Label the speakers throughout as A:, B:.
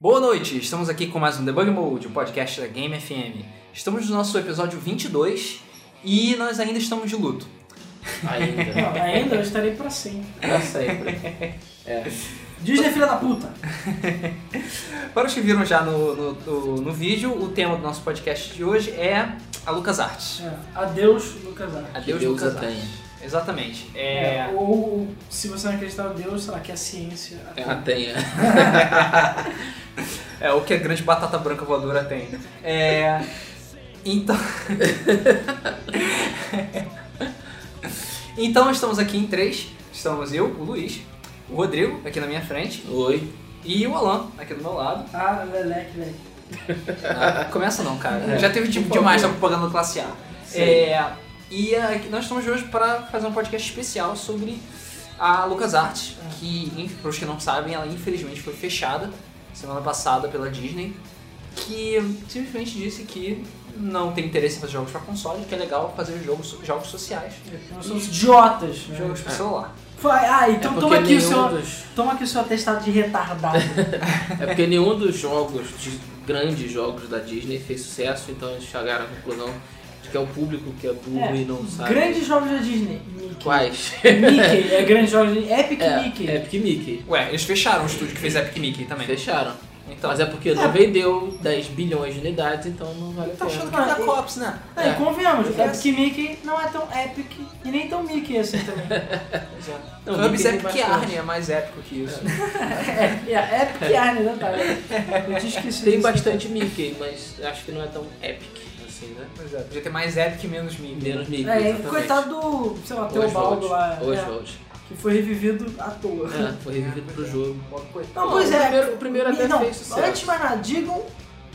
A: Boa noite, estamos aqui com mais um Debug Mode, o podcast da Game FM. Estamos no nosso episódio 22 e nós ainda estamos de luto.
B: Ainda.
C: Não, ainda eu estarei pra sempre.
B: Pra sempre. É.
C: Disney, filha da puta!
A: Para os que viram já no, no, no- no vídeo, o tema do nosso podcast de hoje é a Lucas Arts.
C: É, adeus, Lucas Artes.
A: Adeus,
B: Que Deus
A: Lucas
B: a tenha.
A: Arts. Exatamente.
C: É,
A: É...
C: Ou, se você não acreditar em Deus, será que a ciência.
B: Ela tenha.
A: é o que a grande batata branca voadora tem. É... Então. então estamos aqui em três. Estamos eu, o Luiz, o Rodrigo, aqui na minha frente,
B: Oi.
A: e o Alan, aqui do meu lado.
C: Ah, leleque, leleque.
A: Ah, começa não, cara.
B: É.
A: Já teve de,
B: Por
A: demais da
B: favor.
A: propaganda do Classe A.
B: Sim.
A: É, e ah, nós estamos hoje para fazer um podcast especial sobre a LucasArts,
B: Hum.
A: que, para os que não sabem, ela infelizmente foi fechada semana passada pela Disney, que simplesmente disse que não tem interesse em fazer jogos para console, que é legal fazer jogos, jogos sociais,
C: Nós somos idiotas.
B: Hum.
C: né?
A: jogos para celular.
C: Vai, ah, então
B: é porque
C: toma aqui, o
B: nenhum
C: seu,
B: dos-
C: toma aqui o seu atestado de retardado.
B: É porque nenhum dos jogos, de grandes jogos da Disney fez sucesso, então eles chegaram à conclusão de que é o público que é burro
C: É,
B: e não sabe.
C: grandes jogos da Disney. Mickey.
B: Quais?
C: Mickey, é grandes jogos da Disney. Epic
B: É,
C: Mickey.
B: Epic Mickey.
A: Ué, eles fecharam o estúdio que fez Epic Mickey também.
B: Fecharam.
A: Então,
B: Mas é porque não vendeu 10 bilhões de unidades, então não vale a
A: tá
B: pena.
A: achando que é da Cops, né?
C: Ah, e
B: é.
C: convenhamos,
A: Exato.
C: Epic Mickey não é tão epic e nem tão Mickey assim também.
B: Não,
A: Cubs é
B: Mickey tem
A: porque
B: bastante.
A: Arne é mais épico que isso.
C: É, é Epic Arne, né, cara? Eu tinha esquecido
B: Tem
C: disso.
B: bastante Mickey, mas acho que não é tão epic assim, né?
A: Pois é, podia ter mais Epic e menos né? Mickey.
B: Menos Mickey.
C: É, e
B: exatamente.
C: coitado do, sei lá, Teobaldo
B: Oswald.
C: lá, né,
B: Oswald.
C: que foi revivido à toa.
B: É, foi revivido pro jogo.
C: Não,
B: Não,
C: pois
B: o
C: é.
B: primeiro- o primeiro até
C: e não,
B: fez sucesso.
C: Antes de mais nada, digam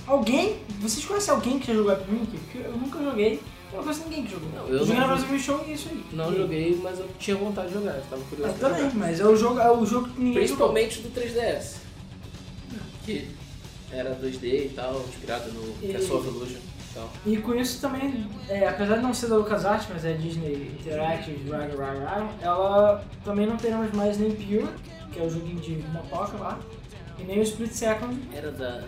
C: alguém, vocês conhecem alguém que já jogou Epic Mickey? Porque eu nunca joguei, eu não conheço ninguém que jogou.
B: Não, eu
C: eu joguei
B: não
C: na Brasil Show e é isso aí.
B: Não
C: E-
B: joguei, mas eu tinha vontade de jogar, eu tava curioso.
C: Mas
B: pra
C: também,
B: jogar.
C: mas é o jogo, é o jogo que ninguém jogou.
B: Principalmente do 3DS. Que era 2D e tal, inspirado no
C: E-
B: que é Soul Evolution e tal.
C: E com isso também, é, apesar de não ser da LucasArts, mas é Disney Interactive, rah, rah, rah, ela também não teremos mais nem Pure, que é o joguinho de motoca lá, e nem o Split Second, é,
B: Era da.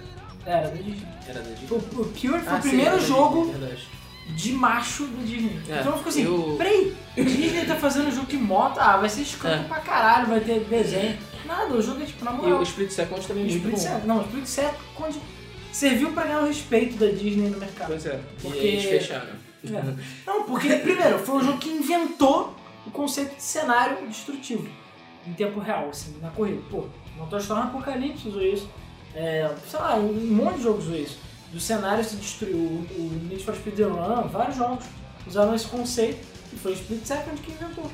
C: era da Disney.
B: Era da
C: O,
B: Disney.
C: o Pure foi
B: Ah,
C: o
B: sim,
C: primeiro
B: era da
C: jogo
B: Disney, verdade.
C: de macho da Disney.
B: É,
C: então ficou assim,
B: eu-
C: peraí, Disney tá fazendo jogo de moto, ah, vai ser escroto
B: É.
C: pra caralho, vai ter desenho. Nada, o jogo é tipo, na
B: E
C: moral,
B: o Split Second também é
C: o
B: muito
C: Split
B: bom.
C: Second, não, o Split Second serviu pra ganhar o respeito da Disney no mercado.
B: Pois é.
C: Porque-
B: E eles fecharam.
C: É. Não, porque, primeiro, foi o jogo que inventou o conceito de cenário destrutivo em tempo real, assim, na corrida. Pô, Motor Storm é um Apocalipse usou isso. É, sei lá, um monte de jogos usou isso. Do cenário se destruiu, o o Need for Speed The Run, vários jogos usaram esse conceito e foi o Split Second que inventou.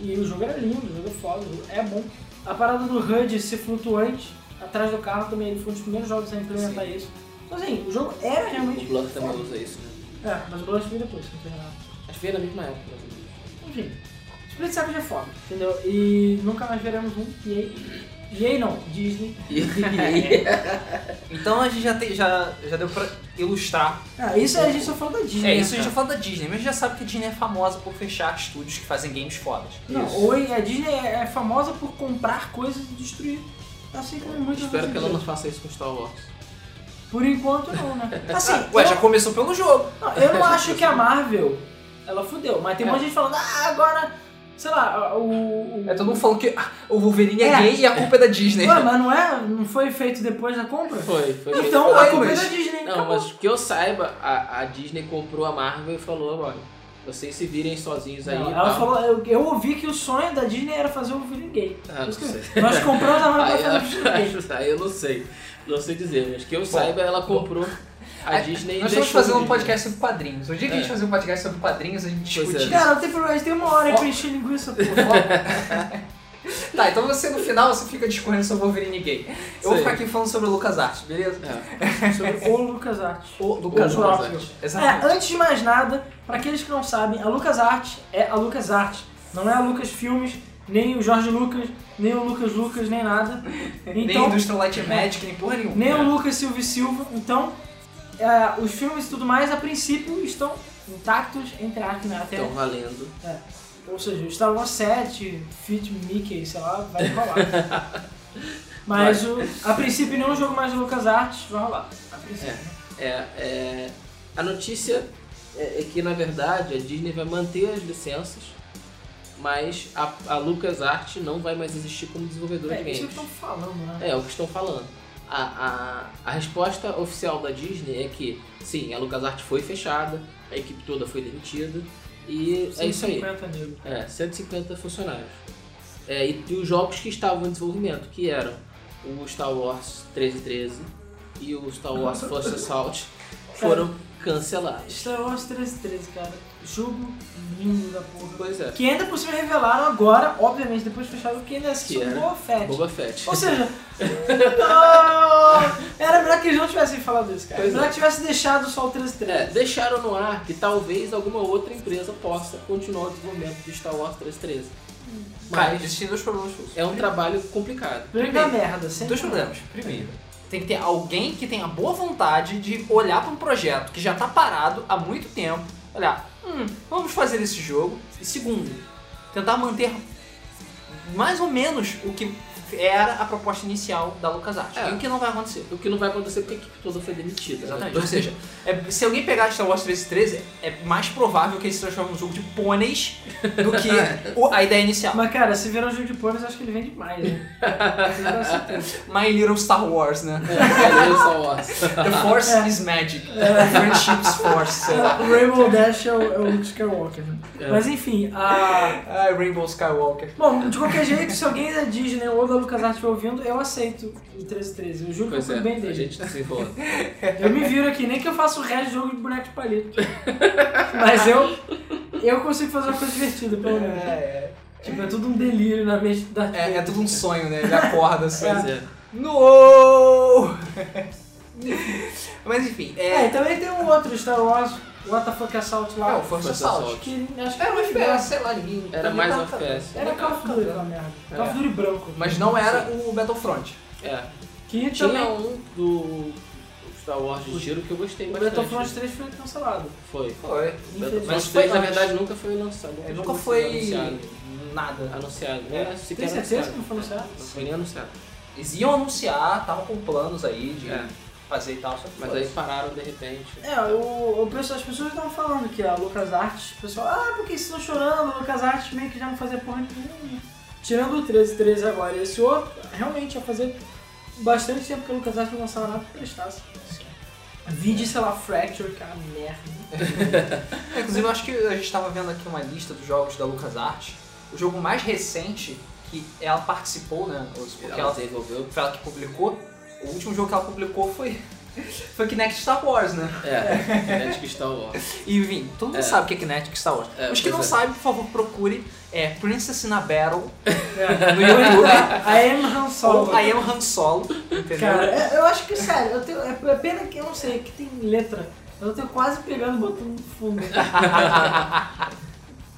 C: E o jogo era lindo, o jogo é foda, o jogo é bom. A parada do HUD ser flutuante atrás do carro também, ele foi um dos primeiros jogos a implementar isso. Então assim, o jogo era realmente.
B: O Block também
C: foda.
B: usa isso, né?
C: É, mas o Blood veio depois, se não tem nada.
B: Acho que veio na mesma época. mais ou menos.
C: Enfim, Split Second é foda, entendeu? E nunca mais veremos um EA. EA não, Disney.
B: E-
A: Então a gente já, tem, já, já deu pra ilustrar.
C: Ah, isso a gente só falou da Disney.
A: É, isso a
C: né,
A: gente já fala da Disney, mas a gente já sabe que a Disney é famosa por fechar estúdios que fazem games fodas.
C: cara? Não,
B: Isso.
C: hoje a Disney é é famosa por comprar coisas e destruir. Assim como muitas
B: Espero
C: outras
B: que ela não
C: empresas.
B: faça isso com Star Wars.
C: Por enquanto não, né? Assim,
A: Ah, Ué,
C: eu,
A: já começou pelo jogo.
C: não, eu não acho que a Marvel, ela fudeu. Mas tem um
B: É.
C: monte de gente falando, ah, agora, sei lá, o... o-
A: É todo mundo falando que ah, o Wolverine é,
C: É.
A: gay e a culpa é da Disney.
C: Ué, mas não é? Não foi feito depois da compra?
B: Foi, foi. bem
C: Então
A: Foi,
C: a culpa é
A: mas-
C: da Disney.
B: Não,
C: acabou.
B: mas que eu saiba, a, a Disney comprou a Marvel e falou, olha, vocês se virem sozinhos aí. tá.
C: Não,
B: e
C: ela
B: tal."
C: falou, eu, eu ouvi que o sonho da Disney era fazer o Wolverine gay.
B: Ah, não
C: Por isso que
B: sei.
C: Nós compramos a Marvel
B: Aí,
C: pra fazer o
B: eu-
C: Wolverine gay.
B: aí eu não sei. Não sei dizer, mas que eu saiba, ela comprou a
A: Aí,
B: Disney e
A: Nós estamos
B: deixou
A: fazendo um
B: Disney.
A: podcast sobre quadrinhos. O dia que a gente
B: É.
A: fazer um podcast sobre quadrinhos, a gente
B: Pois
A: discute
B: é.
A: isso.
C: Cara, não tem problema, a gente tem uma hora aí pra encher linguiça, pô.
A: Tá, então você no final você fica discorrendo sobre o Wolverine gay. Eu vou
B: Sei.
A: ficar aqui falando sobre o Lucas Arts, beleza?
B: É.
C: Sobre o Lucas Arte.
A: O
B: Lucas
A: Arts.
B: Arts.
A: Exatamente.
C: É, antes de mais nada, pra aqueles que não sabem, a Lucas Arte é a Lucas Arte. Não é a Lucas Filmes, nem o Jorge Lucas, nem o Lucas Lucas, nem nada.
A: nem
C: Então,
A: Industrial Light and Magic, nem porra nenhuma.
C: nem o Lucas Silva e Silva. Então, é, os filmes e tudo mais, a princípio, estão intactos, entre aspas, né? Até
B: Então valendo.
C: É. tá Ou seja, o Star Wars 7, Fit Mickey, sei lá, vai rolar. Mas o, a princípio nenhum jogo mais do LucasArts vai rolar. A princípio. né?
B: É, é, a notícia é, é que, na verdade, a Disney vai manter as licenças, mas a, a LucasArts não vai mais existir como desenvolvedora
C: É,
B: de
C: isso que
B: games.
C: estão falando, né?
B: É, é o que estão falando. A, a, a resposta oficial da Disney é que, sim, a LucasArts foi fechada, a equipe toda foi demitida, e é isso aí.
C: 150 negros.
B: É, 150 funcionários. É, e, e os jogos que estavam em desenvolvimento, que eram o Star Wars 1313 e o Star Wars First Assault, foram cancelados.
C: Star Wars 1313, cara. Jogo lindo da porra.
B: Pois é,
C: Que ainda por cima revelaram agora, obviamente, depois fecharam, que ainda é
B: Que
C: sobre
B: era
C: Boa Fett.
B: Boba Fett.
C: Ou seja, não, era melhor que eles não tivessem falado isso, cara.
B: Pois é.
C: melhor que tivesse deixado só o 1313.
B: É, deixaram no ar que talvez alguma outra empresa possa continuar o desenvolvimento do Star Wars 1313.
A: Cara,
B: Mas
A: existem dois problemas com isso.
B: é um trabalho complicado.
C: Primeiro da merda, sempre.
A: Dois problemas. Primeiro, tem que ter alguém que tenha a boa vontade de olhar para um projeto que já tá parado há muito tempo, olhar, hum, vamos fazer esse jogo. E segundo, tentar manter mais ou menos o que era a proposta inicial da LucasArts.
B: É.
A: E o que não vai acontecer.
B: O que não vai acontecer porque a equipe toda foi demitida. né?
A: Exatamente. Ou seja, é- se alguém pegar Star Wars 1313, é mais provável que ele se transforme num jogo de pôneis do que o- a ideia inicial.
C: Mas, cara, se virar um jogo de pôneis, eu acho que ele vende mais, né? Isso dá certeza.
A: My Little Star Wars, né?
B: É, cadê o Star Wars?
A: The Force is Magic. Friendship's Force. sei lá.
C: o Rainbow Dash é o, é o Luke Skywalker, né?
B: É.
C: Mas, enfim, a...
A: Ai, Ah, Rainbow Skywalker.
C: Bom, de qualquer jeito, se alguém da Disney ou da LucasArts estiver ouvindo, eu aceito o 1313. Eu juro que eu
B: Pois é,
C: fui bem
B: a
C: dele.
B: gente desenrola.
C: Eu me viro aqui, nem que eu faça o resto de jogo de boneco de palito. Mas eu, eu consigo fazer uma coisa divertida, pelo menos.
A: É,
C: Tipo, é tudo um delírio na mente da
A: é, é tudo um sonho, né? Ele acorda assim.
B: Pois é.
A: No! Mas enfim,
C: É, e
A: é.
C: também tem um outro Star Wars, What the Fuck Assault lá.
A: É, o Force
B: Force
A: Assault.
B: Assault.
C: que acho que é
A: Era um
C: foi
A: FPS, sei lá, ninguém.
B: Era
A: ninguém
B: mais um
A: tava-
B: FPS.
C: Era Call of Duty aquela merda. Call of Duty branco.
A: Mas não era o Battlefront.
B: É.
C: Que
B: Tinha
C: também.
B: um do Star Wars de tiro que eu gostei
C: O
B: bastante.
C: Battlefront 3 foi cancelado.
B: Foi.
A: Foi. Mas
B: Battlefront
A: foi
B: 3, na
A: antes.
B: verdade, nunca foi lançado.
A: É, nunca foi
B: anunciado.
A: nada.
B: Anunciado.
A: É.
B: Não, sequer
C: Tem certeza que
B: anunciado.
C: não foi anunciado?
B: Não foi nem anunciado.
A: Eles iam anunciar, estavam com planos aí de
B: É.
A: fazer e tal, só que
B: Mas
A: foi.
B: aí pararam de repente.
C: É, o, o pessoal, as pessoas estavam falando que a LucasArts, o pessoal, ah, porque vocês estão chorando, a LucasArts meio que já não fazia porra nenhuma. Tirando o 1313 agora e esse outro, realmente ia fazer bastante tempo que a LucasArts não lançava nada que prestasse. Vide, sei lá, Fracture, que é uma merda.
A: É, Inclusive, eu acho que a gente estava vendo aqui uma lista dos jogos da LucasArts. O jogo mais recente que ela participou, né? os- Porque
B: Ela
A: ela,
B: desenvolveu.
A: foi ela que publicou. O último jogo que ela publicou foi, foi Kinect Star Wars, né?
B: É, Kinetic Star Wars.
A: E, enfim, todo mundo
B: É.
A: sabe o que é Kinetic Star Wars.
B: É,
A: Os que
B: pois
A: não
B: é.
A: sabem, por favfavor, procure é, Princess in a Battle
C: É.
A: no YouTube.
C: A M Han Solo.
A: ou I Am Han Solo, entendeu?
C: Cara, é- eu acho que, sério, eu tenho, é pena que eu não sei, que tem letra. Eu tô quase pegando e botando no fundo.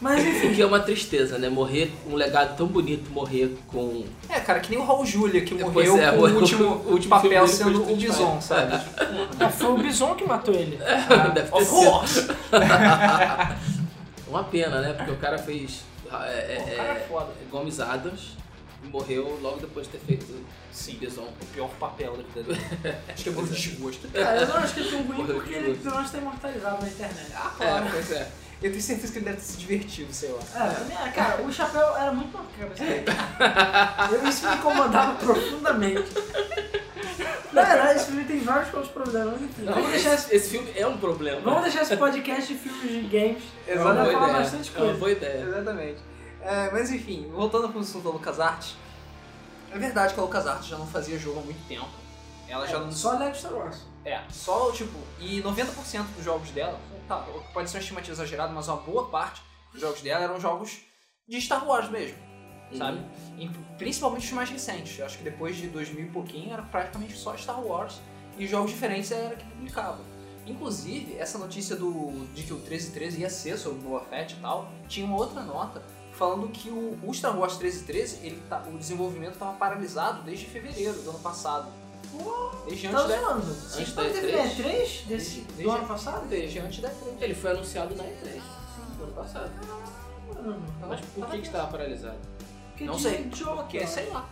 C: Mas enfim.
B: O que é uma tristeza, né? Morrer, um legado tão bonito, morrer com.
A: É, cara, que nem o Raul Júlia, que
B: Pois
A: morreu
B: é,
A: com
B: morreu
A: o último,
B: com o último
A: papel
B: filme dele,
A: sendo
B: foi
A: o Bison, sabe?
C: Ah, foi o Bison que matou ele.
B: Deve ter
A: Of
B: sido.
A: course!
B: Uma pena, né? Porque o cara fez. É, é,
A: Pô, o cara é foda.
B: é, Gomes Adams e morreu logo depois de ter feito
A: Sim.
B: Bison.
A: O pior papel da vida dele. Acho que é por desgosto.
C: Cara, eu não acho que ele é tão ruim
B: Porra,
C: porque
B: que
C: ele
B: coisa.
C: pelo menos tá imortalizado na internet. Ah,
B: É, pois é.
A: Eu tenho certeza que ele deve ter se divertido, sei lá.
C: também, é, cara, o chapéu era muito na cabeça dele. Eu- Isso me incomodava profundamente. Na verdade, esse filme tem vários pontos problemas, mas enfim.
B: Não,
C: vamos,
B: esse,
C: deixar esse,
B: esse filme é um problema.
C: vamos deixar esse podcast de filmes de games.
A: É uma
C: Vai dar
A: boa
C: pra falar
A: ideia.
C: bastante
B: É uma
C: coisa.
B: boa ideia.
A: Exatamente. É, mas enfim, voltando ao assunto da LucasArts. É verdade que a LucasArts já não fazia jogo há muito tempo. Ela já não...
C: É, Só Lego Star Wars.
A: É, só, tipo... E 90% dos jogos dela... Tá, pode ser uma estimativa exagerada, mas uma boa parte dos jogos dela eram jogos de Star Wars mesmo.
C: Uhum.
A: Sabe? E principalmente os mais recentes. Eu acho que depois de 2000 e pouquinho era praticamente só Star Wars e jogos diferentes era que publicava. Inclusive, essa notícia do, de que o 1313 ia ser sobre Boa Fett e tal, tinha uma outra nota falando que o, o Star Wars 1313, ele tá, o desenvolvimento estava paralisado desde fevereiro do ano passado. Desde
C: Tá
A: antes da...
C: zoando?
B: né? antes
C: Vocês
B: da
C: não
B: E3?
C: teve E3 é desse,
A: Desde-
C: do
A: desde-
C: ano passado?
A: Desde antes da frente.
B: Ele foi anunciado na E3 no ano passado.
C: Não,
B: Mas por que, que estava paralisado?
C: Porque
A: Não
C: Disney
A: sei.
C: idiota.
A: Porque, sei lá.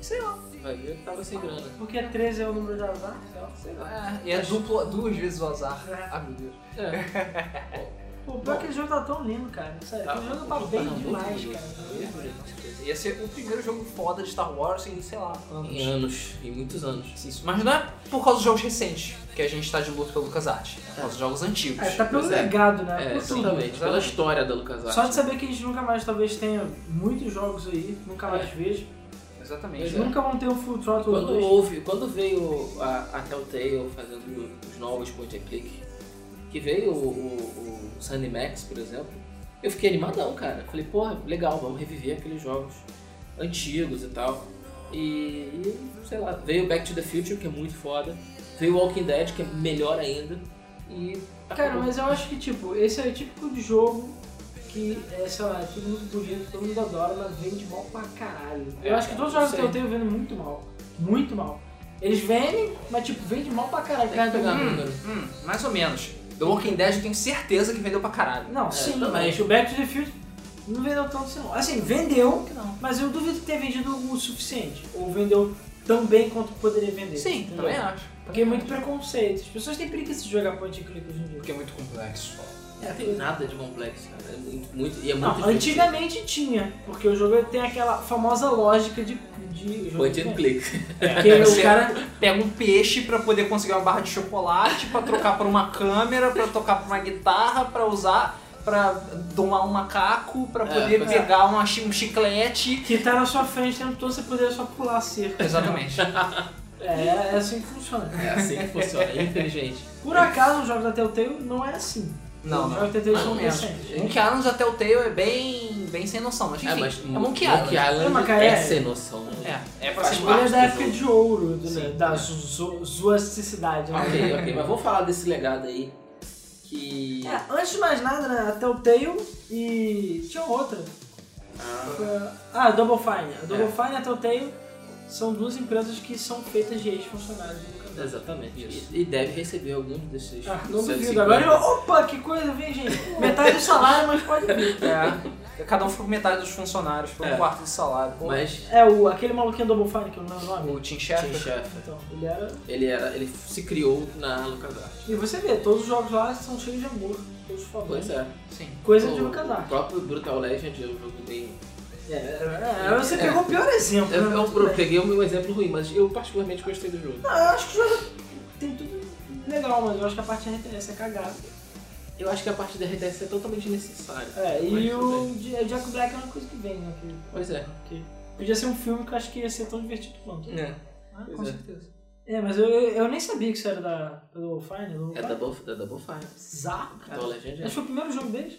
A: Sei lá.
B: Vai ver, tava sem grana.
C: Porque 13 é o número de azar, então. sei lá.
B: Sei lá.
A: É, e é duplo, duas vezes o azar.
C: É.
A: Ah, meu Deus.
B: É.
C: Pô, pior que aquele jogo tá tão lindo, cara. Sério,
B: Tá,
C: aquele jogo
B: o
C: tá
B: jogo
C: bem
B: tá muito
C: demais,
B: bonito.
C: cara.
B: Muito bonito.
A: Ia ser o primeiro jogo foda de Star Wars em, sei lá,
B: Em
A: anos.
B: anos, em muitos anos.
A: Isso. Mas não é por causa dos jogos recentes que a gente tá de luto pelo LucasArts. É por causa dos jogos antigos.
C: É, tá pelo
B: Pois é.
C: legado, né?
B: É,
C: Por tudo.
B: exatamente. Pela história da né? LucasArts.
C: Só de saber que a gente nunca mais talvez tenha muitos jogos aí, nunca mais
B: É.
C: vejo.
A: Exatamente. né?
B: Pois
C: Eles
B: é.
C: nunca vão ter o Full Throttle
B: Quando
C: 2.
B: houve, quando veio a, a Telltale fazendo os novos point and click, que veio o, o, o Sandy Max, por exemplo, eu fiquei animadão, cara. Falei, porra, legal, vamos reviver aqueles jogos antigos e tal. E, e, sei lá, veio Back to the Future, que é muito foda. Veio Walking Dead, que é melhor ainda. E.
C: Cara,
B: acabou.
C: mas eu acho que, tipo, esse é o típico de jogo que, é, sei lá, é tudo muito bonito, todo mundo adora, mas vende mal pra caralho.
B: É,
C: eu acho que todos os jogos
B: não
C: que
B: sei.
C: eu tenho vendem muito mal. Muito mal. Eles vendem, mas, tipo, vende mal pra caralho.
B: Tem que pegar
C: Hum.
B: número.
A: Hum, mais ou menos. The Walking Dead eu tenho certeza que vendeu pra caralho.
C: Não, sim,
B: É, também.
C: mas o Back to the Future não vendeu tanto assim, não. Assim, vendeu, mas eu duvido que tenha vendido o suficiente. Ou vendeu tão bem quanto poderia vender.
A: Sim,
C: entendeu?
A: também acho.
C: Porque é muito preconceito. As pessoas têm preguiça de jogar point and click hoje em dia.
A: Porque é muito complexo.
B: Não É, tem nada de complexo, cara. É muito, muito- e é muito
C: Não,
B: divertido.
C: antigamente tinha, porque o jogo tem aquela famosa lógica de. de jogo
B: Point and click. É.
C: Porque o
A: Você-
C: cara.
A: Pega um peixe pra poder conseguir uma barra de chocolate, pra trocar por uma câmera, pra tocar por uma guitarra, pra usar, pra domar um macaco, pra
B: É,
A: poder
B: pois é.
A: pegar uma chi- um chiclete.
C: Que tá na sua frente o tempo todo, você poderia só pular a cerca.
A: Exatamente.
C: É, é assim que funciona.
B: É assim que funciona, é inteligente.
C: Por acaso, os jogos da Telltale não é assim.
A: Não,
C: Os
A: não.
C: jogos da Telltale
A: Mais ou
C: são assim.
A: menos.
C: recentes.
A: Monkey Island até o Tail é bem, bem sem noção, mas enfim, é, mas, Monkey Island.
C: É uma
B: é,
C: cara-
B: sem noção. né?
A: É, é pra
B: Faz
A: ser
C: Ele é
B: parte
C: da
B: do
C: época
B: jogo.
C: de ouro, do-
B: Sim. é. Ah,
C: da zo- zo- zoasticidade. né?
B: Ok, ok, mas vamos falar desse legado aí. Que.
C: É, antes de mais nada, né, a Telltale e. tinha outra.
B: Ah,
C: Ah, a Double Fine. A Double
B: É.
C: Fine e a Telltale são duas empresas que são feitas de ex-funcionários do Canadá.
B: exatamente. E, e deve receber algum desses.
C: Ah, não
B: 150.
C: duvido. Agora eu, opa, que coisa, vem gente. Metade do salário, mas pode vir.
A: É, cada um fica com metade dos funcionários, fica
B: É.
A: um quarto do salário.
B: Mas
C: É, o, aquele maluquinho do Double Fine, que eu não lembro o nome.
A: o Tim
B: Tim
A: Schafer,
B: Schafer,
C: Então, ele era...
B: ele, era, ele se criou na LucasArts.
C: E você vê, todos os jogos lá são cheios de amor, todos favores.
B: Pois é.
A: sim.
C: Coisa
B: o,
C: de
B: O
C: LucasArts.
B: próprio Brutal Legend é um jogo bem
C: É, é, é, você pegou o pior exemplo.
B: Eu,
C: né?
B: eu-
C: Tudo
B: eu
C: bem.
B: peguei um exemplo ruim, mas eu particularmente gostei do jogo.
C: Não, eu acho que o jogo tem tudo legal, mas eu acho que a parte RTS é cagada.
B: Eu acho que a parte da RTS é totalmente necessária.
C: É,
B: Mas
C: e
B: tudo
C: o Ja- Jack Black é uma coisa que vem, né? que-
B: Pois é.
C: que podia ser um filme que eu acho que ia ser tão divertido quanto. Ah,
B: Pois
C: com
B: é.
C: certeza. É, mas eu, eu, eu nem sabia que isso era da da Double Fine. Double
B: É
C: Fine.
B: Double, é Double Fire.
C: Bizarro, cara.
B: Brutal Legend é.
C: Acho que foi o primeiro jogo deles.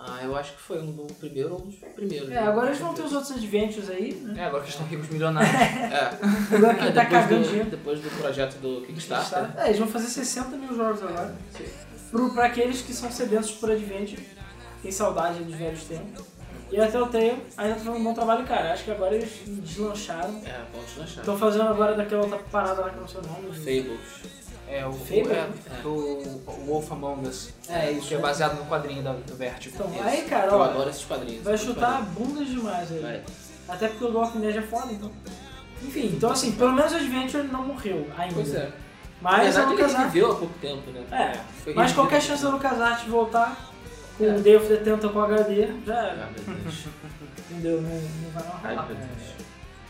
B: Ah, eu acho que foi um do primeiro ou um dos primeiros.
C: É,
B: né?
C: agora eles vão ter os outros adventures aí, né?
A: É, agora que eles estão ricos milionários.
B: É,
C: Agora
B: é
C: que tá
B: depois,
C: cagando
B: do,
C: dinheiro.
B: depois do projeto do Kickstarter.
C: É, eles vão fazer 60 mil jogos agora. Pro, pra aqueles que são sedentos por adventure, tem saudade dos velhos tempos. E até o Tail ainda tá fazendo um bom trabalho, cara. Acho que agora eles deslancharam.
B: É, vamos lançar.
C: Estão fazendo agora daquela outra parada lá que eu não sei o nome. né?
B: Fables.
A: É, o
C: Fable?
A: é, do o Wolf Among Us.
C: É, isso.
A: Que é baseado no quadrinho da, do Vertigo.
C: Então,
A: Isso.
C: aí, cara,
B: Eu
C: ó,
B: adoro esses quadrinhos.
C: vai
B: esses
C: chutar bundas demais aí.
B: quadrinhos. Vai.
C: Até porque o Walking Dead é foda, então. Enfim, então assim, pelo menos o Adventure não morreu ainda.
B: Pois é. Na
C: Mas a
B: verdade, ele
C: LucasArts...
B: viveu há pouco tempo, né?
C: É,
B: Foi
C: mas
B: revivido.
C: qualquer chance da LucasArts voltar com
B: É.
C: o Day of the Tentacle com HD, já
B: Ah,
C: era.
B: meu Deus.
C: Entendeu? Não, não vai mais
B: É. Ai,
C: rolar.
B: meu Deus.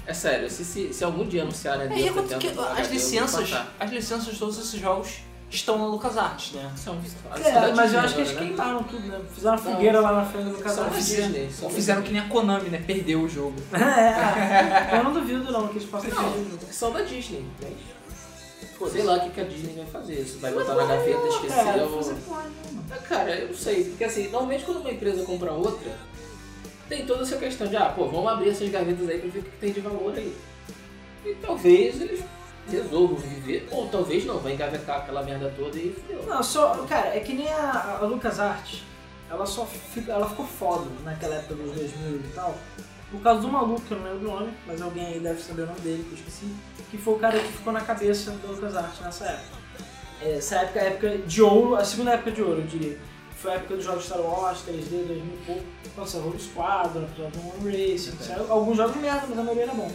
B: É sério, se, se, se algum dia anunciarem
A: É,
B: Deus
A: e quanto
B: Tentando
A: que-
B: Pagar, eu
A: as
B: vou
A: licenças,
B: matar.
A: as licenças de todos esses jogos estão na LucasArts, né?
B: São as
C: É,
B: cidades
C: mas eu
B: de
C: acho que eles
B: Minas, né?
C: queimaram tudo, né? Fizeram uma
B: Não.
C: fogueira lá na frente do
B: São
C: LucasArts.
B: Disney.
A: Ou fizeram que nem a Konami, né? Perdeu o jogo.
C: É, eu não duvido não que eles possam ter.
B: Não, são É da Disney. né? mas, pô, sei lá o que, que a Disney vai fazer. Se vai botar na gaveta, esquecer
C: Cara,
B: ou...
C: É, fazer porra nenhuma.
B: Ah, Cara, eu não sei. Porque assim, normalmente quando uma empresa compra outra, tem toda essa questão de, ah, pô, vamos abrir essas gavetas aí pra ver o que tem de valor aí. E talvez eles resolvam viver, ou talvez não, vai engavetar aquela merda toda e fudeu.
C: Não, só. Cara, é que nem a, a LucasArts, ela só fica, ela ficou foda naquela época dos 2000 e tal, por causa do maluco, que eu não lembro o nome, mas alguém aí deve saber o nome dele, que eu esqueci, que foi o cara que ficou na cabeça da LucasArts nessa época. Essa época é a época de ouro, a segunda época de ouro, eu diria. Foi a época dos jogos Star Wars, 3D, 2000 e pouco. Nossa, Rogue Squadron, Dragon Racing, etc. alguns jogos merda, mas a maioria era bom.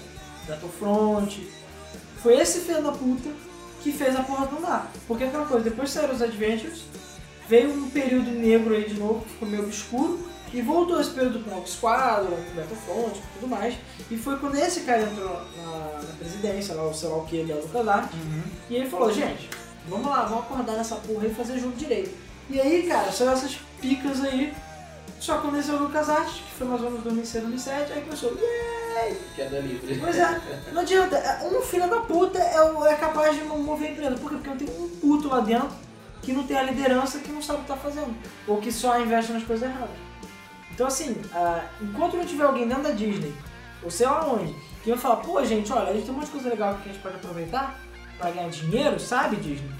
C: Battlefront. Foi esse filho da puta que fez a porra do andar. Porque é aquela coisa, depois que saíram os Adventures, veio um período negro aí de novo, que ficou meio obscuro, e voltou esse período com o Rock Squadron, com o Battlefront e tudo mais. E foi quando esse cara entrou na, na presidência, lá, o sei lá o que, da Lucasarts, e ele falou, gente, vamos lá, vamos acordar nessa porra e fazer jogo direito. E aí, cara, são essas picas aí. Só aconteceu o Lucas Artes, que foi mais ou menos 2006, 2007, aí começou, yay!
B: Queda livre.
C: Pois é, não adianta, é- um filho da puta é, o- é capaz de mover a empresa. Por quê? Porque não tem um puto lá dentro que não tem a liderança, que não sabe o que tá fazendo. Ou que só investe nas coisas erradas. Então assim, ah, enquanto não tiver alguém dentro da Disney, ou sei lá onde, que vai falar, pô gente, olha, a gente tem um monte de coisa legal que a gente pode aproveitar pra ganhar dinheiro, sabe Disney?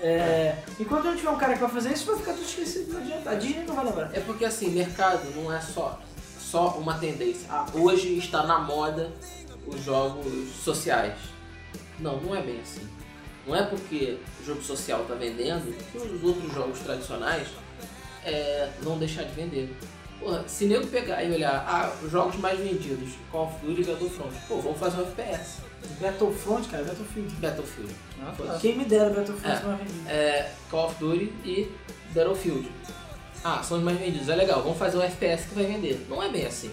C: É, enquanto não tiver um cara que vai fazer isso, vai ficar tudo esquecido, não adianta. A Disney não vai lembrar.
B: É porque assim, mercado não é só, só uma tendência. Ah, hoje está na moda os jogos sociais. Não, não é bem assim. Não é porque o jogo social está vendendo que os outros jogos tradicionais é, vão deixar de vender. Porra, se nego pegar e olhar, ah, os jogos mais vendidos, Call of Duty e Battlefront, pô, vamos fazer um FPS.
C: Battlefront, cara, Battlefield.
B: Battlefield. Foda-se.
C: Quem me dera Battlefield
B: É.
C: uma vez.
B: é, Call of Duty e Battlefield. Ah, são os mais vendidos, é legal, vamos fazer um FPS que vai vender. Não é bem assim.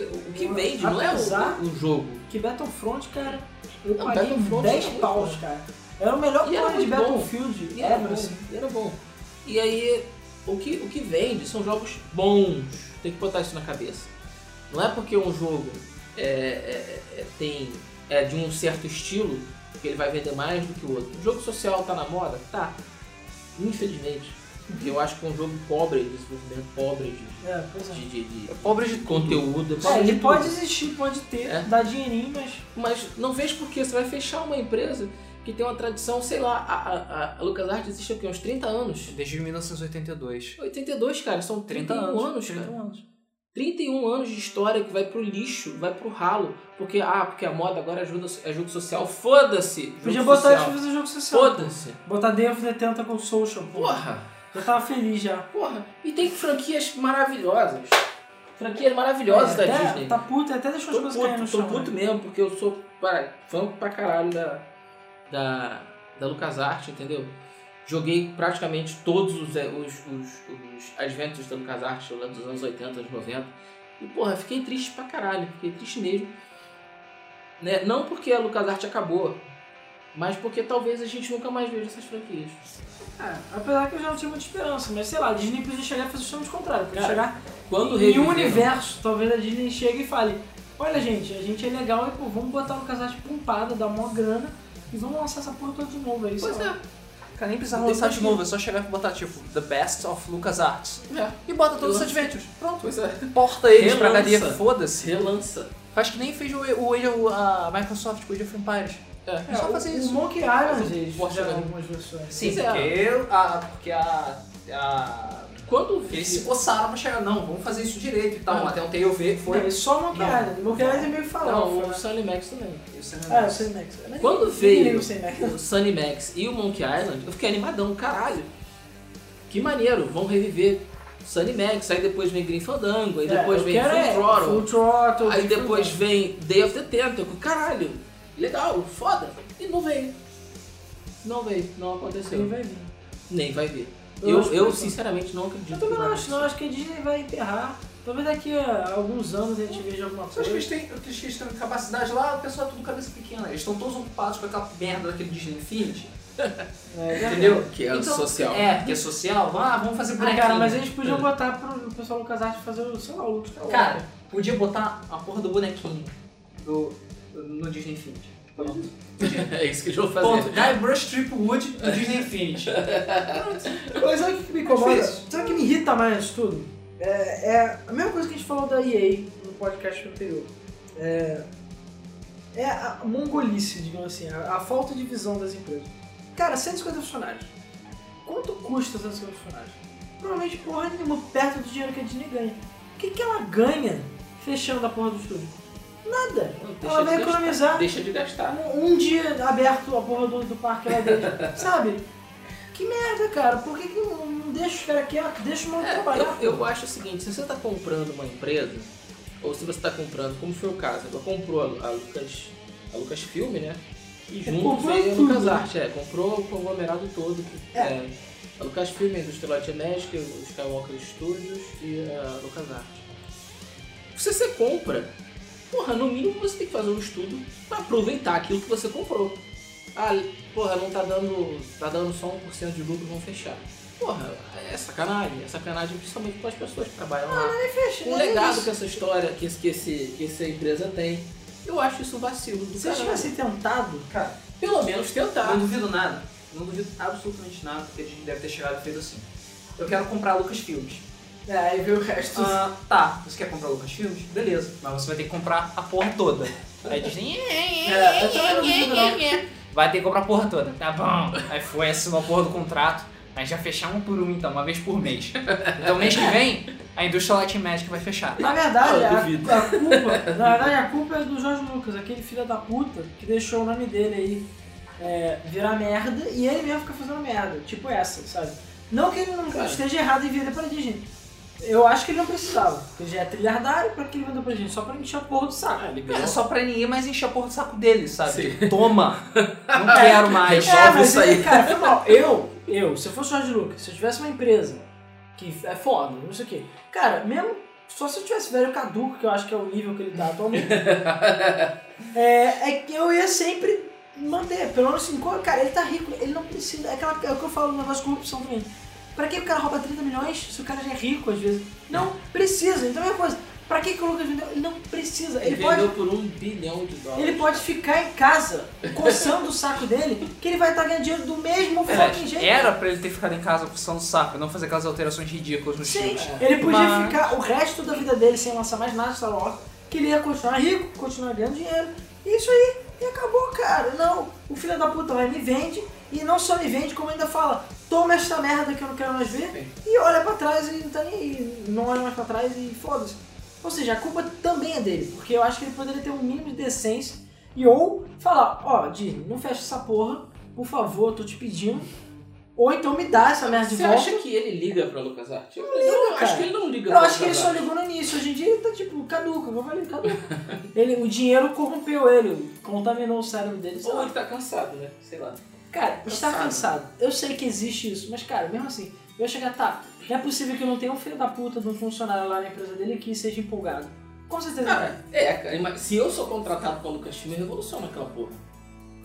B: O que vende não é
C: Apesar-
B: o, o jogo.
C: Que Battlefront, cara, eu
B: Não,
C: paguei
B: Battlefront
C: 10
B: é bom,
C: paus, cara. Era o melhor
B: E era
C: plano de
B: muito bom.
C: Battlefield
B: E era
C: ever,
B: bom,
C: assim.
B: e era bom. E aí, o que, o que vende são jogos bons. Tem que botar isso na cabeça. Não é porque um jogo é, é- é- tem, é de um certo estilo que ele vai vender mais do que o outro. O jogo social tá na moda? Tá. Infelizmente. Porque eu acho que é um jogo pobre de desenvolvimento, pobre de-
C: É, pois é.
B: de- de- de
A: Pobre de
B: conteúdo.
C: É,
B: de
C: ele
B: tudo.
C: pode existir, pode ter,
B: É.
C: dar dinheirinho, mas
B: Mas não vejo por que você vai fechar uma empresa que tem uma tradição, sei lá, a, a, a LucasArts existe há o quê? Uns 30 anos?
A: Desde 1982.
B: 82, cara, são
A: 30
B: 31 anos,
A: anos,
B: cara.
C: 31 anos.
B: 31 anos de história que vai pro lixo, vai pro ralo. Porque, ah, porque a moda agora ajuda, é jogo social. Foda-se! jogo
C: Podia botar isso pra
B: social.
C: fazer jogo social.
B: Foda-se!
C: Botar Day of the Tentacle Social, pô.
B: Porra!
C: Eu tava feliz já.
B: Porra! E tem franquias maravilhosas. Franquias maravilhosas
C: É,
B: da
C: até-
B: Disney.
C: Tá puto, até deixou as
B: Tô
C: coisas caindo no
B: puto, tô
C: chão.
B: puto
C: né?
B: mesmo, porque eu sou pra- fã pra caralho da, da, da LucasArts, entendeu? Joguei praticamente todos os, eh, os, os, os Adventures da LucasArts lá dos anos 80, anos 90. E, porra, fiquei triste pra caralho, fiquei triste mesmo. Né? Não porque a LucasArts acabou, mas porque talvez a gente nunca mais veja essas franquias.
C: É, apesar que eu já não tinha muita esperança, mas sei lá, a Disney podia chegar e fazer justamente o contrário. Podia
B: Cara,
C: chegar
B: Quando
C: em um
B: reviveram-
C: universo, talvez a Disney chegue e fale: Olha, gente, a gente é legal e pô, vamos botar um casal de pompada, dar uma grana e vamos lançar essa porra toda de novo. É isso
B: Pois é,
A: Cara, nem precisava
B: Depois
A: lançar de
B: que-
A: novo, é só chegar e botar tipo The Best of LucasArts.
B: é,
A: E bota todos os
B: Lança.
A: adventures. Pronto.
B: pois é.
A: Porta eles pra
B: Relança.
A: cadeia, foda-se.
B: Relança.
A: Acho que nem fez o, o, Age of- a Microsoft com o Age of Empires.
B: É.
A: É só fazer isso.
C: O Monkey Island eles
B: Posso
C: fizeram
B: jogar?
C: algumas versões.
A: Sim,
B: Pois é.
A: porque, a, porque a, a-
B: Quando
A: Eles se coçaram pra chegar, não, vamos fazer isso direito e tal.
B: Não.
A: Até um ontem eu ver
C: Foi
A: foi.
C: não, só o Monkey
A: Não.
C: Island. O Monkey Island é meio
B: Não, o
C: falado.
B: Sunny Max também.
A: Isso é
C: Ah,
A: verdade.
C: o Sam Max. Eu nem-
B: Quando
C: nem
B: veio-
C: lembro o Sam Max.
B: o Sunny Max e o Monkey Island, eu fiquei animadão, caralho. Que maneiro, vão reviver Sunny Max, aí depois vem Green Fandango, aí depois
C: É,
B: vem
C: eu quero
B: Full
C: é
B: Throttle,
C: Full Throttle.
B: aí
C: Full
B: depois
C: Throttle.
B: vem Day of the Tentacle, caralho, legal, foda. E não veio. Não veio, não
C: Sim,
B: aconteceu.
C: vai vir.
B: Nem vai vir.
C: Eu
B: Eu,
C: acho que
B: eu
C: vai.
B: sinceramente não acredito.
C: Eu também
B: que
C: não
B: vai
C: acho, não. Acho que a Disney vai enterrar. Talvez daqui a alguns anos a gente veja alguma
A: Só acho que
C: coisa.
A: eles têm, acho que eles têm capacidade lá, o pessoal é tudo cabeça pequena. Eles estão todos ocupados com aquela merda daquele Disney Infinity.
C: É,
A: Entendeu?
B: Que é social.
A: É, que é social. Ah, vamos fazer
C: Ah,
A: bonequinho.
C: cara, mas eles podiam botar pro pessoal Lucas Arte fazer, o, sei lá, o Lucas Arte.
A: Cara, podia botar a porra do bonequinho do, no Disney Infinity. Pronto.
B: É isso que eles vão
A: Ponto.
B: fazer.
A: Guybrush Tripwood do Disney Infinity.
C: Mas sabe o que me incomoda?
A: é Difícil.
C: Sabe o que me irrita mais nisso tudo? É, é a mesma coisa que a gente falou da EA no podcast anterior. É, é a mongolice, digamos assim, a, a falta de visão das empresas. Cara, 150 funcionários. Quanto custa 150 funcionários? Provavelmente porra nenhuma, perto do dinheiro que a Disney ganha. O que, que ela ganha fechando a porra do estúdio? Nada.
B: Não, deixa
C: Ela
B: de
C: vai
B: gastar.
C: economizar
B: Deixa de gastar. né?
C: um, um dia aberto a porra do, do parque lá dentro, sabe? Que merda, cara. Por que, que não, não deixa os caras aqui, deixa o maluco
B: É,
C: trabalhar?
B: eu, eu acho o seguinte, se você tá comprando uma empresa, ou se você está comprando, como foi o caso, ela comprou a, a Lucas, a Lucasfilm, né? E junto
C: É comprou
B: fez a
C: tudo,
B: LucasArts, é, comprou o conglomerado todo. Que,
C: É.
B: é, a Lucasfilm, a Industrial Light and Magic, é o Skywalker Studios e a LucasArts. Se você compra, porra, no mínimo você tem que fazer um estudo para aproveitar aquilo que você comprou. Ah, porra, não tá dando, tá dando só 1% de lucro, vão fechar. Porra, é sacanagem, é sacanagem principalmente com as pessoas que trabalham lá um
C: é
B: legado que essa história, que, esse- que, esse, que essa empresa tem. Eu acho isso um vacilo do
C: Se eles
B: caralho.
C: tivessem tentado,
A: Cara,
B: Pelo menos
A: eu não
B: tentar.
A: duvido nada. Não duvido absolutamente nada, porque a gente deve ter chegado e feito assim. Eu quero comprar Lucas Filmes.
C: é, aí veio o resto.
A: Ah, tá, você quer comprar Lucas Filmes? Beleza, mas você vai ter que comprar a porra toda. Aí Disney.
C: É, eu também não duvido, não.
A: Vai ter que comprar a porra toda. Tá bom. Aí foi assinar a porra do contrato. Aí já fechar um por um então, uma vez por mês. Então mês que vem, a indústria Light and Magic vai fechar.
C: Na verdade,
B: Ah, Eu
C: a,
B: duvido.
C: a culpa, na verdade, a culpa é do Jorge Lucas, aquele filho da puta que deixou o nome dele aí é, virar merda e ele mesmo fica fazendo merda, tipo essa, sabe? Não que ele não
B: Cara.
C: esteja errado em vender pra Disney. Eu acho que ele não precisava, porque ele já é trilhardário pra que ele vendeu pra gente, só pra encher a porra do saco.
B: Ah, liberou.
A: É só pra ninguém mais encher a porra do saco dele, sabe?
B: Sim.
A: Tipo, Toma! Não quero mais.
B: É, resolve
C: mas
B: isso
C: ele-
B: aí.
C: Cara, foi mal. Eu, eu, se eu fosse o Jorge Lucas, se eu tivesse uma empresa que é foda, não sei o quê. Cara, mesmo só se eu tivesse velho caduco, que eu acho que é o nível que ele tá atualmente, é, é que eu ia sempre manter. Pelo menos assim, co- cara, ele tá rico, ele não precisa. É, aquela, é o que eu falo no negócio de corrupção também. Pra que o cara rouba 30 milhões se o cara já é rico às vezes? Não precisa. Então é uma coisa. Pra que, que o Lucas vendeu? Ele não precisa. Ele
B: Ele
C: pode
B: vendeu por um bilhão de dólares.
C: ele pode ficar em casa, coçando o saco dele, que ele vai estar ganhando dinheiro do mesmo fucking
A: Aliás,
C: jeito.
A: É Era pra ele ter ficado em casa coçando o saco e não fazer aquelas alterações ridículas nos
C: Sim,
A: filmes.
C: ele podia
A: Mas-
C: ficar o resto da vida dele sem lançar mais nada de Star Wars, que ele ia continuar rico, continuar ganhando dinheiro. E isso aí, e acabou, cara. Não, o filho da puta vai me vende, e não só me vende, como ainda fala, toma esta merda que eu não quero mais ver,
B: Sim.
C: e olha pra trás e não tá nem aí, não olha mais pra trás e foda-se. Ou seja, a culpa também é dele, porque eu acho que ele poderia ter um mínimo de decência e ou falar, ó, Disney, não fecha essa porra, por favor, tô te pedindo. Ou então me dá essa merda de
B: Você
C: volta.
B: acha que ele liga pra LucasArts? Eu, eu
C: cara.
B: acho que ele não liga
C: Eu
B: pra
C: acho que ele só ligou no início. Hoje em dia ele tá tipo, caduco, vou valer, caduco. ele, o dinheiro corrompeu ele, contaminou o cérebro dele. sei
B: Ou
C: lá.
B: ele tá cansado, né? Sei lá.
C: Cara, está
B: Cansado.
C: cansado. Eu sei que existe isso, mas cara, mesmo assim, eu ia chegar, tá, não é possível que não tenha um filho da puta de um funcionário lá na empresa dele que seja empolgado. Com certeza não
B: Cara, é, cara, ima- se eu sou contratado pra Lucasfilm, eu revoluciono aquela porra.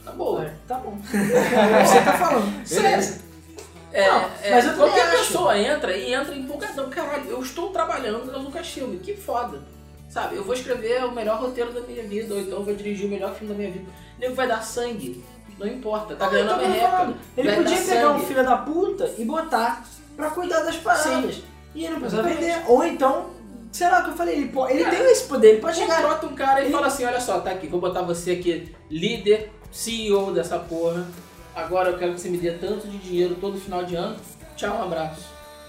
B: Tá boa.
C: é. Tá bom. Você tá falando.
B: Beleza. É,
C: Não,
B: é,
C: mas eu também
B: qualquer
C: acho.
B: pessoa entra e entra empolgadão. Caralho, eu estou trabalhando na Lucasfilm, que foda. Sabe, eu vou escrever o melhor roteiro da minha vida, ou então eu vou dirigir o melhor filme da minha vida. O nego vai dar sangue, não importa, tá ganhando a
C: Então, eu tô
B: merreca.
C: falando, Ele
B: vai
C: podia
B: dar
C: pegar um
B: sangue.
C: filho da puta e botar pra cuidar das paradas. E ele não precisa vender. Ou então, sei lá o que eu falei, ele, po- ele
B: Cara,
C: tem esse poder, ele pode chegar.
B: Contrata um cara e
C: Ele-
B: fala assim, olha só, tá aqui, vou botar você aqui, líder, CEO dessa porra. Agora eu quero que você me dê tanto de dinheiro todo final de ano. Tchau, um abraço.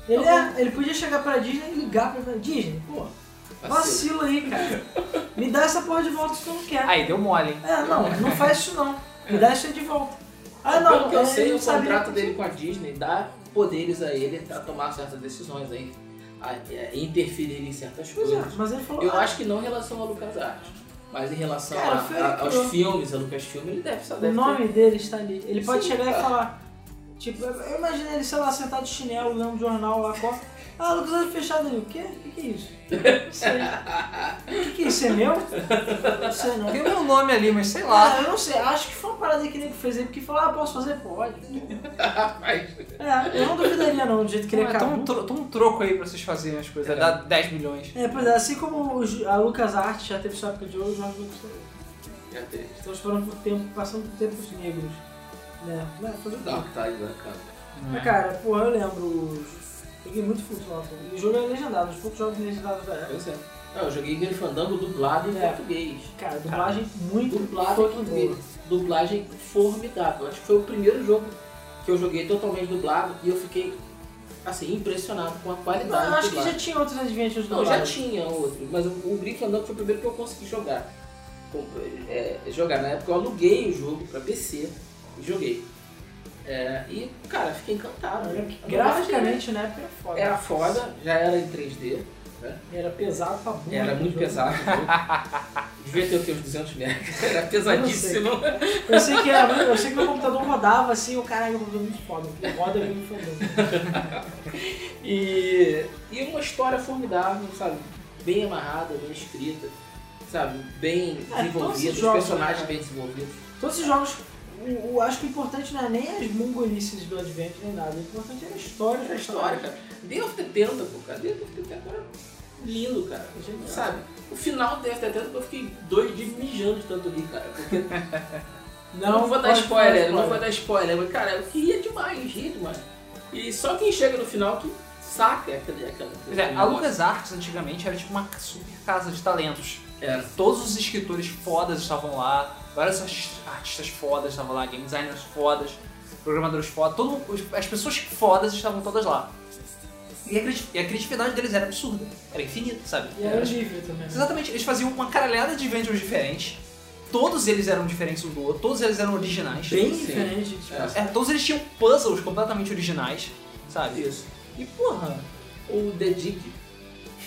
C: Ele,
B: Tá
C: é, ele podia chegar pra Disney e ligar pra ele, Disney, pô,
B: Vacilo.
C: vacilo aí, cara. Me dá essa porra de volta se tu não quer.
A: Aí deu mole, hein?
C: É, não, não faz isso não. Me dá isso aí de volta. Ah, não,
B: Pelo que eu
C: ele
B: sei,
C: não
B: o
C: sabia.
B: contrato dele com a Disney dá poderes a ele pra tomar certas decisões, hein? A, a interferir em certas
C: Pois é,
B: coisas.
C: mas ele falou,
B: Eu
C: ah,
B: acho que não em relação ao LucasArts, mas em relação
C: Cara,
B: a-
C: foi
B: a-
C: que
B: aos
C: eu-
B: filmes, a Lucasfilm, ele deve saber.
C: o nome dele está ali. Ele pode
B: Sim,
C: chegar e
B: cara.
C: falar, tipo, eu eu imagino ele, sei lá, sentado de chinelo, lendo um jornal lá, copa. Ah, Lucas olho fechado ali, o quê? O que, que é isso? Não sei. O que, que é isso? É meu? Não sei não.
A: Tem o meu nome ali, mas sei lá.
C: Ah, eu não sei, acho que foi uma parada que nem que fez aí, porque falou, ah, posso fazer? Pode.
B: Rapaz,
C: É, eu não duvidaria não, do jeito que ele
A: Ué, Toma
C: acabou.
A: um, tro- toma um troco aí pra vocês fazerem as coisas.
B: É.
A: Dá 10 milhões.
C: É, pois é, assim como o Ju- a LucasArts já teve sua época de ouro, nós não
B: já teve.
C: estamos falando por tempo, passando por tempos negros. Né? Não, tudo bem.
B: Dark Tide lá, um cara.
A: É,
C: Mas cara, porra, eu lembro. Joguei muito futebol. pô. E o jogo era legendado, os poucos jogos legendados da época.
B: Pois é. Não, eu joguei Granfandango dublado em
C: É.
B: português.
C: Cara, dublagem muito
B: Dublado em
C: fucking
B: português. Dublagem formidável. Acho que foi o primeiro jogo que eu joguei totalmente dublado e eu fiquei, assim, impressionado com a qualidade
C: Não, eu
B: do
C: acho que
B: dublado.
C: já tinha outros adventures
B: Não, já
C: dublados.
B: tinha outro, mas o, o Gryffindor foi o primeiro que eu consegui jogar. Com- é, jogar na época eu aluguei o jogo pra PC e joguei. É, e, cara, fiquei encantado. né?
C: Eu lembro que
B: A dublagem
C: Graficamente na época era foda.
B: era foda, já era em 3D.
C: Era pesado pra burro.
B: Era muito pesado. viu? Devia ter o quê? Uns 200 megas. Era pesadíssimo.
C: Eu sei que era, eu sei que meu computador rodava assim, o caralho, meu computador é muito foda. porque Roda bem me fodendo.
B: E, e uma história formidável, sabe? Bem amarrada, bem escrita, sabe? Bem
C: Ah, todos
B: desenvolvida,
C: esses
B: os
C: jogos,
B: personagens
C: né?
B: bem desenvolvidos.
C: Todos esses jogos, eu, acho que o importante não é nem as mongolices do Advent nem nada. O importante era a história.
B: Era É a história, cara. Day of the Tentacle, cara. Day of the Tentacle era lindo, cara. A gente sabe. O final do Day of the Tentacle eu fiquei dois dias mijando de tanto rir, cara. Porque Eu não vou dar
C: pode
B: spoiler, não vou dar spoiler, mas cara, eu ria demais, ria demais. E só quem chega no final que saca aquele, aquela.
A: Pois é, a LucasArts antigamente era tipo uma super casa de talentos.
B: Era.
A: Todos os escritores fodas estavam lá, vários artis- artistas fodas estavam lá, game designers fodas, programadores fodas, todo, os- as pessoas fodas estavam todas lá. E a, cri- e a criatividade deles era absurda, era infinita, sabe?
C: E era horrível também. né?
A: Exatamente, eles faziam uma caralhada de adventures diferentes, todos eles eram diferentes um do outro, todos eles eram originais.
C: Bem
B: Sim.
C: diferente. Tipo,
A: É,
B: É.
A: todos eles tinham puzzles completamente originais, sabe?
B: Isso.
A: E porra,
B: O The Dig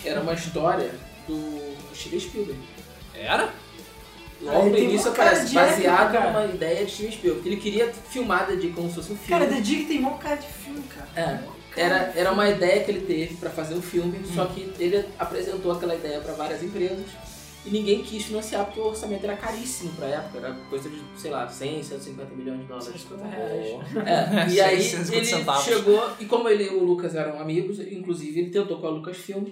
B: era uma história do Steven Spielberg.
A: era?
B: Logo
C: Aí
B: no
C: tem
B: início
C: uma cara
B: aparece
C: de época,
B: baseado
C: cara.
B: numa ideia de Steven Spielberg. Ele queria filmar The Dig como se fosse um filme.
C: Cara, The Dig tem mó cara de filme, cara.
B: É, Era, era uma ideia que ele teve pra fazer um filme,
C: Hum.
B: só que ele apresentou aquela ideia pra várias empresas e ninguém quis financiar porque o orçamento era caríssimo pra época, era coisa de, sei lá, 100, 150 milhões de dólares.
C: 150 reais.
B: É, e aí
A: 150
B: ele
A: centavos.
B: chegou, e como ele e o Lucas eram amigos, inclusive ele tentou com a Lucasfilm,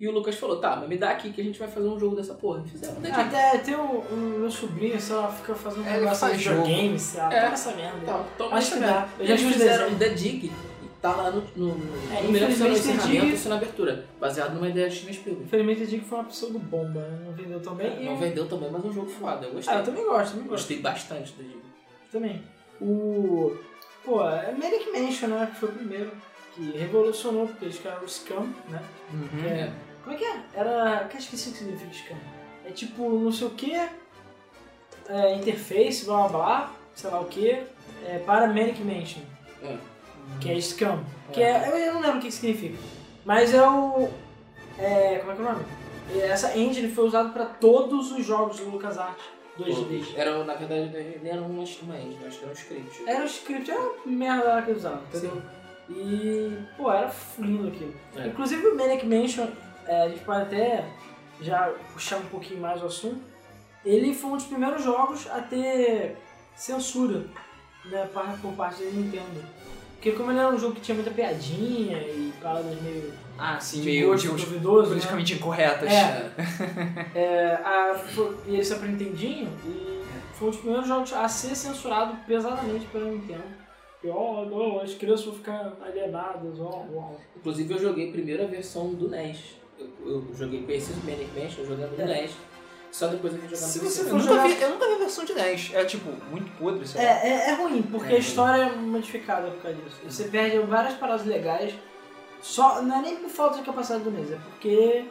B: e o Lucas falou, tá, mas me dá aqui que a gente vai fazer um jogo dessa porra. E fizeram um dedinho.
C: Até tem um, um meu sobrinho, sei lá, fica fazendo um
A: É, ele
C: negócio
A: faz
C: de
A: jogo.
C: videogame, sei lá,
B: É.
C: toma essa merda.
B: Tá, toma
C: Acho
B: essa
C: que
B: merda.
C: dá. Eu já
B: Eles
C: vi os
B: fizeram
C: desenhos.
B: The Dig e tá lá no. no, no assim,
C: É,
B: no melhor
C: infelizmente, The
B: encerramento,
C: Dig-
B: isso na tá abertura, baseado numa ideia de Steven Spielberg.
C: Infelizmente, eu digo que foi uma pessoa do bomba, né? não vendeu tão bem. E
B: um- Não vendeu também, mas é um jogo foda. Eu gostei.
C: Ah, eu também gosto, também gosto.
B: Gostei bastante do jogo.
C: Também. O. Pô, é Manic Mansion, né? Que foi o primeiro que revolucionou, porque eles criaram o Scam, né?
A: Uhum.
C: É.
B: É.
C: Como é que é? Era. Cara, esqueci o que significa Scam. É tipo, não sei o que. É, interface, blá blá blá, sei lá o que. É, para Manic Mansion.
B: É.
C: Que é Scam. Que é. Eu, eu não lembro o que que significa. Mas é o. É. Como é que é o nome? É, Essa engine foi usada pra todos os jogos do LucasArts 2D.
B: Era, na verdade, nem era uma, uma engine, acho que era um script.
C: Era o script, era a merda lá que eu usava, entendeu? E, pô, era f- lindo aquilo.
B: É.
C: Inclusive o Manic Mansion, é, a gente pode até já puxar um pouquinho mais o assunto, ele foi um dos primeiros jogos a ter censura né, par- por parte da Nintendo. Porque como ele era um jogo que tinha muita piadinha e paradas meio
A: Ah, sim,
C: de
A: meio
C: gosto
A: de uns
C: duvidoso, né?
A: politicamente incorretas.
C: É. É, a, foi- e esse aprendendinho e foi um dos primeiros jogos a ser censurado pesadamente pela Nintendo. E, ó, não, as crianças vão ficar alienadas, ó, ó.
B: é, Inclusive, eu joguei primeiro a versão do NES. Eu, eu joguei, conheci o Manic Mansion jogando no
C: É.
B: NES. Só depois eu vim jogar no
C: Se
B: PC.
C: você
A: Eu
C: for
A: nunca,
C: jogar-
A: vi, eu nunca vi a versão de 10. É tipo, muito podre, sei
C: É,
A: lá.
C: é, é ruim, porque
B: É
C: a história é modificada por causa disso. Você perde várias paradas legais, só, não é nem por falta de capacidade do mês, é porque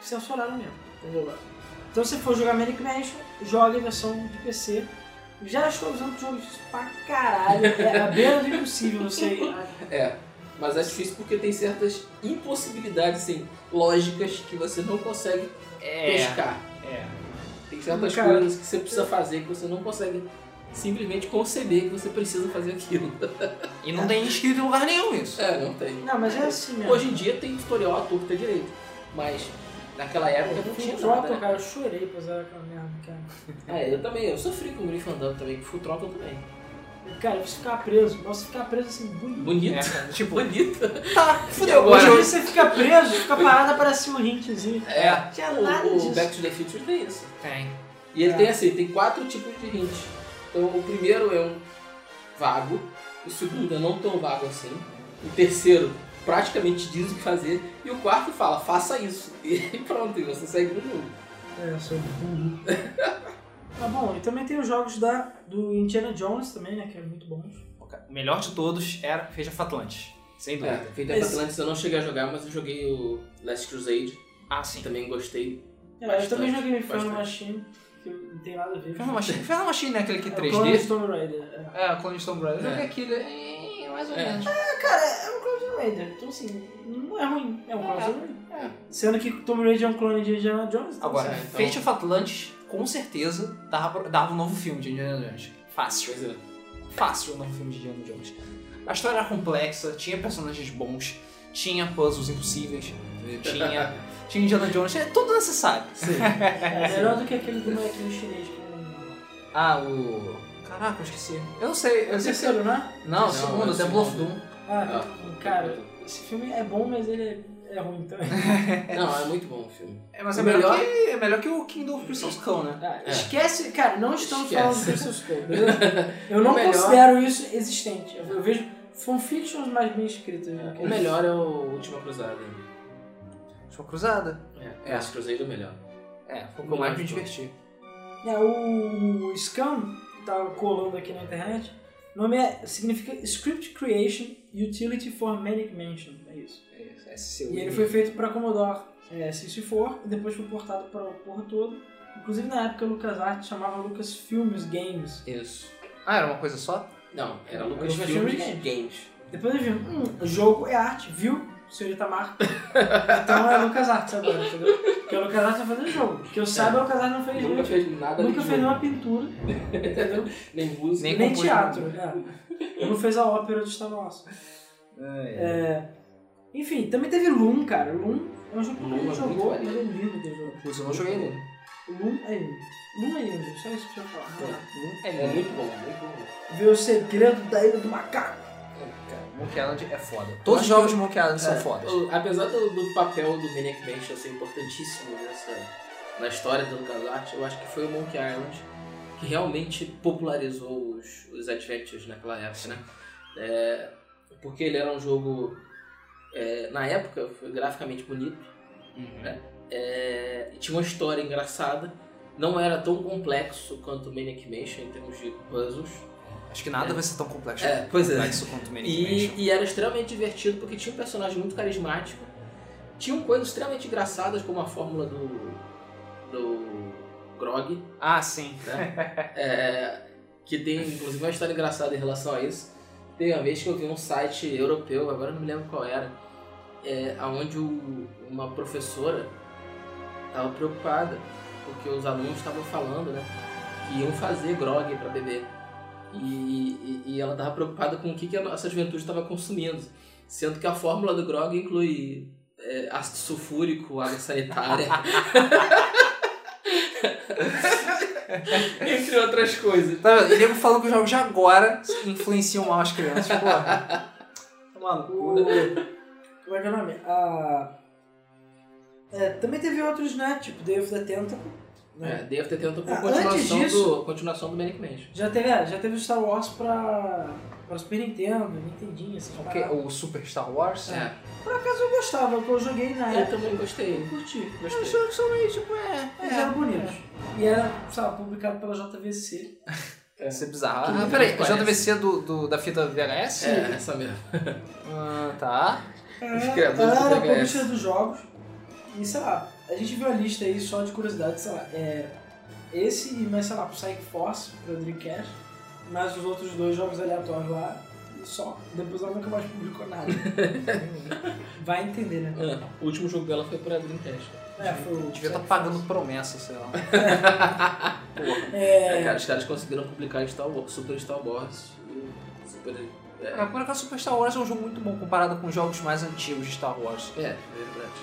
C: censuraram mesmo, entendeu? Então se for jogar Manic Mansion, joga em versão de PC. Já estou usando jogos pra caralho, é a beira do impossível, não sei.
B: É. Mas é difícil porque tem certas impossibilidades, assim, lógicas que você não consegue
C: É.
B: pescar.
A: é.
B: Tem certas
C: Cara,
B: coisas que você precisa fazer que você não consegue simplesmente conceber que você precisa fazer aquilo.
A: E não tem escrito em lugar nenhum isso.
B: É, não tem.
C: Não, mas é assim mesmo.
B: Hoje em dia tem tutorial à torta direito, mas naquela época não tinha
C: Full Throttle,
B: nada. né?
C: cara, eu chorei pra zerar aquela merda, cara.
B: É, eu também, eu sofri com o Gryffindor também, com Full Throttle também.
C: Cara, você ficar preso, nossa, ficar preso assim, bonito.
B: Bonito.
A: É, cara, tipo,
B: Bonito.
A: tá, fudeu.
B: agora?
A: Hoje
C: Hoje
A: eu...
C: você fica preso, fica parado, aparece um rintezinho.
B: É.
C: Tinha nada
B: O, o
C: disso.
B: Back to the Future tem isso.
A: Tem.
B: E ele
C: É.
B: tem assim, tem quatro tipos de hint. Então o primeiro é um vago, o segundo é não tão vago assim, o terceiro praticamente diz o que fazer, e o quarto fala, faça isso. E pronto, e você segue no jogo.
C: É, sou burro. Tá bom, e também tem os jogos da, do Indiana Jones também, né, que é muito bom.
A: O melhor de todos era Feja Fatlantes. Sem
B: É,
A: dúvida.
B: Feito
C: Esse-
B: Atlantis eu não cheguei a jogar, mas eu joguei o Last Crusade,
A: Ah, sim.
B: também gostei.
C: É,
B: Bastante,
C: eu também joguei Final
B: bastante.
C: Machine, que não tem nada a ver.
A: Inferno Machine. Inferno Machine é aquele que
C: É,
A: 3D.
C: Clone of Tomb Raider. É.
A: É, o Clone Stone Brothers.
B: É.
A: É. aquilo. É, mais ou
B: É.
A: menos.
C: Cara, é um Clone of Tomb Raider, então assim, não é ruim. É um Clone of Tomb Raider.
A: É,
C: Sendo que Tomb Raider é um clone de Indiana Jones. então,
A: Agora,
C: assim,
B: Certo.
A: Fate of Atlantis, com certeza, dava, pra- dava um novo filme de Indiana Jones. Fácil.
B: Pois é.
A: Fácil um novo filme de Indiana Jones. A história era complexa, tinha personagens bons, tinha puzzles impossíveis, entendeu? tinha, tinha Indiana Jones, é tudo necessário.
C: É melhor do que aquele do molequinho chinês. que-
A: Ah, o... Caraca, eu esqueci. Eu não sei, eu
C: É o
A: sei.
C: terceiro, né?
A: Não,
B: Não,
A: o segundo,
B: é o
A: Temple of
B: segundo.
A: Doom.
C: Ah,
B: Ah.
C: cara, esse filme é bom, mas ele é- é ruim também.
B: Não, é muito bom o filme.
A: É, mas
B: O
A: é melhor,
B: melhor-
A: Que, é melhor que o Kingdom of Princess Cão, né?
C: Ah,
B: É.
C: Esquece, cara, não estamos
B: Esquece.
C: falando de Princess Code, beleza? Eu não
B: O melhor-
C: considero isso existente. Eu, eu vejo fanfictions mais bem escritas. né?
B: O melhor é o Última Cruzada.
A: Sua cruzada.
B: É, é. Acho que Cruzada é o melhor.
A: É, foi o que eu
B: Muito
A: mais me
B: bom.
A: diverti.
C: É, o Scam, que tá colando aqui na internet, o nome é, significa Script Creation Utility for Manic Mansion. É isso. E ele foi feito para Commodore é, 64 e depois foi portado para o porra todo. Inclusive na época LucasArts chamava Lucas Filmes Games.
B: Isso.
A: Ah, era uma coisa só?
B: Não, era
C: Não,
B: Lucas
C: Lucas
B: Filmes
C: Filmes
B: Games.
C: Depois ele viu, hum, jogo é arte, viu, senhor Itamar? Então é LucasArts agora, entendeu? Porque o LucasArts tá fazendo jogo. Que eu saiba, o LucasArts não fez
B: Nunca
C: livro,
B: fez nada
C: nunca
B: de jogo.
C: fez nenhuma pintura, entendeu?
B: Nem música.
A: Nem
C: Nem,
A: compôs
C: teatro, é. Não fez a ópera do Star Wars.
A: É.
C: Enfim, também teve Loom, cara. Loom é um jogo que todo
B: Loom
C: mundo
B: é
C: jogou,
B: muito
C: mas
B: maneiro.
C: eu lindo aquele jogo.
A: Putz, eu não joguei ele.
C: Loom é lindo. Loom é lindo, só isso que eu ia falar.
A: É
B: É
A: lindo.
B: muito bom, muito bom.
C: Ver o segredo da ilha do macaco.
A: Cara, Monkey Island é foda.
B: Eu
A: Todos
B: acho
A: os jogos de Monkey Island são
B: É,
A: fodas.
B: o- Apesar do, do papel do Maniac Mansion ser importantíssimo nessa, na história do LucasArts, eu acho que foi o Monkey Island que realmente popularizou os, os Adventures naquela época, né? É, porque ele era um jogo, é, na época, foi graficamente bonito, Uhum.
C: Né?
B: é, e tinha uma história engraçada, não era tão complexo quanto o Maniac Mansion em termos de puzzles,
A: Acho que nada vai ser tão complexo,
B: É, pois é.
A: complexo quanto o Manic
B: E,
A: Mansion.
B: e era extremamente divertido porque tinha um personagem muito carismático, tinham coisas extremamente engraçadas como a fórmula do. do. Grog,
A: Ah, sim.
B: né? É, que tem inclusive uma história engraçada em relação a isso. Tem uma vez que eu vi um site europeu, agora eu não me lembro qual era, é, onde uma professora estava preocupada porque os alunos estavam falando né, que iam fazer grog para beber. E, e- e ela estava preocupada com o que, que a nossa juventude estava consumindo. Sendo que a fórmula do grog inclui é, ácido sulfúrico, água sanitária. Entre outras coisas.
A: Tá vendo? E nego falando que os jogos de agora influenciam mal as crianças, porra.
C: O...
A: Mano,
C: Como é que é o nome? Ah, é, também teve outros, né? Tipo, Day of the Tentacle.
B: É,
C: né?
B: deve ter tentado
C: Ah,
B: por continuação,
C: antes disso-
B: do, continuação do Manic Mansion.
C: Já teve, é, já teve o Star Wars pra, pra Super Nintendo, Nintendinho, essas
A: o, que,
C: paradas.
A: o Super Star Wars?
B: É,
C: Por acaso eu gostava, porque eu joguei na
A: É.
B: eu
C: época.
B: também gostei.
C: É. Eu curti.
A: Os
B: Gostei.
A: jogos são meio tipo, é.
C: Eles eram bonitos. E era, sei lá, publicado pela JVC.
A: É. Isso é bizarro.
B: Que
A: Ah, peraí,
B: parece.
A: JVC do, do, da fita VHS?
B: É, essa mesmo.
A: Ah, tá.
C: Os
B: criadores
C: Ela
B: do
C: era
B: VHS.
C: publisher dos jogos. E sei lá, a gente viu a lista aí só de curiosidade, sei lá. É, esse e mais, sei lá, Psych Force pra Dreamcast. Mas os outros dois jogos aleatórios lá, e só. Depois ela nunca mais publicou nada. Vai entender, né?
B: Ah, o último jogo dela foi pra Dreamcast.
C: É, foi o.
A: Devia estar pagando promessa, sei lá.
B: É,
C: É,
B: cara, os caras conseguiram publicar Star Wars, Super Star Wars. e Super...
A: É, por acaso, Super Star Wars é um jogo muito bom comparado com os jogos mais antigos de Star Wars.
B: É, é verdade.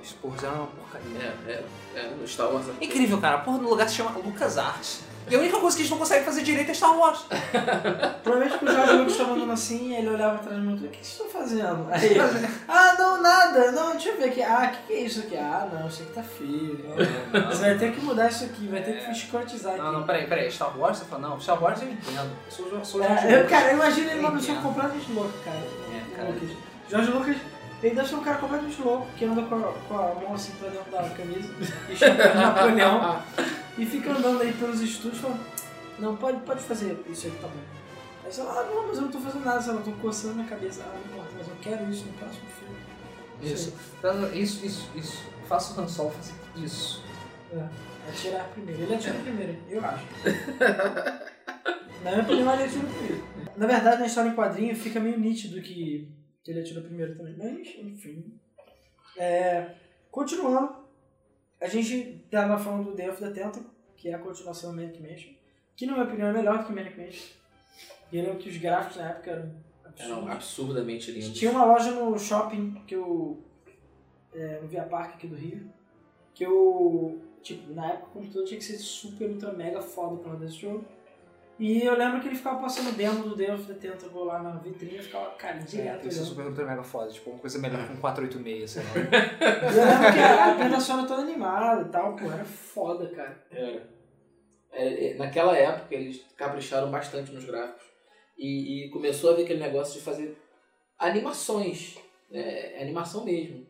A: Os porros eram uma porcaria.
B: É, é, é, o Star Wars...
A: Incrível, cara. A porra do lugar se chama LucasArts. E a única coisa que eles não conseguem fazer direito é Star Wars.
C: provavelmente que o Jorge Lucas estava andando assim, e ele olhava atrás de mim e o que vocês estão fazendo? Aí, ah, não, nada, não, deixa eu ver aqui. Ah, o que, que é isso aqui? Ah, não, isso aqui tá feio. Não. Você vai ter que mudar isso aqui, vai ter que escrotizar aqui.
A: Não, não, peraí, peraí. Star Wars? Você fala, não, Star Wars eu entendo. Eu sou, eu sou gente
C: É, eu,
A: louca.
C: cara, imagina ele uma pessoa
A: Entendo.
C: completamente louca, cara.
A: É, cara.
C: Lucas. Jorge Lucas, ele deve ser um cara completamente louco, que anda com a, com a mão assim pra dentro da camisa e chapéu de Napoleão e fica andando aí pelos estúdios falando, não, pode, pode fazer isso aqui, tá bom. Aí você fala, ah, não, mas eu não tô fazendo nada, sei lá, eu tô coçando minha cabeça, ah, não importa, mas eu quero isso no próximo filme.
A: Isso. Então, Isso, isso, isso. Faça o Han Solo fazer isso.
C: Atirar primeiro. Ele atira primeiro, eu acho. na minha opinião, ele atira primeiro. Na verdade, na história em quadrinho, fica meio nítido que, que ele atira primeiro também. Mas, enfim. É, Continuando, a gente tava falando do Day of the Tentacle, que é a continuação do Manic Mansion, que na minha opinião é melhor do que Manic Mansion. E eu lembro que os gráficos na época eram absurdos.
B: Eram É, absurdamente lindos.
C: Tinha uma loja no shopping que eu. É, no Via Parque aqui do Rio. Que eu. Tipo, na época o computador tinha que ser super, ultra, mega foda pra rodar esse jogo. E eu lembro que ele ficava passando demo do Day of the Tentacle lá na vitrine e ficava, cara,
A: É,
C: direto
A: tem que ser
C: olhando.
A: super ultra mega foda, tipo, uma coisa melhor que um 486, sei lá.
C: E eu lembro que a trilha sonora toda animada e tal, pô, era foda, cara.
B: Era. É, é, naquela época eles capricharam bastante nos gráficos. E, e começou a ver aquele negócio de fazer animações. né? É animação mesmo.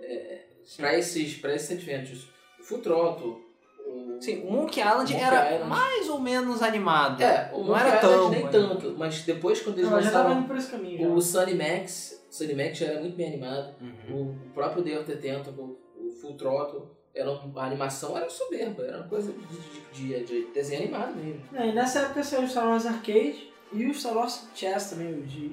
B: É, pra, esses, pra esses sentimentos. O Full Throttle, o-
A: Sim, o Monkey Island
B: Monkey
A: era
B: Island.
A: mais ou menos animado.
B: É, o
A: Não
B: não
A: era
B: era
A: tão, né?
B: nem
A: mas-
B: tanto, mas depois quando eles
C: Não, eu já tava
B: lançaram
C: indo por esse caminho. já.
B: o Sunny Max, o Sunny Max já era muito bem animado,
A: Uhum.
B: o próprio Day of the Tentacle, o Full Throttle, era uma, a animação era soberba, era uma coisa de, de- de- de desenho animado mesmo.
C: Não, É, e nessa época saiu o Star Wars Arcade e o Star Wars Chess também, o de...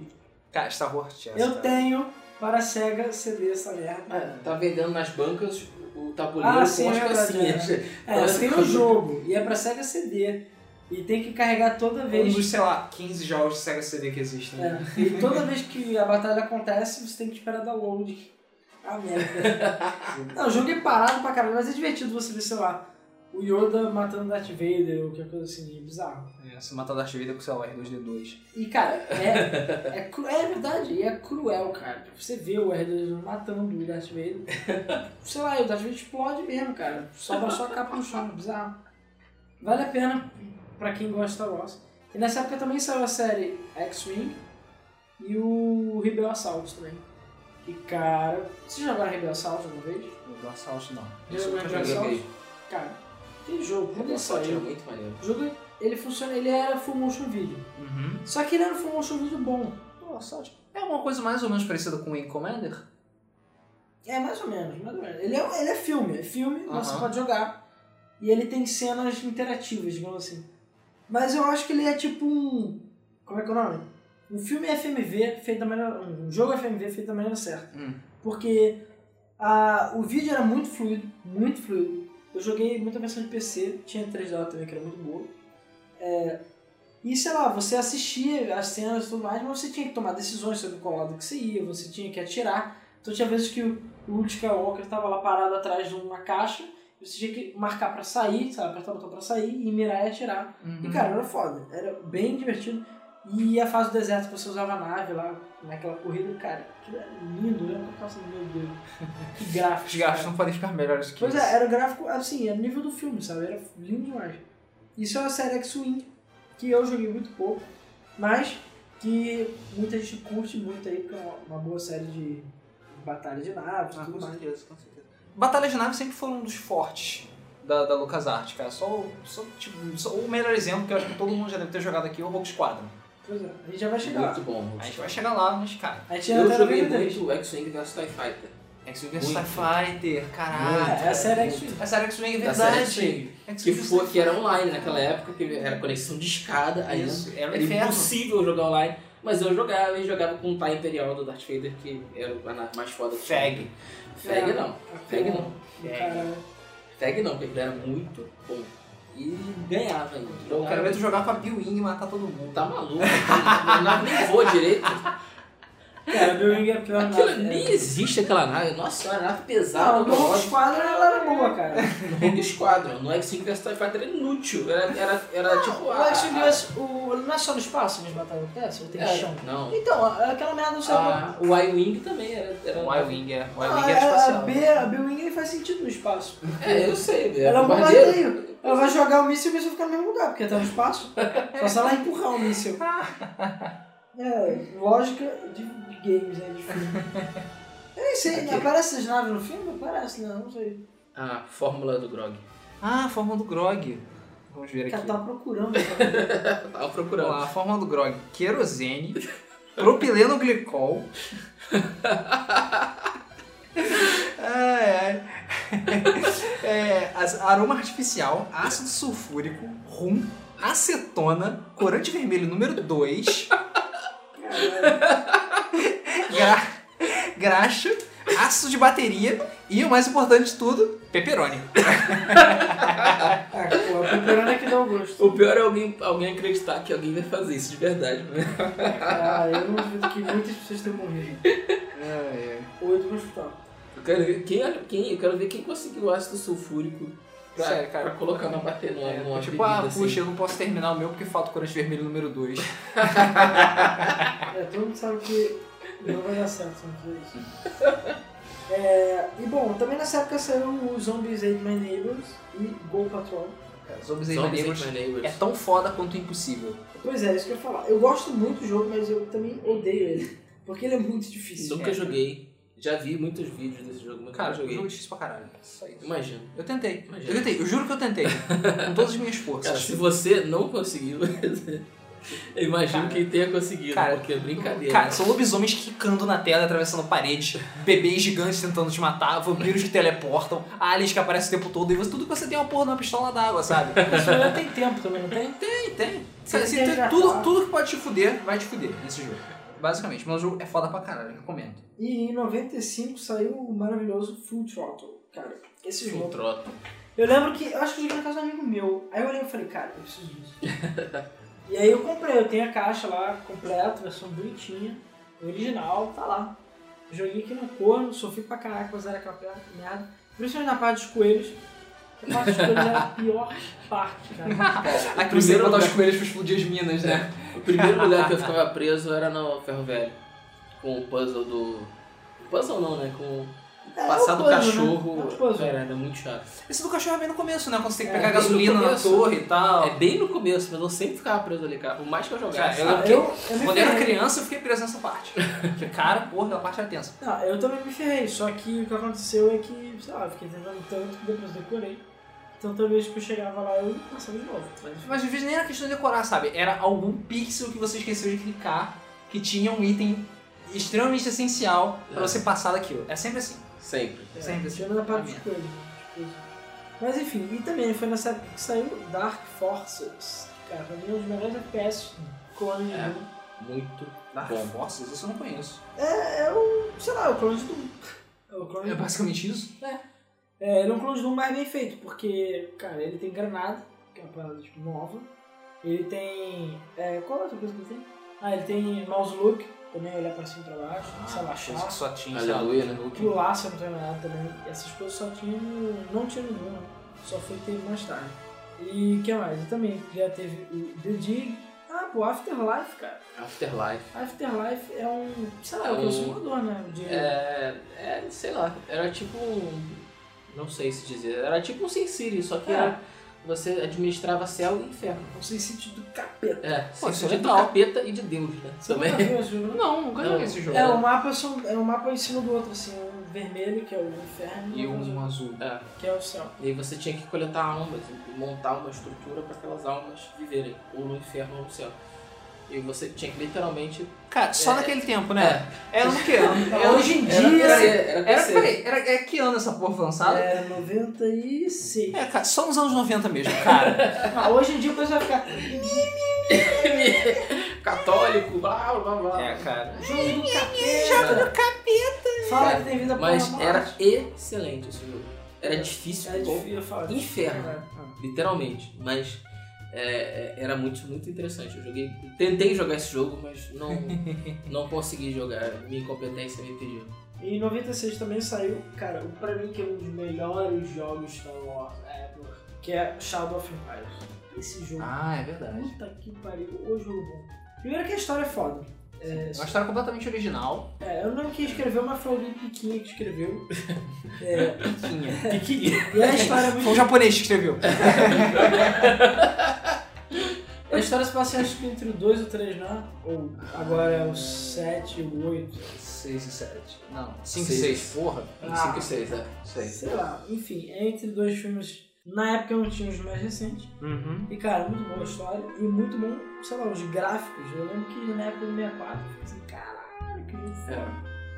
A: Cara, Star Wars Chess,
C: Eu
A: cara.
C: tenho para a SEGA CD essa merda.
B: Ah, tá vendendo nas bancas o tabuleiro
C: É. Ah,
B: com
C: sim,
B: as
C: é verdade,
B: pecinhas.
C: É, você tem o jogo e é pra SEGA CD. E tem que carregar toda
A: Um
C: vez.
A: dos, sei lá, 15 jogos de Sega CD que existem.
C: É, e toda vez que a batalha acontece, você tem que esperar download. Ah, merda. Não, o jogo é parado pra caralho, mas é divertido você ver, sei lá, o Yoda matando Darth Vader ou qualquer coisa assim, é bizarro.
A: É, se matar da vida com, sei lá, R2D2.
C: E, cara, é, é, cru- é verdade, e é cruel, cara. Você vê o R2 matando o Darth Vader. Sei lá, e o Darth Vader explode mesmo, cara. Sobra só a capa no chão, bizarro. Vale a pena pra quem gosta de Star Wars. E nessa época também saiu a série X-Wing e o Rebel Assault também. E, cara, vocês jogaram Rebel Assault alguma vez?
A: Não do assalto, não.
C: Eu
A: nunca
C: lembro do
A: joguei.
C: assalto.
B: joguei.
C: Cara, que jogo, quando ele
B: Nossa, era
C: saiu.
B: muito maneiro.
C: O jogo, ele funciona, ele era full motion video.
A: Uhum.
C: Só que ele era um full motion video bom.
A: Do assalto. É uma coisa mais ou menos parecida com o Wing Commander?
C: É, mais ou menos, mais ou menos. Ele é, ele é filme, é filme,
A: Aham.
C: você pode jogar. E ele tem cenas interativas, digamos assim. Mas eu acho que ele é tipo um. Como é que é o nome? Um filme FMV feito da maneira. Um jogo FMV feito da maneira certa.
A: Hum.
C: Porque a, o vídeo era muito fluido, muito fluido. Eu joguei muita versão de PC, tinha 3DO também, que era muito boa. É, e sei lá, você assistia as cenas e tudo mais, mas você tinha que tomar decisões sobre qual lado que você ia, você tinha que atirar. Então tinha vezes que o o Luke Skywalker estava lá parado atrás de uma caixa, e você tinha que marcar pra sair, sabe, apertar o botão pra sair, e mirar e atirar.
A: Uhum.
C: E cara, era foda, era bem divertido. E a fase do deserto que você usava a nave lá, naquela corrida, cara, aquilo era lindo, eu ficava assim, meu Deus, que gráfico.
A: Os gráficos
C: cara.
A: não podem ficar melhores que
C: Pois
A: isso.
C: é, era o gráfico, assim, era o nível do filme, sabe? Era lindo demais. Isso é a série X-Wing, que eu joguei muito pouco, mas que muita gente curte muito aí, porque é uma- uma boa série de batalha de naves e
A: Ah,
C: tudo
A: com
C: mais.
A: certeza, com certeza. Batalhas de nave sempre foram um dos fortes da, da LucasArts, cara. Só, o- só, tipo, só o melhor exemplo que eu acho que todo mundo já deve ter jogado aqui é o Rogue Squadron.
C: Pois é, a gente já vai chegar
B: Muito
C: lá.
B: bom.
A: A gente vai chegar lá, mas, cara...
C: A gente
B: Eu
C: ainda tá no
B: joguei
C: 93.
B: muito o X-Wing vs TIE Fighter.
A: X-Wing
B: Muito.
A: Star Fighter,
B: Muito,
A: caralho.
C: É, a série
B: muito.
C: X-Wing.
A: Essa era X-Wing, é
B: Da série
A: verdade.
B: X-Wing.
A: X-Wing
B: Tá Que,
A: vs
B: foi, que era online naquela época, que era conexão de escada, aí
A: Isso, era o
B: Era
A: inferno.
B: impossível jogar online, mas eu jogava e jogava com o TIE Imperial do Darth Vader, que era a nave mais foda que tinha.
A: Fag.
B: Fag não. Fag não.
C: um Caralho.
B: Fag não, porque ele era muito bom. E ganhava ainda.
C: Então,
A: Eu quero
B: Jogava.
A: ver tu jogar com a Bill-Wing e matar todo mundo.
B: Tá maluco? A nave nem voa direito.
C: Cara, Bill Wing é a pior nave.
B: Aquilo nem existe aquela nave. Nossa senhora, a nave pesada,
C: Não, no Rogue
B: horrorosa.
C: Squadron ela era boa, cara.
B: No Rogue Squadron. No X-Wing vs TIE Fighter era inútil. Era, era, era tipo...
C: O
B: a-
C: X-Wing,
B: a-
C: Wings, o- não é só no espaço que eles mataram o Tess, ou tem
B: é, Ah,
C: chão?
B: Não.
C: Então, a- aquela merda não saiu pra-
B: A- o Y-Wing também era... era
A: O Y-Wing é. O
C: Ah,
B: tipo
A: Y-Wing é
C: a, a,
B: assim,
A: espacial.
C: B, a B-Wing nem faz sentido no espaço.
B: É, eu sei.
C: Ela é um
B: bombardeiro.
C: bombardeio. Ela vai jogar o míssil e o míssil fica no mesmo lugar, porque tá no espaço. Só se ela empurrar o míssil.
A: Ah,
C: É, lógica de, de games, né? De filme. Eu nem sei,
B: Aqui.
C: aparece essas naves no filme? Aparece, né? não, não sei.
B: A fórmula do Grog.
A: Ah, a forma do Grog. Vamos ver
C: Cara,
A: aqui.
C: tava procurando. né? sabe?
B: Eu tava
A: Vamos
B: tá procurando.
A: lá, a forma do Grog. Querosene. propileno glicol. ai, ai. É, as- aroma artificial, ácido sulfúrico, rum, acetona, corante vermelho número 2,
C: Caralho.
A: gra, graxa, aço de bateria e, o mais importante de tudo, peperoni.
C: Ah, pô, a pepperoni é que dá o gosto.
B: O pior é alguém, alguém acreditar que alguém vai fazer isso de verdade, né?
C: Ah, eu não duvido que muitas pessoas tenham morrido. Ou ido pro hospital.
B: Eu quero ver quem, quem, eu quero ver quem conseguiu ácido sulfúrico pra,
A: Sério, cara,
B: pra colocar na bateria.
A: É,
B: numa
A: tipo,
B: bebida,
A: ah,
B: assim.
A: puxa, eu não posso terminar o meu porque falta o corante vermelho número 2.
C: É, todo mundo sabe que não vai dar certo se não fizer isso. É, e bom, também nessa época saíram os Zombies Aid My Neighbors e Go Patrol.
A: Zombies and
B: É, Zombies
A: Neighbors
B: and Neighbors.
A: é tão foda quanto impossível.
C: Pois é, isso que eu ia falar. Eu gosto muito do jogo, mas eu também odeio ele. Porque ele é muito difícil.
B: Nunca joguei. Já vi muitos vídeos desse jogo, mas
A: Cara,
B: nunca
A: eu
B: joguei.
A: jogo é difícil pra caralho. Só isso.
B: Imagina.
A: Eu tentei.
B: Imagina.
A: Eu tentei. Eu juro que eu tentei. com todas as minhas forças.
B: Cara, se você não conseguiu, eu imagino
A: Cara.
B: quem tenha conseguido,
A: Cara,
B: porque é brincadeira.
A: Cara, são lobisomens quicando na tela, atravessando paredes, bebês gigantes tentando te matar, vampiros que teleportam, aliens que aparecem o tempo todo, e você, tudo que você tem é uma porra de uma pistola d'água, sabe?
D: Isso não tem tempo também, não tem?
A: Tem, tem.
C: Você
A: Assim,
C: tem
A: tem
C: que
A: tudo,
C: matar.
A: tudo que pode te fuder, vai te fuder nesse jogo. Basicamente, mas o jogo é foda pra caralho, eu recomendo.
C: E em 95 saiu o maravilhoso Full Throttle. Cara, esse
B: Um
C: jogo.
B: troto.
C: Eu lembro que. Eu acho que eu joguei na casa de um amigo meu. Aí eu olhei e falei, cara, eu preciso disso. e aí eu comprei, eu tenho a caixa lá completa, versão bonitinha, original, tá lá. Joguei aqui no corno, sofri pra caraca, mas era aquela perna, merda. Principalmente na parte dos coelhos. que A parte dos coelhos era a pior parte, cara.
A: Aqui
B: Primeiro
A: você botar
B: lugar-
A: os coelhos pra explodir as minas, né?
B: O primeiro lugar que eu ficava preso era no ferro velho. Com o puzzle do. Puzzle não, né? Com
C: É,
B: passar
C: é um
B: do
C: puzzle,
B: cachorro.
C: Né? É um puzzle.
B: Cara, era muito chato.
A: Esse do cachorro é bem no começo, né? Quando você tem que
C: É,
A: pegar
B: bem no
A: gasolina na
B: começo.
A: torre e tal.
B: É bem no começo, mas eu sempre ficava preso ali, cara. Por mais que Ah, eu jogasse.
A: Cara,
C: Eu, eu me
A: Quando eu era
C: ferrei.
A: criança, eu fiquei preso nessa parte. Porque, cara, porra, aquela parte era tensa.
C: Não, Ah, eu também me ferrei, só que o que aconteceu é que, sei lá, eu fiquei tentando tanto que depois decorei. Então toda vez que eu chegava lá eu passava de novo. Mas
A: Mas às vezes nem era questão de decorar, sabe? Era algum pixel que você esqueceu de clicar que tinha um item extremamente essencial pra
B: É.
A: você passar daquilo. É sempre assim.
B: Sempre.
C: É,
A: Sempre assim.
C: tirando a parte de coelho. Tipo isso. Mas enfim, e também foi nessa época que saiu Dark Forces. Cara, pra mim é um dos melhores FPS clone de
B: É.
C: Doom.
B: Muito.
A: Dark
B: Bom.
A: Forces, isso eu não conheço.
C: É, é o. sei lá, é o clone de Doom. É o clone
A: É
C: de Doom.
A: basicamente isso?
C: É, ele é um clone de Doom mais bem feito, porque, cara, ele tem granada, que é uma parada tipo, nova. Ele tem. É, qual é a outra coisa que ele tem? Ah, ele tem mouse look, também olhar pra cima e pra baixo, se
A: Ah, Coisa
C: abaixar.
A: que só tinha, sei lá,
B: Aleluia, né?
C: Que o laço não tem nada também. Essas coisas só tinha no. Não tinha no Doom, né? Só foi ter mais tarde. E o que mais? E também já teve o The Dig. Ah, pô, Afterlife, cara.
B: Afterlife.
C: Afterlife é um. Sei lá, é o que
B: É um-
C: eu sou simulador, né? De...
B: É, é, sei lá, era tipo um, não sei se dizer, era tipo um Sin City, só que
C: É.
B: era- você administrava céu e inferno.
C: Não sei se do capeta.
B: É,
A: Pô,
B: Sin
A: isso é
B: City do
A: legal.
B: capeta e de Deus, né? Também.
C: Nunca viu esse jogo, né?
A: Não, nunca
B: Não.
A: joguei esse jogo.
C: É, o mapa são, é um mapa em cima do outro, assim, um vermelho, que é o inferno,
A: E
C: o
A: um
C: azul,
A: azul.
B: É,
C: que é o céu.
B: e aí você tinha que coletar almas, e montar uma estrutura para aquelas almas viverem, ou no inferno ou no céu. E você tinha que literalmente.
A: Cara, só
B: É.
A: naquele tempo, né? Era no quê?
C: É,
A: Era,
C: hoje em
B: Era
C: dia.
B: PC, era
A: era,
B: PC.
A: peraí, era, é que ano essa porra foi lançada? É.
C: É 96.
A: cara, só nos anos 90 mesmo, cara.
C: Ah, hoje em dia o pessoal vai ficar.
B: Católico, blá blá blá.
A: é, cara.
C: Jogo do capeta. Fala que tem vida pra
B: Mas
C: namorar.
B: era excelente esse jogo. Era difícil,
C: é Era
B: bom,
C: É difícil, né? eu falo.
B: Inferno. Literalmente, mas é, é, era muito, muito interessante. Eu joguei, tentei jogar esse jogo, mas não, não consegui jogar. Minha incompetência me impediu.
C: E em 96 também saiu, cara, o- pra mim que é um dos melhores jogos Star Wars ever, que é Shadow of Empires. Esse jogo.
A: Ah, é verdade.
C: puta que pariu, o jogo bom. Primeiro que a história é foda. É,
A: Uma história completamente original.
C: é, eu não quem escreveu, mas foi alguém pequinho que escreveu. É,
A: Tinha.
C: e a história é muito
A: Foi um japonês que escreveu.
C: A história se passa acho que entre o 2 e o 3, não é? Ou agora é o 7 e o 8.
A: 6 e 7. Não, 5 e
B: Seis.
A: 6, porra.
B: 5 e 6, é. Sei.
C: Sei lá, enfim, é entre dois filmes. Na época não tinha os mais recentes.
A: Uhum.
C: E cara, muito boa a história e muito bom, sei lá, os gráficos. Eu lembro que na época do 64 eu fiquei assim, caralho, que jogo foda.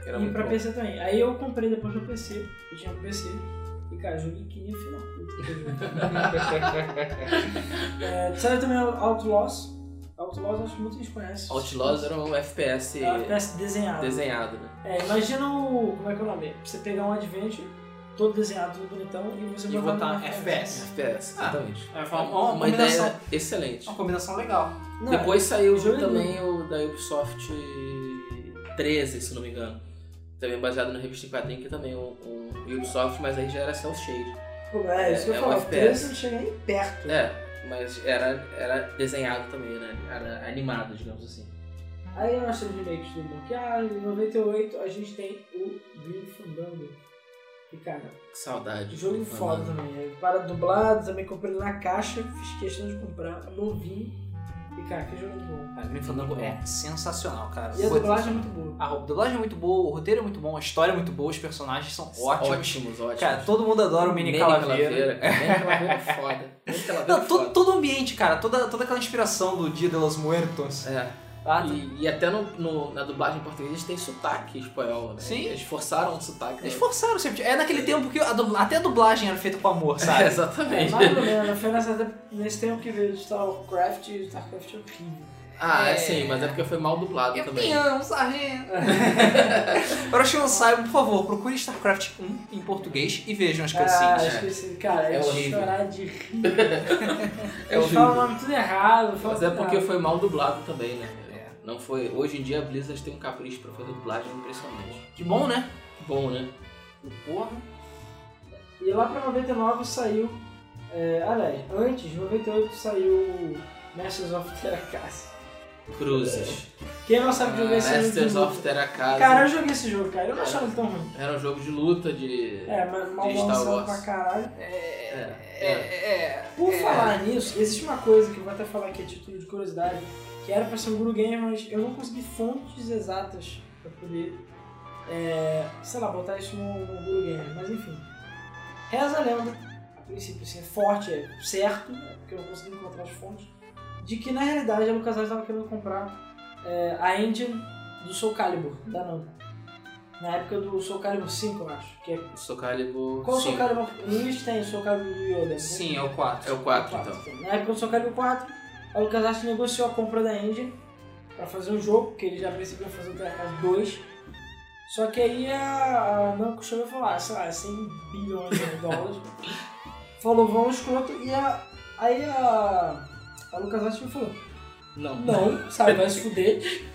B: É, era
C: e
B: muito
C: pra
B: bom.
C: PC também. Aí eu comprei depois no PC, eu tinha no PC. E cara, joguei que nem filho da puta. É, saiu também o Outlaws, Outlaws acho que muitos conhecem.
B: Outlaws era um FPS
C: É um FPS desenhado.
B: desenhado, né?
C: É, imagina o. Como é que é o nome? Você pegar um Adventure, todo desenhado, todo bonitão, e você
A: E
C: botar
A: botar
C: num
A: FPS.
B: FPS,
A: Ah,
B: exatamente.
A: É uma, uma
B: Uma
A: combinação,
B: ideia excelente.
A: uma combinação legal.
C: Não,
B: Depois
A: é
B: saiu
C: jogo
B: também o da Ubisoft 13, se não me engano. Também baseado na revista em quadrinho, que também é um, um Ubisoft, mas aí já era Cell Shade.
C: Pô, É, isso que eu
B: é um
C: falo,
B: FPS.
C: 13 não chega nem perto.
B: É, mas era, era desenhado também, né? Era animado, digamos assim.
C: Aí nós temos remakes do Monkey Island, em 98 a gente tem o Green Fandango. Que cara,
B: Que saudade.
C: jogo
B: Foi
C: foda
B: mal.
C: também. é Para dublado, também comprei ele na caixa, fiz questão de comprar, novinho. E cara, que jogo bom.
A: Cara, Grim Fandango é sensacional, cara.
C: E a
A: Putz,
C: dublagem é muito boa.
B: Ah,
A: A dublagem é muito boa, o roteiro é muito bom, a história é muito boa, os personagens são ótimos.
B: Ótimos, ótimos.
A: Cara, todo mundo adora o Mini,
B: Manny
A: Calaveira.
B: Calaveira, cara. Manny Calaveira é foda. Manny Calaveira
A: Não,
B: é
A: todo,
B: foda.
A: todo o ambiente, cara, toda, toda aquela inspiração do Dia de los Muertos.
B: É,
A: Ah,
B: e, e até no, no- na dublagem em português eles têm sotaque espanhol, né?
A: Sim.
B: Eles forçaram o sotaque. né?
A: Eles forçaram sempre. É naquele tempo que a dubla- até a dublagem era feita com amor,
B: né?
A: sabe?
C: É,
B: Exatamente.
C: mais ou menos, foi nessa- nesse tempo que veio StarCraft e StarCraft é horrível.
B: Ah, é.
A: É.
B: sim, mas é porque foi mal dublado
A: Eu
B: também.
A: te amo, sargento. Para os que não saibam, por favor, procure StarCraft 1 em português e vejam as
C: Ah,
A: cutscenes.
C: esqueci. Cara,
B: É
C: é de
B: horrível.
C: chorar de rir.
B: É
C: Eles
B: horrível.
C: falam o nome tudo errado. falam
B: Mas é
C: tudo
B: porque
C: errado.
B: foi mal dublado também, né?
A: É.
B: Não foi. Hoje em dia a Blizzard tem um capricho pra fazer dublagem impressionante.
A: Que bom, né?
B: Bom, né?
A: Porra.
C: E lá pra 99 saiu. É, aliás, antes, 98 saiu Masters of Terracassi.
B: Cruzes. Ah,
C: Quem não sabe jogar esse jogo? de
B: Masters
C: luta?
B: of Terracasa.
C: Cara, eu joguei esse jogo, cara. Eu não achava ele tão ruim.
B: Era um jogo de luta de.
C: É, mas mal
B: De Star
C: balançado
B: Wars.
C: pra caralho.
A: É, é,
C: Por
A: é.
C: falar nisso, existe uma coisa que eu vou até falar aqui a título de curiosidade, que era pra ser um Guru Game, mas eu não consegui fontes exatas pra poder, é, sei lá, botar isso no, no Guru Game, mas enfim. Reza a lenda, a princípio assim, é forte, é certo, né, porque eu não consegui encontrar as fontes, de que na realidade a LucasArts estava querendo comprar é, a engine do Soul Calibur, da Namco. Na época do Soul Calibur 5, eu acho. Que é...
B: Soul Calibur.
C: Qual é o Soul
B: cinco.
C: Calibur? Luiz tem o Soul Calibur do Yoda. né?
A: Sim, é o 4.
B: É o 4,
C: Quatro,
B: então.
C: então. Na época do Soul Calibur 4, a LucasArts negociou a compra da Engine pra fazer um jogo, que ele já percebeu fazer o Terracast 2. Só que aí a, a Namco chegou e falou, ah, sei lá, é 100 bilhões de dólares. falou, vamos escroto, e a, aí a, a LucasArts falou,
B: Não.
C: não, sabe, vai se fuder.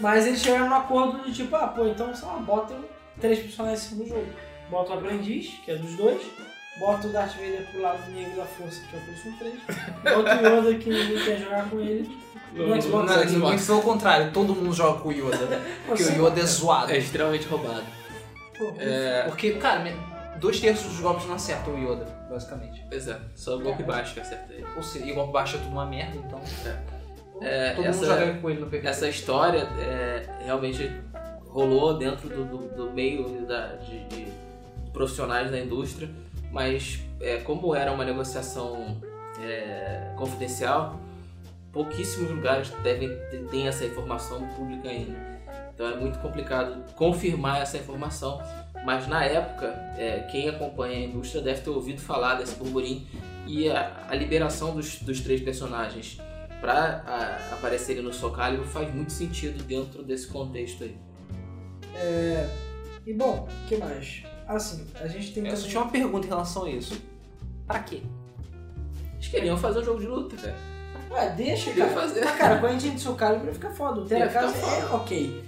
C: Mas eles chegaram num acordo de tipo, ah, pô, então, sei lá, bota três personagens assim no jogo. Bota o Aprendiz, que é dos dois. Bota o Darth Vader pro lado negro da força, que é o PlayStation 3. Bota o Yoda, que ninguém quer jogar com ele.
B: No-
C: No Xbox,
A: é
B: no Xbox.
A: Pelo contrário, todo mundo joga com o Yoda. Porque
C: Assim,
A: o Yoda é zoado.
B: É extremamente roubado.
C: Pô,
B: É.
A: Porque, cara, me- dois terços dos golpes não acertam o Yoda, basicamente.
B: Pois é, só o golpe baixo que eu acertei.
A: Ou seja, e o golpe baixo é tudo uma merda, então.
B: É,
A: todo
B: essa,
A: mundo joga com ele no PVP.
B: essa história é, realmente rolou dentro do, do- do meio da- de, de profissionais da indústria, mas é, como era uma negociação é, confidencial, pouquíssimos lugares devem ter- têm essa informação pública ainda. Então é muito complicado confirmar essa informação. Mas na época, é, quem acompanha a indústria deve ter ouvido falar desse burburinho e a, a liberação dos, dos três personagens para ah, aparecerem no Socalibur faz muito sentido dentro desse contexto aí.
C: E bom, o que mais? Assim, a gente tem
A: Então, Eu só
C: também-
A: tinha uma pergunta em relação a isso. Pra quê?
B: Eles queriam fazer um jogo de luta, cara.
C: Ué, deixa,
B: Queriam
C: cara.
B: fazer.
C: Ah, cara, com a engine do seu calibre fica foda. O Teracasa
B: Ia ficar
C: é ok.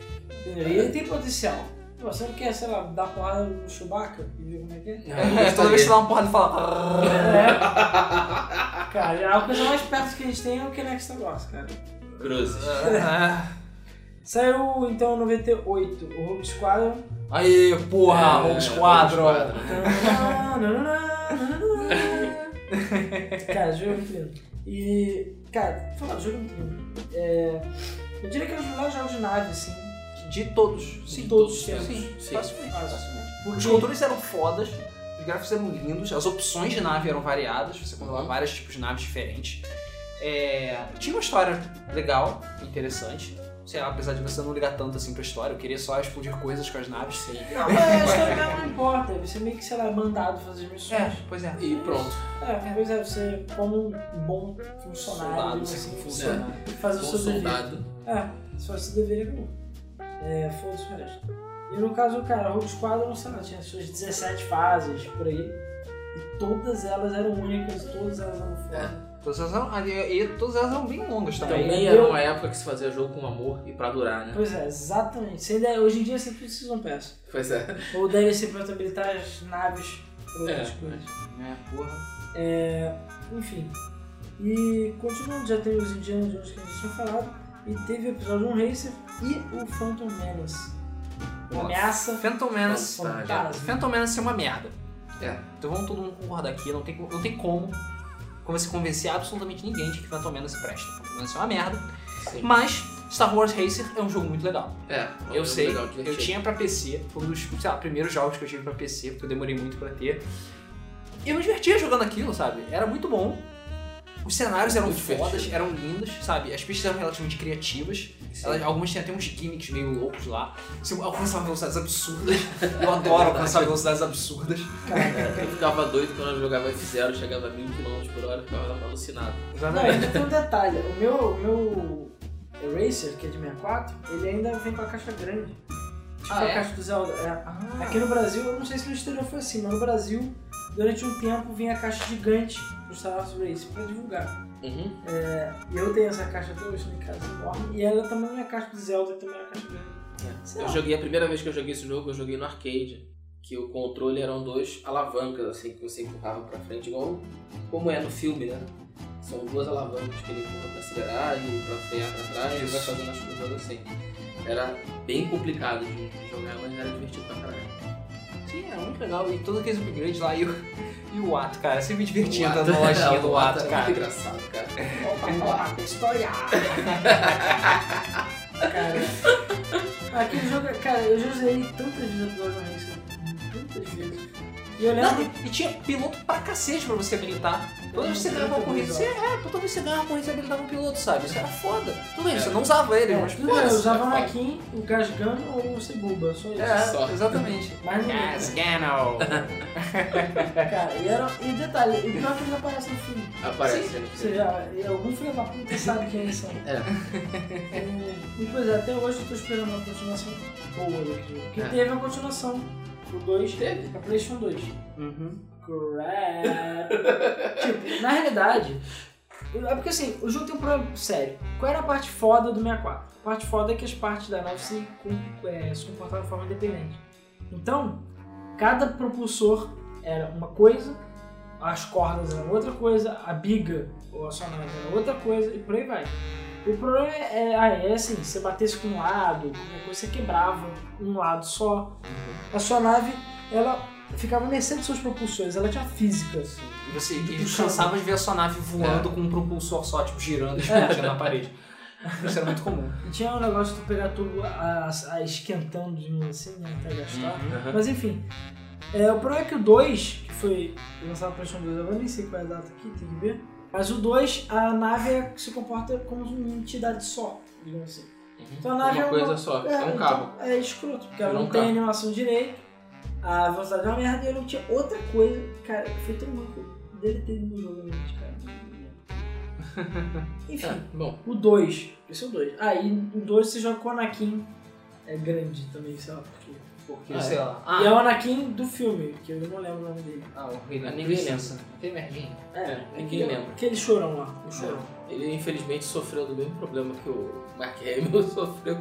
C: Entendeu? E ele tem potencial. Pô, Você não quer, é, sei lá, dar porrada no Chewbacca e ver como é que é?
A: Toda vez que você dá uma porrada e fala.
C: É. Cara, é a coisa mais perto que a gente tem é o Kinect Star Wars, cara.
B: Cruzes.
A: "Ah".
C: Saiu então em 98 o Rogue Squadron.
A: Aê, porra,
B: É,
A: Rogue Squadron.
B: Rogue
C: cara, o jogo é muito lindo. E, cara, falar, o jogo é muito lindo. É, eu diria que é um dos melhores jogos de nave, assim.
A: De todos. Sim,
C: todos os
A: sim.
C: tempos.
A: Sim,
B: Sim.
A: facilmente. facilmente. Os
C: Porque,
A: controles eram fodas, os gráficos eram lindos, as opções de nave eram variadas, você controlava vários tipos de naves diferentes. É, tinha uma história legal, interessante. sei lá, apesar de você não ligar tanto assim pra história, eu queria só explodir coisas com as naves. Sim.
C: Não, mas é, a história dela não importa. Você meio que, sei lá, é mandado fazer as missões.
A: É, pois é.
B: E pronto.
C: É, pois é, você como um bom funcionário,
B: Soldado,
C: assim,
B: né?
C: funciona. Faz o
B: Bom
C: seu dever.
B: soldado.
C: É, se faz o seu dever é bom. É, foda-se o resto. E no caso, cara, Rogue Squadron, sei lá, tinha suas 17 fases por aí. E todas elas eram únicas, todas elas eram foda.
A: Todas elas eram, ali- e todas elas eram bem longas também.
B: Também
C: eu-
B: era uma época que se fazia jogo com amor e pra durar, né?
C: Pois é, exatamente. Você ainda- hoje em dia você precisa de um peça.
B: Pois é.
C: Ou deve ser pra habilitar as naves ou outras
B: É,
C: coisas.
A: É, porra.
C: Enfim. E continuando, já teve os Indianos Jones que a gente tinha falado. E teve o episódio 1 Racer e o Phantom Menace. Uma
A: Nossa.
C: ameaça.
A: Phantom Menace.
B: Nossa,
A: Cara,
C: já.
A: Phantom Menace é uma merda.
B: Tá, É.
A: Então vamos todo mundo concordar aqui, não tem, não tem como como você convencer absolutamente ninguém de que Phantom Menace presta. Phantom Menace é uma merda.
B: Sim.
A: Mas Star Wars Racer é um jogo muito legal.
B: É.
A: Eu
B: é
A: sei,
B: legal,
A: Eu
B: divertido.
A: tinha pra PC, foi um dos sei lá, primeiros jogos que eu tive pra PC, porque eu demorei muito pra ter. E eu me divertia jogando aquilo, sabe? Era muito bom. Os cenários eram
B: Muito divertido.
A: fodas, eram lindos, sabe? As pistas eram relativamente criativas.
B: Sim.
A: Elas- algumas tinham até uns gimmicks meio loucos lá. Você alcançava velocidades absurdas. Eu adoro alcançar velocidades absurdas.
B: É, Eu ficava doido quando eu jogava F0, chegava a mil km por hora, eu ficava alucinado.
C: Não, e tem um detalhe. O meu, o meu Eraser, que é de 64, ele ainda vem com a caixa grande. Tipo
B: Ah,
C: a
B: é?
C: caixa do Zelda. É.
A: Ah,
C: Aqui no Brasil, eu não sei se no exterior foi assim, mas no Brasil, durante um tempo, vinha a caixa gigante do Star Wars Racer pra divulgar.
B: Uhum.
C: E eu tenho essa caixa até hoje na minha casa, enorme. E ela também não é caixa do Zelda, também é uma caixa grande. Sei
B: Eu
C: lá.
B: joguei, a primeira vez que eu joguei esse jogo, eu joguei no arcade. Que o controle eram dois alavancas, assim, que você empurrava pra frente, igual como é no filme, né? São duas alavancas que ele empurra pra acelerar e um pra frear pra trás e vai
A: Isso.
B: fazendo as curvas assim. Era bem complicado de de jogar, mas era divertido pra caralho.
A: Sim, era é muito legal. E todos aqueles upgrades lá e o, e o Ato, cara. Eu sempre me divertia
B: O
A: andando na
B: Ato-
A: lojinha do
B: o Ato
A: Ato,
B: era
A: cara.
B: Muito engraçado, cara.
C: Opa, história! cara, aquele jogo, cara, eu já usei tantas vezes o Dragon Race, tantas vezes. E eu lembro.
A: Não, e tinha piloto pra cacete pra você habilitar. Toda vez que você
C: Eu
A: ganhava uma
C: lembro
A: corrida,
C: dos
A: você, é, toda vez que você ganhava uma corrida, você habilitava um piloto, sabe? Isso era foda. Tudo bem,
B: É.
A: você não usava ele,
C: É,
A: mas
C: tudo bem, eu
A: foda-se.
C: usava o
B: tá foda.
C: Anakin, o Gasgan ou o Cebuba, só isso.
A: É,
B: Só.
A: exatamente.
C: Mas não,
A: Gasgano!
C: É, cara, e, era, e detalhe, o pior é que eles aparecem no filme.
B: Aparece.
C: Sim,
B: né?
C: Ou seja, e algum filho da puta sabe quem eles são.
B: É.
C: E, e, pois é, até hoje eu tô esperando uma continuação boa daquele jogo. Que
B: É.
C: teve a continuação. O 2
B: Teve?
C: Pra PlayStation 2.
A: Uhum.
C: Crap. tipo, na realidade. É porque assim, o jogo tem um problema sério. Qual era a parte foda do 64? A parte foda é que as partes da nave se, com- é, se comportavam de forma independente. Então, cada propulsor era uma coisa, as cordas eram outra coisa, a biga ou a sonora era outra coisa e por aí vai. O problema é, é, ah, é assim, se você batesse com um lado, qualquer coisa, você quebrava um lado só. A sua nave, ela ficava à mercê dos seus propulsores, ela tinha física.
A: E você e cansava de ver a sua nave voando com um propulsor só, tipo, girando e explodindo na parede. Isso era muito comum.
C: E tinha um negócio de tu pegar tudo a, a esquentando de mim assim, né, até gastar.
B: Aham.
C: Mas enfim, é, o problema é que o 2, que foi lançado para PlayStation 2, eu nem sei qual é a data aqui, tem que ver. Mas o 2, a nave é- se comporta como uma entidade só, digamos assim. Então a nave é
B: Uma
C: uma-
B: coisa só, é um
C: então,
B: carro.
C: é escroto, porque ela
B: Virou
C: não
B: um
C: tem
B: carro.
C: animação direito, a velocidade é uma merda e ele não tinha outra coisa. Cara, foi tão ruim que eu deletei no jogo, realmente, cara. Enfim,
B: É, bom.
C: o 2. Esse é o 2. Ah, e o 2 você joga com o Anakin. É grande também, sei lá por quê.
A: Porque,
B: Ah,
A: sei
B: é.
A: lá.
C: E é
A: Ah,
C: o Anakin do filme, que eu não lembro o nome dele.
A: ah o Rei
B: Ah,
A: da
B: ninguém
A: Princesa. Aquele merdinho.
B: É, ninguém lembra. É.
C: Aquele chorão lá, o chorão.
B: Ele infelizmente sofreu do mesmo problema que o Mark Hamill sofreu.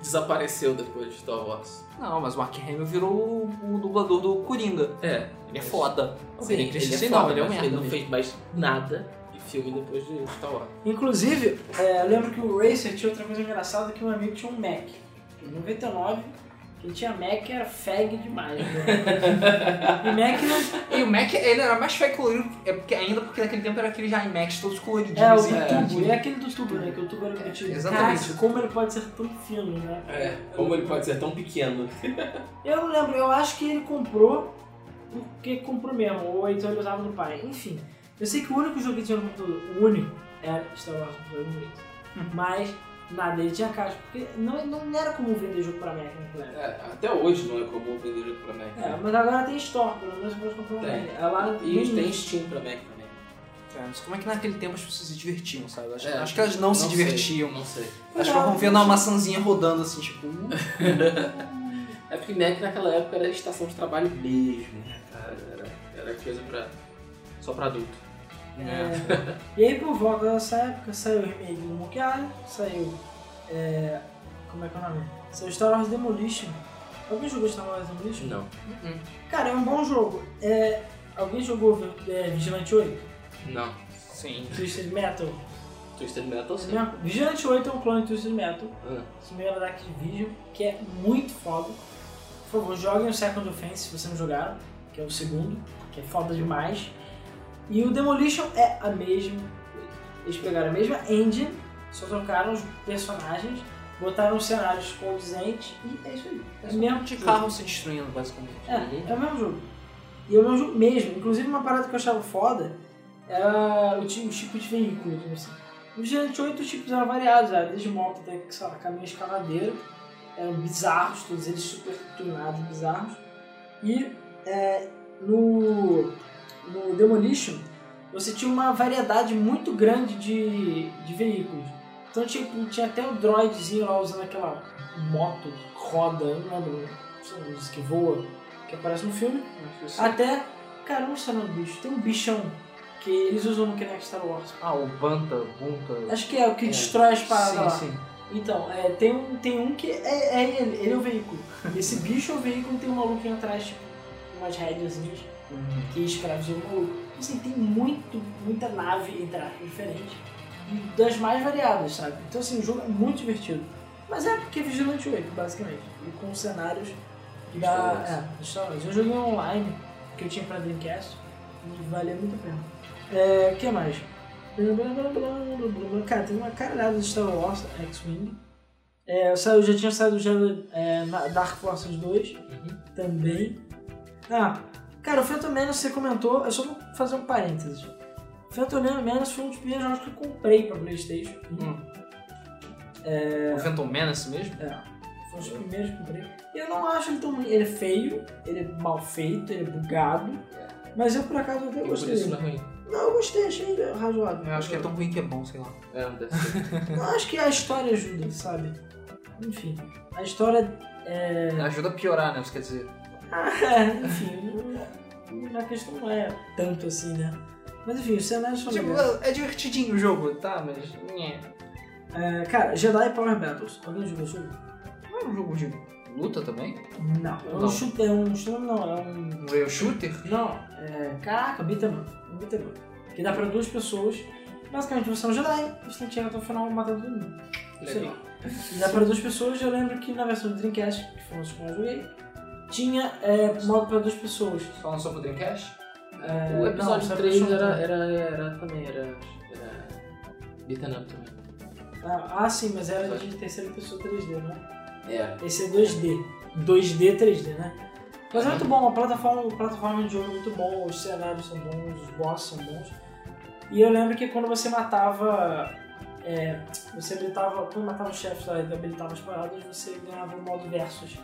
B: Desapareceu depois de Star Wars.
A: Não, mas o Mark Hamill virou o, o dublador do Coringa.
B: É.
A: Ele é foda.
B: Sim,
A: ele é triste,
B: ele,
A: sim,
B: é
A: não,
B: foda,
A: ele é um
B: mas
A: merda.
B: ele não
A: mesmo.
B: fez mais nada de filme depois de Star Wars.
C: Inclusive, é, eu lembro que o Racer tinha outra coisa engraçada, que um amigo tinha um Mac. Em 99, quem tinha Mac era fag demais. Né? e Mac não...
A: E o Mac, ele era mais feio colorido, é porque, ainda porque naquele tempo era aqueles iMacs todos
C: É,
A: coloridinhos. e
C: o
A: tudo.
C: tubo. É aquele do tubo, né? Que o tubo era contigo.
A: exatamente.
C: Cara, como ele pode ser tão fino, né?
B: É, Como ele pode ser tão pequeno?
C: Eu não lembro, eu acho que ele comprou porque comprou mesmo, ou então ele usava do pai. Enfim,
B: Uhum.
C: eu sei que o único jogo que tinha no computador, o único, era Star Wars Battlefront 1. Mas Nada, ele tinha caixa. Porque não, não era comum vender jogo pra Mac naquela época.
B: É, até hoje não é comum vender jogo pra Mac.
C: É, mas agora tem Store, pelo menos você pode comprar
B: Tem.
C: online. É lá no
B: E tem
C: início.
B: Steam pra Mac também.
A: Cara, mas como é que naquele tempo as pessoas se divertiam, sabe? Eu Acho,
B: É,
A: acho que elas não, se
B: sei,
A: divertiam.
B: não sei.
A: Elas ficavam vendo
C: assim.
A: uma maçãzinha rodando assim, tipo. uh,
B: É porque Mac naquela época era estação de trabalho mesmo, né, cara? Era, era coisa pra. só pra adulto.
A: né?
C: É. E aí, por volta dessa época, saiu o remake do Monkey Island, saiu. é, como é que é o nome? Saiu Star Wars Demolition. Alguém jogou Star Wars Demolition?
B: Não.
C: Cara, é um bom jogo. É, alguém jogou é, Vigilante 8?
B: Não. é
A: Sim.
C: Twisted Metal?
B: Twisted Metal sim.
C: Não, Vigilante 8 é um clone de Twisted Metal,
B: Ah,
C: que veio da Activision, que é muito foda. Por favor, joguem o Second Offense se vocês não jogaram, que é o segundo, que é foda demais. E o Demolition é a mesma coisa. Eles pegaram a mesma engine, só trocaram os personagens, botaram os cenários condizentes e é isso aí. É o mesmo
A: De
C: jogo.
A: carro se destruindo, basicamente.
B: Uhum.
C: É, é o mesmo jogo. E é o mesmo jogo mesmo. Inclusive, uma parada que eu achava foda era o, ti- o tipo de veículo. Tipo assim. Os Gigante 8 tipos eram variados, era desde moto até, sei lá, caminhão escavadeiro. Eram bizarros, todos eles super tunados, bizarros. E é, no, no Demolition, você tinha uma variedade muito grande de, de veículos. Então, tipo, tinha até o droidzinho lá usando aquela moto, que roda, eu não lembro, não sei se que voa, que aparece no filme. Até, cara, eu não sei o nome do bicho, tem um bichão que eles usam no Kinect Star Wars.
A: Ah, o Banta, Bunta.
C: Acho que é o que
A: É.
C: destrói as paradas lá.
A: sim, sim.
C: Então, é, tem, um, tem um que é, é ele, ele é o veículo. Esse bicho é o veículo e tem um maluquinho atrás, tipo, umas rédeazinhas que escravizou o maluco. Assim, tem muito, muita nave, entre aspas, diferente. E das mais variadas, sabe? Então, assim, o jogo é muito divertido. Mas é porque é Vigilante 8, basicamente. E com cenários
B: Star
C: da...
B: Wars.
C: É, de Star Wars. Eu joguei online, que eu tinha pra Dreamcast. E valia muito a pena. É, o que mais? Blá, blá, blá, blá, blá, blá, blá. Cara, tem uma caralhada de Star Wars X-Wing. É, saiu, já tinha saído já, é, na- Dark Forces 2
B: Uhum.
C: também. Ah, cara, o Phantom Menace você comentou, eu só vou fazer um parênteses. Phantom Menace foi um dos primeiros jogos que eu comprei pra Playstation.
A: É. O Phantom Menace mesmo?
C: É, foi um dos primeiros que eu comprei. Eu não acho ele tão ruim. Ele é feio, ele é mal feito, ele é bugado. Mas eu por acaso até
B: E por
C: gostei.
B: isso não
C: Não.
B: é ruim.
C: eu gostei, achei razoável.
A: Eu acho que é tão ruim que é bom, sei lá.
B: É, não deve ser.
C: Eu acho que a história ajuda, sabe? Enfim, a história é.
A: Ajuda a piorar, né? Você quer dizer.
C: enfim, não- a questão não é tanto assim, né? Mas enfim, os cenários são
A: Tipo,
C: legais.
A: é divertidinho o jogo, tá? Mas. É
C: É, cara, Jedi Power Battles. Alguém jogou isso?
A: Não é um jogo de luta também?
C: Não. É um
A: Não.
C: chute, é um chute, não, é um...
A: Um rail shooter?
C: Não, é... Caraca, Bitaman. Um Bitaman. Que dá pra duas pessoas. Basicamente, você é um Jedi, você tem que chegar até o final e matar todo mundo. Sei lá.
B: Legal.
C: E dá pra duas pessoas, eu lembro que na versão do Dreamcast, que foi uma que eu joguei, tinha é, modo pra duas pessoas.
A: Falando sobre o Dreamcast?
C: É,
B: O
C: não,
B: episódio
C: só pra
B: 3
C: pessoa
B: era,
C: não.
B: era, era também, era. era beaten up também.
C: Ah, ah, sim, mas era de terceira pessoa 3D, né?
B: É.
C: Esse é 2D. 2D, 3D, né? Mas é muito bom, a plataforma, a plataforma de jogo é muito bom, os cenários são bons, os bosses são bons. E eu lembro que quando você matava. é, você habilitava. Quando matava o chefe lá e habilitava as paradas, você ganhava o modo versus.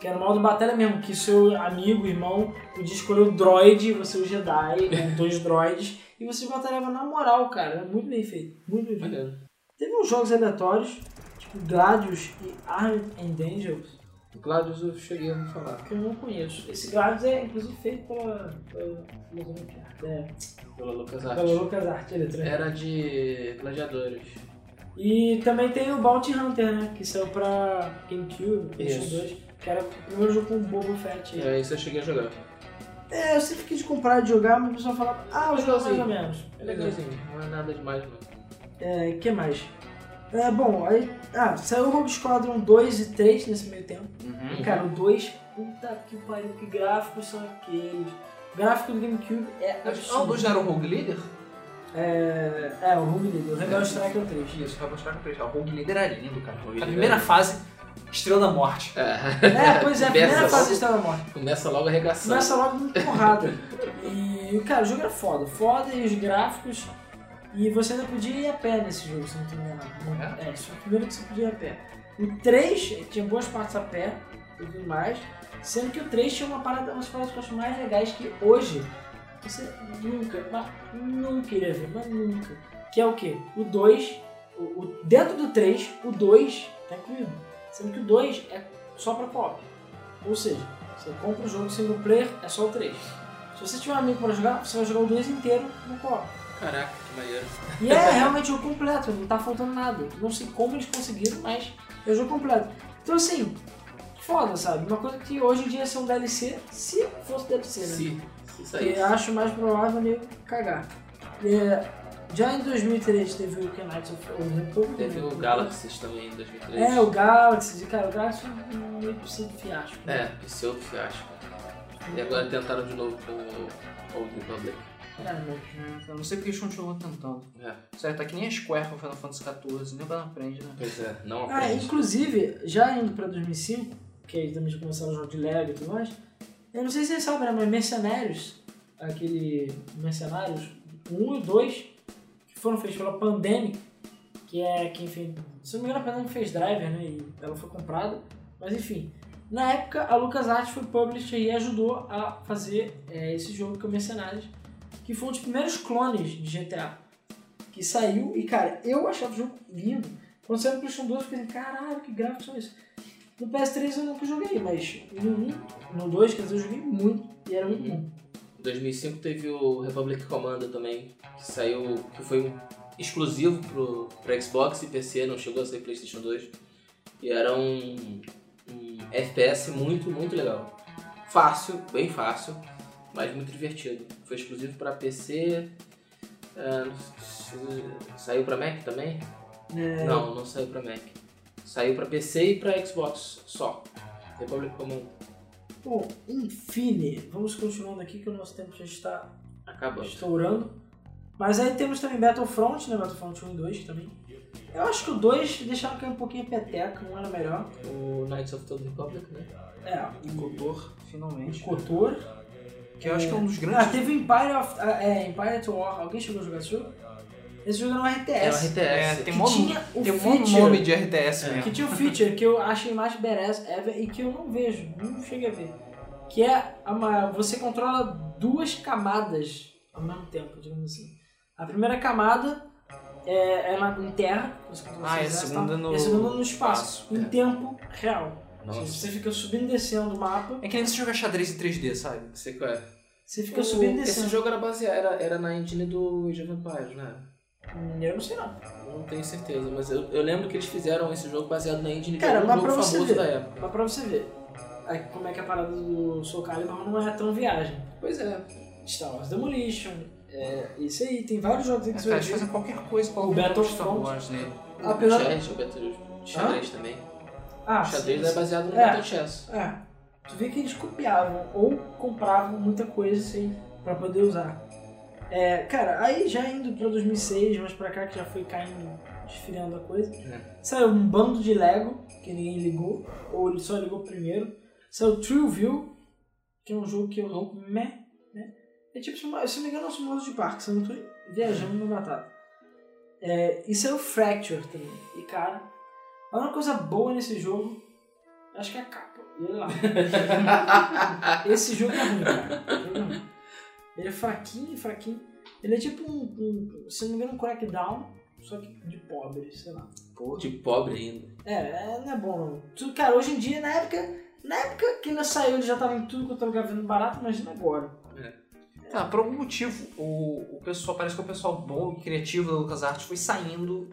C: Que era o modo batalha mesmo, que seu amigo, irmão, podia escolher o droid, você o Jedi, ou dois droids, e você batalhava na moral, cara. Era muito bem feito. Muito bem feito.
B: Maneiro.
C: Teve uns jogos aleatórios, tipo Gladius e Armed and Dangerous,
B: Gladius eu cheguei a me falar.
C: que eu não conheço. Esse Gladius é inclusive feito pela. pela. pela, é,
B: Pela
C: pela
B: LucasArts.
C: LucasArts Eletrônica.
B: Era de gladiadores.
C: E também tem o Bounty Hunter, né? Que saiu pra GameCube,
B: Isso.
C: PlayStation 2, que era o primeiro jogo com Boba Fett.
B: É, isso eu cheguei a jogar.
C: É, eu sempre quis comprar e jogar, mas o pessoal falava, ah, o jogo é mais ou menos.
B: É legalzinho, não é nada demais, não.
C: É, que mais? É, bom, aí. Ah, saiu o Rogue Squadron 2 e 3 nesse meio tempo.
A: Uhum.
C: Cara, o 2, puta que pariu, que gráficos são aqueles. O gráfico do GameCube é
A: Ah, o
C: absurdo.
A: 2 não era o Rogue Leader?
C: É, é, o Rogue League, o Rebel Strike é o 3.
A: Isso, vai mostrar com o O Rogue Leader era lindo, cara.
B: Rogue
A: A
B: Leader
A: primeira
B: era-
A: fase, Estrela da Morte.
B: É.
C: É, pois é, a primeira
B: Começa
C: fase
B: logo-
C: de Estrela da Morte.
B: Começa logo arregaçando.
C: Começa logo com porrada. E, cara, o jogo era foda. Foda e os gráficos. E você ainda podia ir a pé nesse jogo, se não me engano.
A: É?
C: É, isso foi o primeiro que você podia ir a pé. O 3 tinha boas partes a pé e tudo mais, sendo que o 3 tinha uma parada, umas paradas que eu acho mais legais que hoje você nunca, mas nunca iria ver, mas nunca. Que é o quê? O 2, o, o- dentro do 3, o 2 tá incluído. Sendo que o 2 é só pra co-op. Ou seja, você compra o jogo single player, é só o 3. Se você tiver um amigo pra jogar, você vai jogar o 2 inteiro no co-op.
B: Caraca, que maneiro.
C: E é realmente o jogo completo, não tá faltando nada. Não sei como eles conseguiram, mas é o jogo completo. Então assim, foda, sabe? Uma coisa que hoje em dia ia ser um DLC, se fosse DLC, né?
B: Se, se
C: Que
B: sair.
C: eu acho mais provável nego cagar. É, já em 2003 teve o Knights of the Old Republic.
B: Teve
C: né?
B: o Galaxy também em 2003.
C: É, o Galaxy. Cara, o Galaxy foi um meio possível fiasco. né?
B: É, Pseudo, eu acho. É, E agora tentaram de novo com o Old Republic.
A: É, eu não sei porque eles continuam tentando.
B: É,
A: Sério, tá que nem a Square com Final Fantasy XIV, nem ela aprende, né?
B: pois é, não
C: Ah,
B: aprende.
C: inclusive, já indo pra 2005, que aí também já começaram o jogo de Lego e tudo mais, eu não sei se vocês sabem, né, mas Mercenários, aquele Mercenários 1 e 2, que foram feitos pela Pandemic, que é quem fez. Se não me engano, a Pandemic fez Driver, né? E ela foi comprada, mas enfim. Na época, a LucasArts foi publisher e ajudou a fazer é, esse jogo que é o Mercenários, que foi um dos primeiros clones de GTA. Que saiu, e cara, eu achava o jogo lindo. Quando saiu no PlayStation 2, eu fiquei assim, caralho, que gráficos são esses? No PS3 eu nunca joguei, mas no 1, no 2, quer dizer, eu joguei muito. E era muito bom.
B: Em 2005 teve o Republic Commando também, que saiu, que foi um exclusivo pro, pro Xbox e PC, não chegou a sair PlayStation 2. E era um, um FPS muito, muito legal. Fácil, bem fácil, mas muito divertido. Foi exclusivo pra PC. é, s- é, saiu pra Mac também? Não, não saiu pra Mac. Saiu pra PC e pra Xbox só. Republic Commando.
C: Bom, enfim, vamos continuando aqui que o nosso tempo já está
B: Acabou.
C: estourando. Mas aí temos também Battlefront, né? Battlefront 1 e 2 também. Eu acho que o 2 deixaram cair um pouquinho a peteca, não era melhor.
B: O Knights of the Old Republic, né?
C: É,
A: Cotor, finalmente.
C: Cotor.
A: Que eu acho que é um dos
C: Ah,
A: grandes.
C: teve Empire of. ah, É, Empire to War. Alguém chegou a jogar esse jogo? Esse jogo era um RTS.
B: É o RTS.
A: É, tem
C: que
A: mó-
C: tinha o
A: Tem um monte de
C: feature-
A: nome de RTS mesmo.
C: Que tinha um feature que eu achei mais badass ever e que eu não vejo, não cheguei a ver. Que é uma, você controla duas camadas ao mesmo tempo, digamos assim. A primeira camada é, é na, em terra, você controla
A: Ah,
C: seu
A: e a
C: exército,
A: segunda
C: tal,
A: no-
C: e a segunda no espaço,
B: espaço,
C: em
B: é.
C: tempo real. Ou
B: Nossa.
C: seja, Você fica subindo e descendo o mapa,
A: É que nem você jogar xadrez em 3D, sabe?
B: Sei qual é.
C: você fica subindo e
B: Esse
C: descendo.
B: jogo era baseado, era, era na engine do Age of Empires, né?
C: Hum, Eu não sei não.
B: Não tenho certeza, mas eu, eu lembro que eles fizeram esse jogo baseado na engine
C: Cara,
B: de um
C: mas
B: jogo
C: pra você
B: famoso
C: ver.
B: da época.
C: Mas pra você ver aí como é que a parada do Soul Calibur não é tão viagem.
B: Pois é.
C: Star Wars Demolition, é, isso aí, tem vários jogos aí que
A: Os
C: você vai
A: caras
C: ver.
A: fazem qualquer coisa pra colocar
C: Battlefront.
A: Star Wars nele.
C: Apesar-
B: Chess, o Battle é Xadrez também.
C: Ah,
B: O xadrez é baseado no
C: É.
B: Battle Chess.
C: É. Tu vê que eles copiavam ou compravam muita coisa assim pra poder usar. É, cara, aí já indo pra 2006, mas pra cá que já foi caindo, esfriando a coisa.
B: É.
C: Saiu um bando de Lego, que ninguém ligou, ou ele só ligou primeiro. Saiu True View, que é um jogo que eu não
B: Uhum.
C: meh, né? É tipo, se eu não me engano, é um simulador de parque, se eu não tô viajando no batata. É, e saiu Fracture também. E cara, a única coisa boa nesse jogo, acho que é a capa. E olha lá. Esse jogo é ruim, cara. Esse jogo é ruim. Ele é fraquinho, fraquinho. Ele é tipo um, um- se não me engano, um crackdown, só que de pobre, sei lá.
B: De pobre ainda.
C: É, é, não é bom não. Tu- Cara, hoje em dia, na época, na época que ainda saiu, ele já tava em tudo que eu tava gravando barato, imagina agora.
A: Tá, por algum motivo, o, o pessoal, parece que o pessoal bom e criativo da LucasArts foi saindo.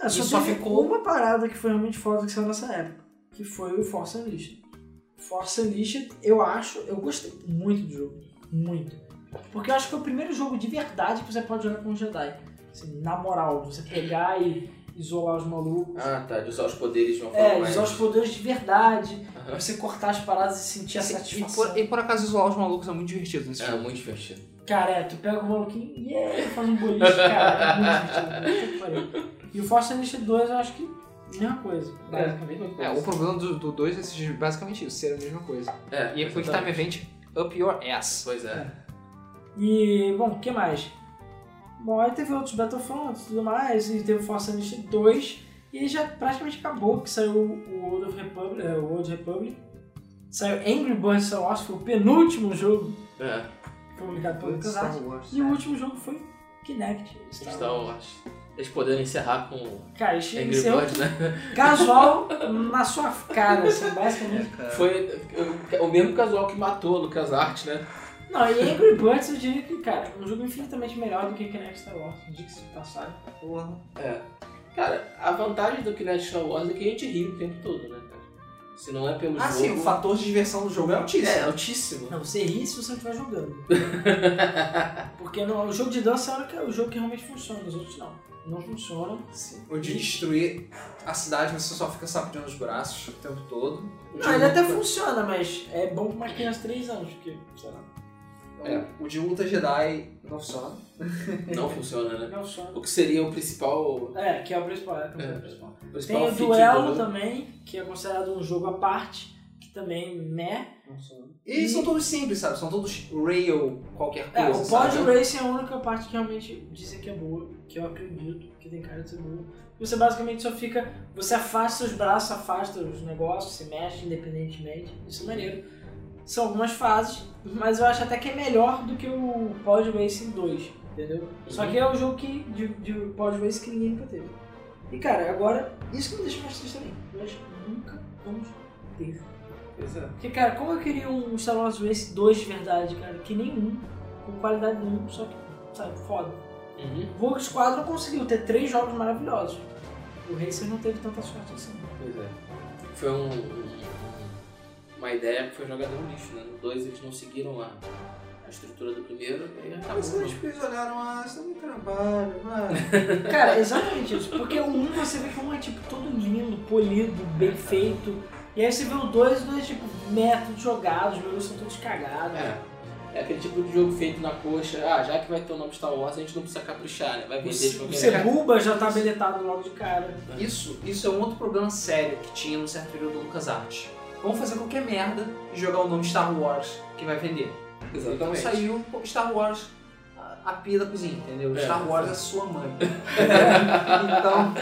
C: É, só,
A: E só
C: teve
A: ficou-
C: uma parada que foi realmente foda que saiu nessa época, que foi o Force Unleashed. Force Unleashed, eu acho, eu gostei muito do jogo, muito. Porque eu acho que é o primeiro jogo de verdade que você pode jogar com um Jedi. Assim, na moral, você pegar e isolar os malucos.
B: Ah, tá. De usar os poderes de uma forma
C: É,
B: mais...
C: usar os poderes de verdade, pra
B: Aham.
C: você cortar as paradas e sentir é a
A: Assim, E, e
C: satisfação.
A: por, e por acaso isolar os malucos é muito divertido nesse
B: É,
A: jogo.
B: muito divertido.
C: Cara, é, tu pega o maluquinho e yeah, faz um boliche, cara. É muito divertido. puta que pariu. E o Force Unleashed 2 eu acho que é a mesma coisa, basicamente.
A: É, o problema do 2 do dois é esse- basicamente isso, ser a mesma coisa.
B: É,
A: E é Quick Time Event, up your ass.
B: Pois é.
C: E, bom, o que mais? Uma hora teve outros Battlefronts e tudo mais, e teve Force Unleashed 2, e aí já praticamente acabou, que saiu o Old of Republic, é, o Old Republic. Saiu Angry Birds Star Wars, foi o penúltimo jogo
B: É,
C: publicado pelo Lucasarts.
A: Wars.
C: E o último jogo foi Kinect. Star Wars.
B: É, Star Wars. Eles poderiam encerrar com
C: Cara, isso
B: Angry
C: é
B: Birds, né?
C: casual na sua cara, assim, basicamente.
B: Foi o mesmo casual que matou a LucasArts, né?
C: Não, e Angry Birds eu diria que, cara, é um jogo infinitamente melhor do que Kinect Star Wars, diga-se de passagem.
A: Porra.
B: É. Cara, a vantagem do Kinect Star Wars é que a gente ri o tempo todo, né, cara? Se não é pelo
A: Ah, sim,
B: jogo...
A: o fator de diversão do jogo é altíssimo.
B: É, altíssimo.
C: Não, você ri se você estiver jogando. Porque não, o jogo de dança é o que- o jogo que realmente funciona, os outros não. Não funcionam.
A: Sim. O de destruir a cidade, você só fica sacudindo os braços o tempo todo.
C: Não, ele é até funciona, mas é bom pra uma criança de 3 anos, porque, sei lá,
A: É. O de luta Jedi não funciona.
B: Não funciona, né?
C: é o sono.
B: O que seria o principal...
C: É, que é o principal, é, que é o
B: É.
C: principal.
B: o
C: Tem
B: principal
C: o
B: feat do
C: duelo
B: jogo.
C: também, que é considerado um jogo à parte, que também é meh.
A: Não
B: Uhum.
A: funciona. E,
C: E-
A: são todos simples, sabe? São todos rail qualquer
C: É,
A: coisa.
C: o
A: sabe?
C: Pod Racing é a única parte que realmente dizem que é boa, que eu acredito, que tem cara de ser boa. Você basicamente só fica. Você afasta os braços, afasta os negócios, se mexe independentemente. Isso é maneiro. São algumas fases, mas eu acho até que é melhor do que o Pod Racing 2, entendeu?
B: Uhum.
C: Só que é um jogo que, de, de Pod Racing que ninguém nunca teve. E cara, agora, isso que me deixa mais triste também. Nós nunca vamos ter.
B: Pois é.
C: Porque, cara, como eu queria um Star Wars Race 2 de verdade, cara? Que nenhum. Com qualidade nenhuma, só que, sabe, foda.
B: Uhum,
C: Rogue Squadron conseguiu ter três jogos maravilhosos. O Racer não teve tanta sorte assim.
B: Pois é. Foi um, um- uma ideia que foi jogada no lixo, né? No 2 eles não seguiram a, a estrutura do primeiro e aí acabou.
A: Mas
B: Não.
A: é eles eles olharam, ah, isso dá muito trabalho, mano.
C: Cara, exatamente isso. Porque o 1 você vê que o 1 é, tipo, todo lindo, polido, bem feito. E aí você vê o 2, o 2 é, tipo, métodos jogados, os jogos são todos cagados.
B: É. É aquele tipo de jogo feito na coxa. Ah, já que vai ter o nome Star Wars, a gente não precisa caprichar, né? Vai
C: O,
B: vender de
C: Ce- o
B: qualquer
A: é
B: jeito.
C: Cebuba já tá habilitado logo de cara.
A: Isso, isso é um outro problema sério que tinha no certo período do LucasArts. Vamos fazer qualquer merda e jogar o nome Star Wars, que vai vender. Então
B: Exatamente.
A: saiu pô, Star Wars, a, a pia da cozinha, entendeu?
B: É.
A: Star Wars é sua mãe. então,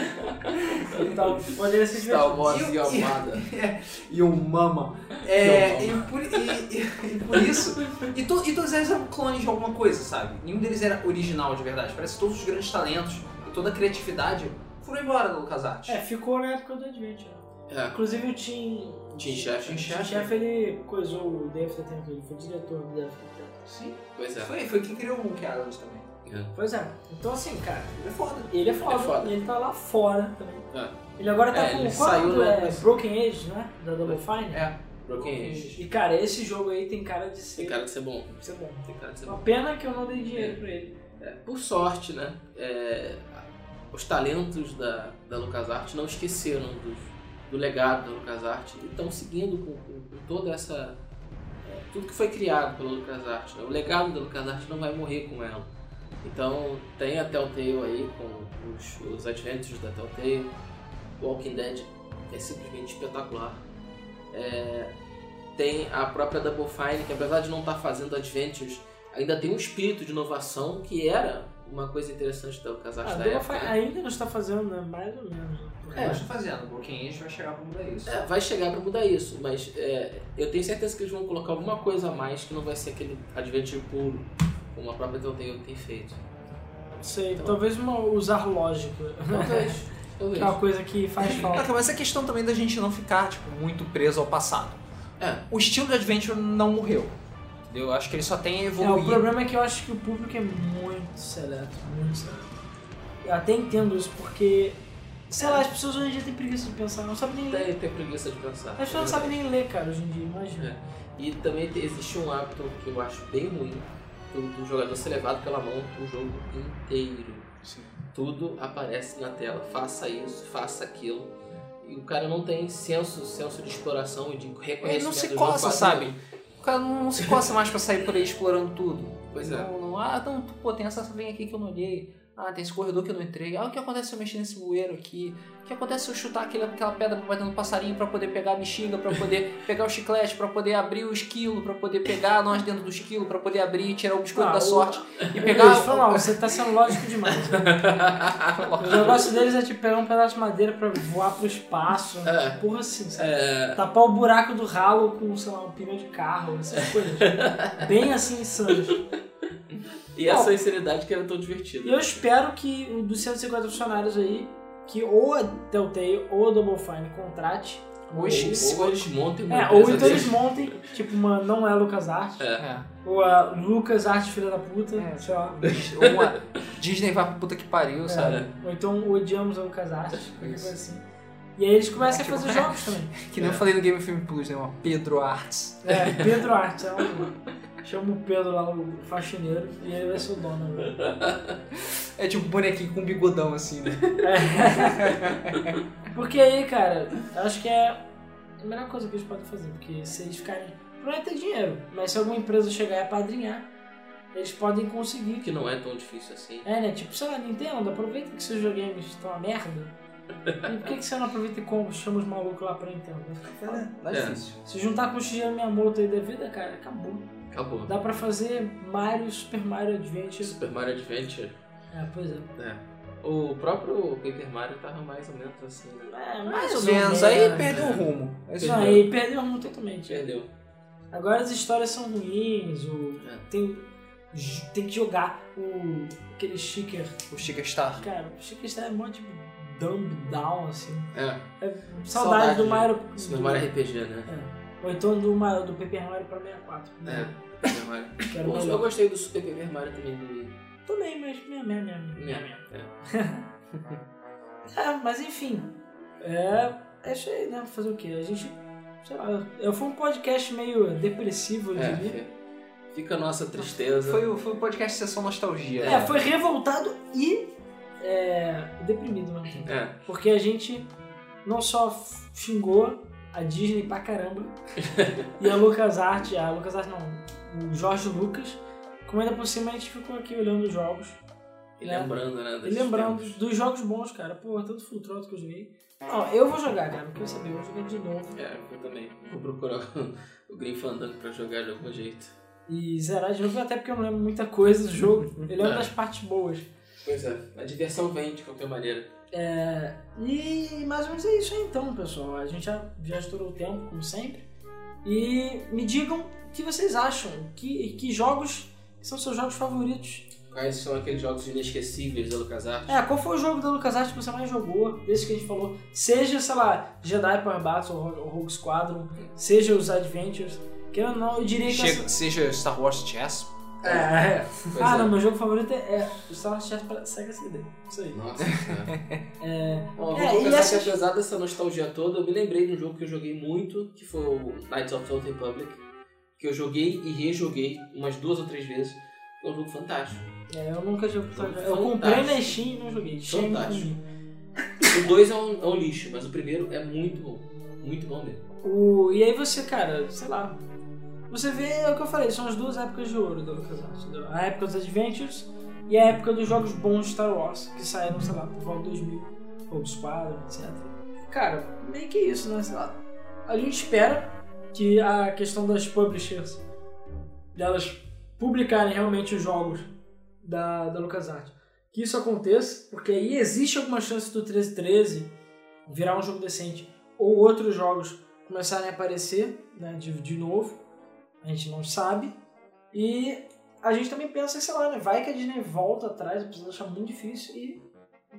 C: Então, poderia ser
B: Star Wars
A: é Eu-
B: e Almada.
A: e o Mama. É,
B: E
A: e, por, e- e- e por isso. E, to- e todos eles eram clones de alguma coisa, sabe? Nenhum deles era original de verdade. Parece que todos os grandes talentos e toda a criatividade foram embora do LucasArts.
C: É, ficou na época do né? Adventure.
B: É.
C: Inclusive o Tim.
B: Tim Schafer.
A: Tim
C: O Tim Schafer, ele coisou o Dave Tempo, ele foi diretor do Dave Tempo.
A: Sim,
B: Pois é.
A: foi, foi quem criou o Monkey Island também.
B: É.
C: Pois é, então assim, cara,
A: Ele é foda.
C: ele é foda,
B: Ele é foda.
C: ele tá lá fora também.
B: É.
C: Ele agora tá
B: É,
C: com
B: ele
C: qual é o
B: saiu,
C: nome do-
B: né,
C: é,
B: mas-
C: Broken Age, né? Da Double Fine.
A: É.
B: Broken Age.
C: E cara, esse jogo aí tem cara de ser,
B: Tem cara de ser bom.
C: de
A: é
C: ser bom.
B: Tem cara de ser bom.
C: Uma pena que eu não dei dinheiro pra ele.
B: É, por sorte, né? é, os talentos da, da LucasArts não esqueceram dos- do legado da LucasArts e estão seguindo com, com- com toda essa. é, tudo que foi criado pela LucasArts. Né? O legado da LucasArts não vai morrer com ela. Então, tem a Telltale aí, com os, os Adventures da Telltale. Walking Dead é simplesmente espetacular. É, tem a própria Double Fine, que apesar de não estar fazendo Adventures ainda tem um espírito de inovação que era uma coisa interessante da LucasArts
C: Ah,
B: da
C: Double
B: época.
C: Fine
B: né?
C: ainda não está fazendo, né? Mais ou menos. né?
A: É, eu estou fazendo. O Broken Age vai chegar pra mudar isso.
B: É, vai chegar pra mudar isso, mas é, eu tenho certeza que eles vão colocar alguma coisa a mais que não vai ser aquele adventure puro, como a própria Telltale tem feito.
C: Não sei,
B: Então.
C: talvez uma- usar lógico.
B: Talvez,
C: Que
B: talvez.
C: é uma coisa que faz falta.
A: Cara, mas essa questão também da gente não ficar, tipo, muito preso ao passado.
B: É.
A: O estilo de Adventure não morreu. Entendeu? Eu acho que ele só tem a
C: É, o
A: evoluir.
C: problema é que eu acho que o público é muito seleto, muito seleto. Eu até entendo isso, porque, sei lá, as pessoas hoje em dia têm preguiça de pensar, não sabem nem ler.
B: Tem, tem preguiça de pensar.
C: As pessoas não sabem nem ler, cara, hoje em dia,
A: É.
C: imagina.
B: E também te- existe um hábito que eu acho bem ruim do, do jogador ser levado pela mão o jogo inteiro. Tudo aparece na tela. Faça isso, faça aquilo. E o cara não tem senso, senso de exploração e de reconhecimento.
A: Ele não se
B: do
A: coça,
B: jogo.
A: sabe? O cara não, não se coça mais pra sair por aí explorando tudo.
B: Pois é.
A: Não, não, ah, não, pô, tem essa vem aqui que eu não olhei. Ah, tem esse corredor que eu não entrei. Ah, o que acontece se eu mexer nesse bueiro aqui? O que acontece se eu chutar aquele, aquela pedra pra bater no passarinho pra poder pegar a bexiga, pra poder pegar o chiclete, pra poder abrir o esquilo, pra poder pegar a nós dentro do esquilo, pra poder abrir e tirar o biscoito
C: Ah,
A: da
C: o-
A: sorte e
C: Pegar...
A: pegar.
C: falar, você tá sendo lógico demais. o negócio deles é tipo pegar um pedaço de madeira pra voar pro espaço.
B: É.
C: Porra assim, sabe?
B: É,
C: Tapar o buraco do ralo com, sei lá, um pneu de carro, essas coisas. Bem assim, insanas.
B: e essa sinceridade que era tão divertida.
C: E eu espero que um dos 150 funcionários aí, que ou a Telltale ou a Double Fine contrate,
B: Ou,
A: Hoje, se
B: ou eles montam uma
C: é, ou
B: empresa
C: então eles
B: dele.
C: montem, tipo, uma não é Lucas Arte,
B: É.
A: É.
C: ou a Lucas Arte filha da puta,
A: É.
C: sei lá.
A: Ou uma- Disney vai pra puta que pariu, sabe?
C: Ou então odiamos a Lucas Arte, qualquer
A: Isso.
C: coisa assim. E aí eles começam a
A: Tipo,
C: fazer jogos também.
A: Que nem eu falei no Game Film Plus, né? Uma Pedro Arts.
C: É, Pedro Arte, é um... Chama o Pedro lá, o faxineiro, e ele vai ser o dono. né?
A: É tipo um bonequinho com um bigodão assim, né?
C: É. Porque aí, cara, eu acho que é a melhor coisa que eles podem fazer, porque se eles ficarem. Não é ter dinheiro, mas se alguma empresa chegar e apadrinhar, eles podem conseguir.
B: Que não é tão difícil assim.
C: É, né? Tipo, sei lá, Nintendo, aproveita que seus videogames estão uma merda. E por que, que você não aproveita e com- chama os malucos lá pra Nintendo?
A: Não é
B: É.
A: difícil.
C: Se juntar com o Shigeru Miyamoto aí da vida, cara, acabou.
B: Acabou.
C: Dá pra fazer Mario, Super Mario Adventure.
B: Super Mario Adventure.
C: É, pois é.
B: É. O próprio Paper Mario tava mais ou menos assim, né?
C: É,
A: Mais ou menos, aí perdeu o rumo. Isso
C: Não, aí perdeu o rumo totalmente.
B: Perdeu.
C: Agora as histórias são ruins, o...
B: É.
C: tem... tem que jogar o... aquele sticker.
A: O Chica Star.
C: Cara, o sticker está é mó tipo dumb down, assim.
B: É.
C: É saudade, do Mario.
B: Super
C: do-
B: Mario RPG, né?
C: Ou então do, Mario, do Paper Mario pra 64.
B: É. Super Mario.
C: né? Que era um o
B: Bom,
C: melhor.
B: eu gostei do Super Paper Mario também. Do...
C: Também, mas minha, minha, minha, minha, minha.
B: É.
C: É, mas enfim. É, é isso aí, né? Fazer o quê? A gente, sei lá, eu- foi um podcast meio depressivo, eu
B: É,
C: diria.
B: fi- Fica a nossa tristeza.
A: Foi o, foi o podcast Sessão Nostalgia.
C: É, foi revoltado e é, deprimido ao mesmo tempo.
B: É.
C: Porque a gente não só f- xingou a Disney pra caramba e a LucasArts, a LucasArts não, o Jorge Lucas, como ainda por cima a gente ficou aqui olhando os jogos
B: E
C: É.
B: lembrando, né?
C: e
B: desses
C: lembrando
B: tempos.
C: dos jogos bons, cara. Pô, tanto Full Throttle que eu joguei. Não, eu vou jogar, cara, porque eu sabia, eu vou jogar de novo
B: É, eu também. Vou procurar o Green Fandango pra jogar de algum jeito.
C: e zerar de novo, até porque eu não lembro muita coisa do jogo. Eu lembro
B: É.
C: das partes boas.
B: Pois é. A diversão vem de qualquer maneira.
C: É, e mais ou menos é isso aí então, pessoal. A gente já, já estourou o tempo, como sempre. E me digam o que vocês acham. Que, que jogos são seus jogos favoritos?
B: Quais são aqueles jogos inesquecíveis da LucasArts?
C: É, qual foi o jogo da LucasArts que você mais jogou? Desse que a gente falou. Seja, sei lá, Jedi Power Battle ou Ro- Rogue Squadron. Seja os Adventures. Que eu não, eu diria que...
A: Chega- seja Star Wars Chess.
C: essa- É, é.
B: Pois
C: Ah,
B: é.
C: não, meu jogo favorito é é Star Wars Chess pra Sega CD. Isso aí.
B: Nossa senhora.
C: É,
B: Bom, eu vou
C: É, e
B: confessar
C: essas-
B: que apesar dessa nostalgia toda, eu me lembrei de um jogo que eu joguei muito, que foi o Knights of the Old Republic, que eu joguei e rejoguei umas duas ou três vezes. É um jogo fantástico.
C: é, eu nunca joguei. Eu
B: Fantástico.
C: comprei na Steam e não joguei. Shame on
B: Fantástico.
C: me.
B: O dois é um, é um lixo, mas o primeiro é muito bom. Muito bom mesmo.
C: O- E aí você, cara, sei lá. Você vê é o que eu falei, são as duas épocas de ouro da LucasArts. entendeu? A época dos Adventures e a época dos jogos bons de Star Wars, que saíram, sei lá, por volta de 2000, Rogue Squadron, etc. Cara, meio que isso, né? Sei lá. A gente espera que a questão das publishers, delas publicarem realmente os jogos da, da LucasArts, que isso aconteça, porque aí existe alguma chance do 1313 virar um jogo decente ou outros jogos começarem a aparecer né, de, de novo. A gente não sabe. E a gente também pensa que, sei lá, né, vai que a Disney volta atrás, precisa achar muito difícil e,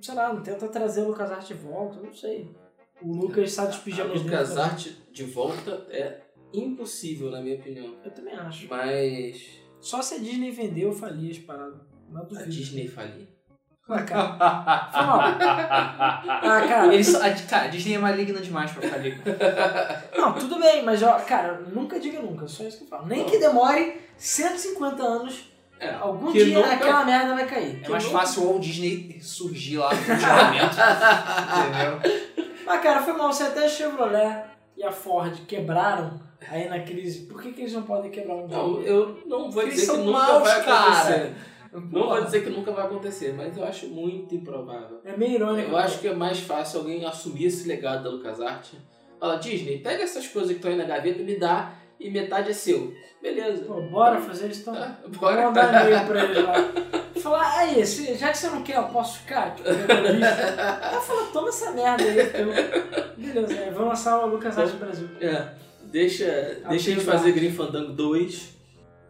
C: sei lá, tenta trazer o Lucas Arte de volta, não sei. O Lucas está dos
B: É, A
C: pijamas dele também.
B: LucasArts de volta é impossível, na minha opinião.
C: Eu também acho.
B: Mas
C: Só se a Disney vendeu, falia as paradas. Não
B: a
C: duvido.
B: Disney falia.
C: Ah, cara. Foi mal. Ah, cara.
A: Eles, a, cara, a Disney é maligna demais pra É falir.
C: Não, tudo bem, mas ó, cara, nunca diga nunca, só isso que eu falo. Nem
B: Não.
C: que demore 150 anos,
B: É,
C: algum
B: que
C: dia
B: nunca-
C: aquela merda vai cair.
A: É mais
C: Que
A: fácil o Walt Disney surgir lá no congelamento. entendeu?
C: nunca- Mas cara, foi mal, se até a Chevrolet e a Ford quebraram aí na crise, por que, que eles não podem quebrar um dia?
B: Não, eu não vou
A: Eles
B: dizer que
A: são
B: nunca
A: maus,
B: vai acontecer. Não vou dizer que nunca vai acontecer, mas eu acho muito improvável.
C: É meio irônico.
B: Eu acho que é mais fácil alguém assumir esse legado da LucasArts. Fala, Disney, pega essas coisas que estão aí na gaveta e me dá, e metade é seu. Beleza.
C: Pô, bora fazer isso então.
B: Tá,
C: Bora
B: bora
C: mandar
B: tá.
C: e-mail pra ele lá. Falar, aí, se- já que você não quer, eu posso ficar? Tipo, pegando lixo. Ela falou, toma essa merda aí. Eu... Beleza, é, vamos lançar o Lucas Artes do Brasil.
B: É, deixa, deixa a gente fazer Grinfandango 2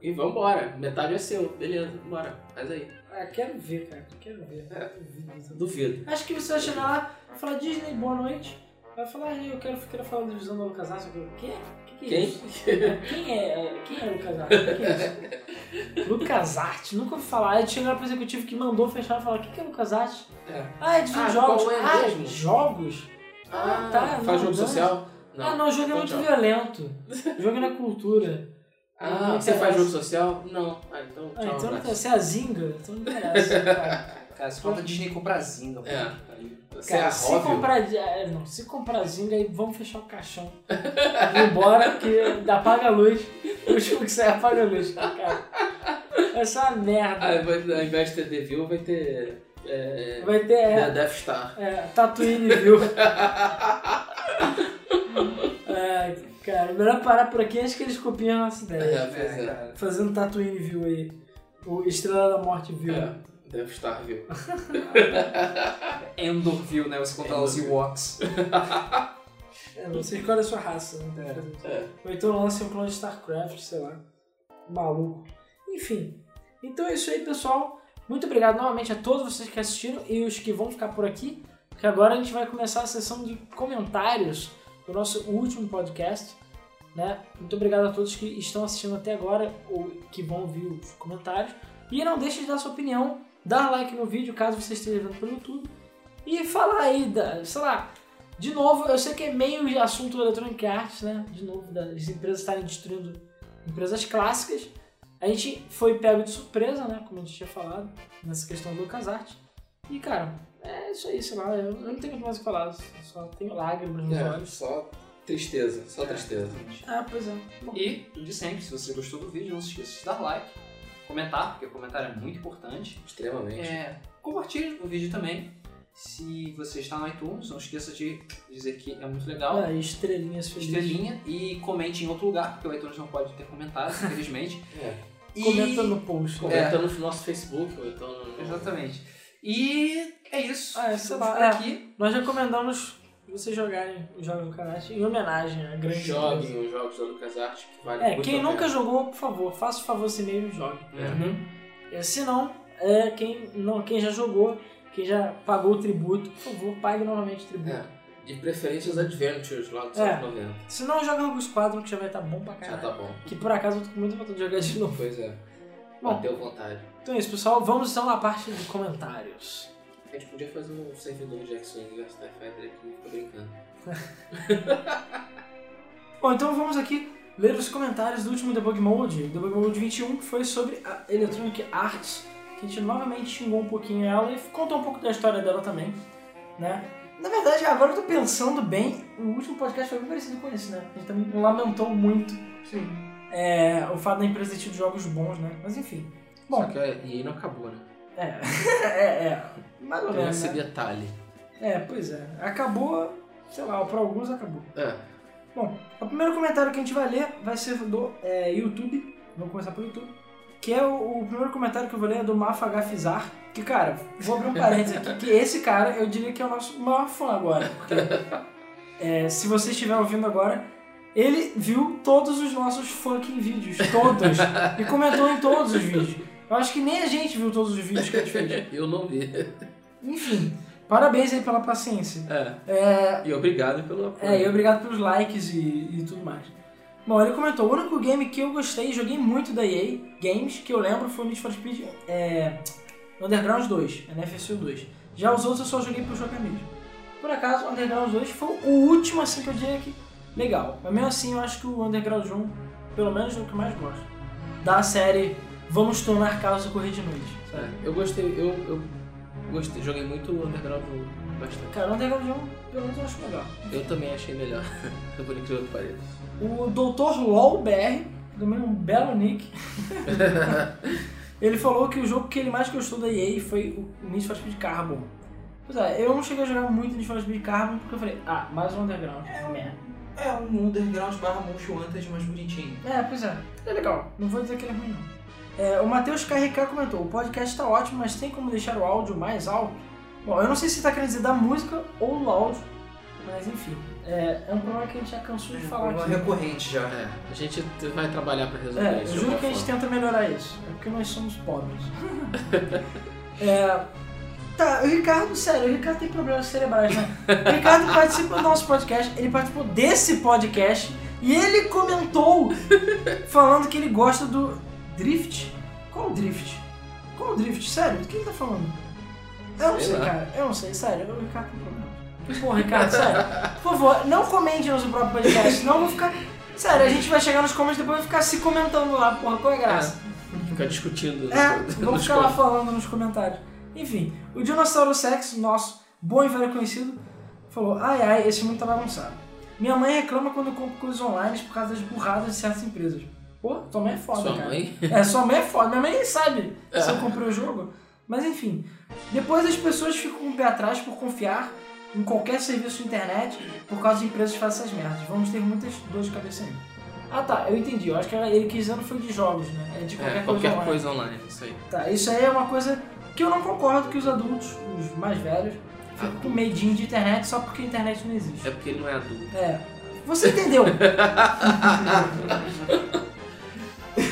B: e vambora. Metade é seu. Beleza, bora. Faz aí.
C: Ah, quero ver, cara. Quero ver.
B: Duvido.
C: Acho que você vai chegar lá, vai falar, Disney, boa noite. Vai falar, "Ah, eu quero, quero falar da visão do Lucas Artes. Eu falo, o quê? O que, que é
B: Quem?
C: isso? Quem é, quem é Lucas Artes? O que é isso? Lucas Artes, nunca ouvi falar. Aí chegaram pro executivo que mandou fechar e falar, o que, que é Lucas Artes?
B: É.
C: Ah, é de
B: Ah,
C: jogos.
B: qual é
C: ah,
B: mesmo?
C: jogos? Ah, tá, não,
B: Faz jogo
C: não.
B: social?
C: ah, não, o jogo é
B: Então
C: muito
B: tchau.
C: violento. O jogo é na cultura.
B: Ah,
C: Não
B: você faz
C: interessa.
B: jogo social? Não. Ah, então tchau.
C: Ah, então não
B: abraço.
C: tem, você é a zinga, então não merece. Cara,
A: Cara, se falta Disney comprar Zinga. pô.
B: É. Você
C: Cara,
B: é
C: se
B: óbvio.
C: comprar, di- é, não, se comprar zinga, aí vamos fechar o caixão. Vamos embora, porque apaga a luz. O último que sai apaga a luz, tá, cara. Vai ser uma merda.
B: Ah, vai- ao invés de ter The View, vai ter. É,
C: Vai ter
B: The
C: é,
B: Death Star.
C: é, Tatooine, viu? É, cara, melhor parar por aqui é antes que eles copiam a nossa ideia.
B: É, pois é.
A: cara.
C: Fazendo Tatooine View aí. O Estrela da Morte View.
B: É, Death Star, viu?
A: Endor viu, né? Você controla os Ewoks.
C: É, você escolhe a sua raça, não tem
A: É.
C: que fazer isso.
B: É.
C: Ou então lança um clone de StarCraft, sei lá. Maluco. Enfim. Então é isso aí, pessoal. Muito obrigado novamente a todos vocês que assistiram e os que vão ficar por aqui. Porque agora a gente vai começar a sessão de comentários do nosso último podcast. Né? Muito obrigado a todos que estão assistindo até agora ou que vão ouvir os comentários. E não deixe de dar sua opinião, dar like no vídeo caso você esteja vendo pelo YouTube. E falar aí, da, sei lá, de novo, eu sei que é meio de assunto da Electronic Arts, né? De novo, das empresas estarem destruindo empresas clássicas. A gente foi pego de surpresa, né? Como a gente tinha falado, nessa questão do LucasArts. E, cara, é isso aí, sei lá. Eu eu não tenho muito mais o que falar, só tenho lágrimas nos
B: É,
C: olhos.
B: só tristeza, só
A: É,
B: tristeza.
A: exatamente.
C: Ah, pois é. Bom,
A: E, de sempre, se você gostou do vídeo, não se esqueça de dar like, comentar, porque o comentário é muito importante.
B: Extremamente.
A: É, compartilhe o vídeo também. Se você está no iTunes, não esqueça de dizer que é muito legal.
B: Então,
C: ah, e estrelinhas felizes.
A: Estrelinha e comente em outro lugar, porque o iTunes não pode ter comentários, infelizmente.
B: É.
A: E-
C: Comenta no post.
B: Comenta no nosso Facebook, ou então no.
A: Exatamente. E é isso.
C: Ah, é, sei
A: Estamos
C: lá,
A: por
C: é.
A: aqui.
C: Nós recomendamos vocês jogarem os jogos do canal em homenagem à grande empresa.
B: Joguem os jogos da LucasArts, que vale
C: É,
B: muito
C: quem
B: a pena.
C: nunca jogou, por favor, faça o favor você mesmo e jogue.
B: É.
A: Uhum.
C: É, Se não, é, quem, não, quem já jogou, quem já pagou o tributo, por favor, pague novamente o tributo.
B: É, de preferência os Adventures lá dos
C: É.
B: anos 90.
C: Se não, joga alguns quadros que já vai estar bom pra
B: Já
C: caralho.
B: tá bom.
C: Que por acaso eu tô com muita vontade de jogar de novo.
B: Pois é.
C: Bom.
B: Bateu vontade.
C: Então é isso, pessoal. Vamos então na parte de comentários.
B: A gente podia fazer um servidor de Jackson vs Fighter aqui, fica brincando.
C: Bom, então vamos aqui ler os comentários do último Debug Mode, Debug Mode 21, que foi sobre a Electronic Arts, que a gente novamente xingou um pouquinho ela e contou um pouco da história dela também, né? Na verdade, agora eu tô pensando bem, o último podcast foi bem parecido com esse, né? A gente também lamentou muito
B: Sim.
C: é, o fato da empresa ter tido jogos bons, né? Mas enfim, Bom.
B: Só que a EA não acabou, né?
C: é, é, é, mais ou
B: Tem
C: menos,
B: esse
C: né?
B: detalhe.
C: É, pois é, acabou, sei lá, pra alguns acabou.
B: É.
C: O primeiro comentário que a gente vai ler vai ser do é, YouTube. Vamos começar pelo YouTube. Que é o, o primeiro comentário que eu vou ler é do Mafa Gafizar. Que, cara, vou abrir um parênteses aqui, que esse cara eu diria que é o nosso maior fã agora. Porque, é, se você estiver ouvindo agora, ele viu todos os nossos fucking vídeos. Todos. E comentou em todos os vídeos. Eu acho que nem a gente viu todos os vídeos que a gente fez.
B: Eu não vi.
C: Enfim, parabéns aí pela paciência.
B: É. E obrigado pelo apoio.
C: É, e obrigado pelos likes e, e tudo mais. Bom, ele comentou, o único game que eu gostei e joguei muito da EA Games que eu lembro foi o Need for Speed é, Underground 2, NFSU 2. Já os outros eu só joguei por jogar mesmo. Por acaso, o Underground 2 foi o último assim que eu diria que legal. Mas mesmo assim, eu acho que o Underground 1, pelo menos é o que eu mais gosto. Da série Vamos Tornar Carros e Correr de Noite. Sabe?
B: É, eu gostei, eu, eu gostei, joguei muito Underground bastante.
C: Cara, o Underground 1, pelo menos eu acho melhor.
B: Eu também achei melhor, por incrível que pareça.
C: O Dr. LOL BR, também um belo nick. Ele falou que o jogo que ele mais gostou da EA foi o Need for Speed Carbon. Pois é, eu não cheguei a jogar muito Need for Speed Carbon porque eu falei, ah, mais um Underground. É, merda.
A: É um underground barra Monstro Wanted mais bonitinho.
C: É, pois é. É legal. Não vou dizer que ele é ruim, não. É, o Matheus KRK comentou, o podcast tá ótimo, mas tem como deixar o áudio mais alto? Bom, eu não sei se tá querendo dizer da música ou do áudio, mas enfim. É, é um problema que a gente já cansou de falar
A: Uma
C: aqui.
A: recorrente já.
B: É, a gente vai trabalhar pra resolver
C: É, eu
B: isso. de
C: juro
B: alguma
C: que a gente
B: forma.
C: tenta melhorar isso. É porque nós somos pobres. É, Tá, o Ricardo, sério, o Ricardo tem problemas cerebrais, né? O Ricardo participa do nosso podcast, ele participou desse podcast e ele comentou falando que ele gosta do Drift. Qual Drift? Qual Drift? Sério, do que ele tá falando? Eu não
B: Sei
C: sei,
B: lá.
C: cara. Eu não sei, sério. O Ricardo tem problema. Pô, Ricardo, sério. Por favor, não comente no seu próprio podcast, senão eu vou ficar... Sério, a gente vai chegar nos comentários e depois vai ficar se comentando lá, porra, qual é a graça?
B: Ficar discutindo.
C: É,
B: nos
C: vamos ficar lá
B: cortes.
C: falando nos comentários. Enfim, o Dinossauro Sex, nosso bom e velho conhecido, falou: ai ai, esse mundo tá bagunçado. Minha mãe reclama quando eu compro coisas online por causa das burradas de certas empresas. Pô, tua mãe é foda,
B: Sua
C: cara.
B: mãe?
C: É, sua mãe é foda. Minha mãe nem sabe se eu
B: É.
C: comprei o jogo. Mas enfim, depois as pessoas ficam com o pé atrás por confiar em qualquer serviço de internet por causa de empresas que fazem essas merdas. Vamos ter muitas dores de cabeça ainda. Ah tá, eu entendi. Eu acho que ele quis dizer não foi de jogos, né? É de qualquer,
B: É,
C: coisa
B: qualquer
C: online.
B: coisa online, isso aí.
C: Tá, isso aí é uma coisa que eu não concordo que os adultos, os mais velhos, ficam com medinho de internet só porque a internet não existe.
B: É porque ele não é adulto.
C: É. Você entendeu?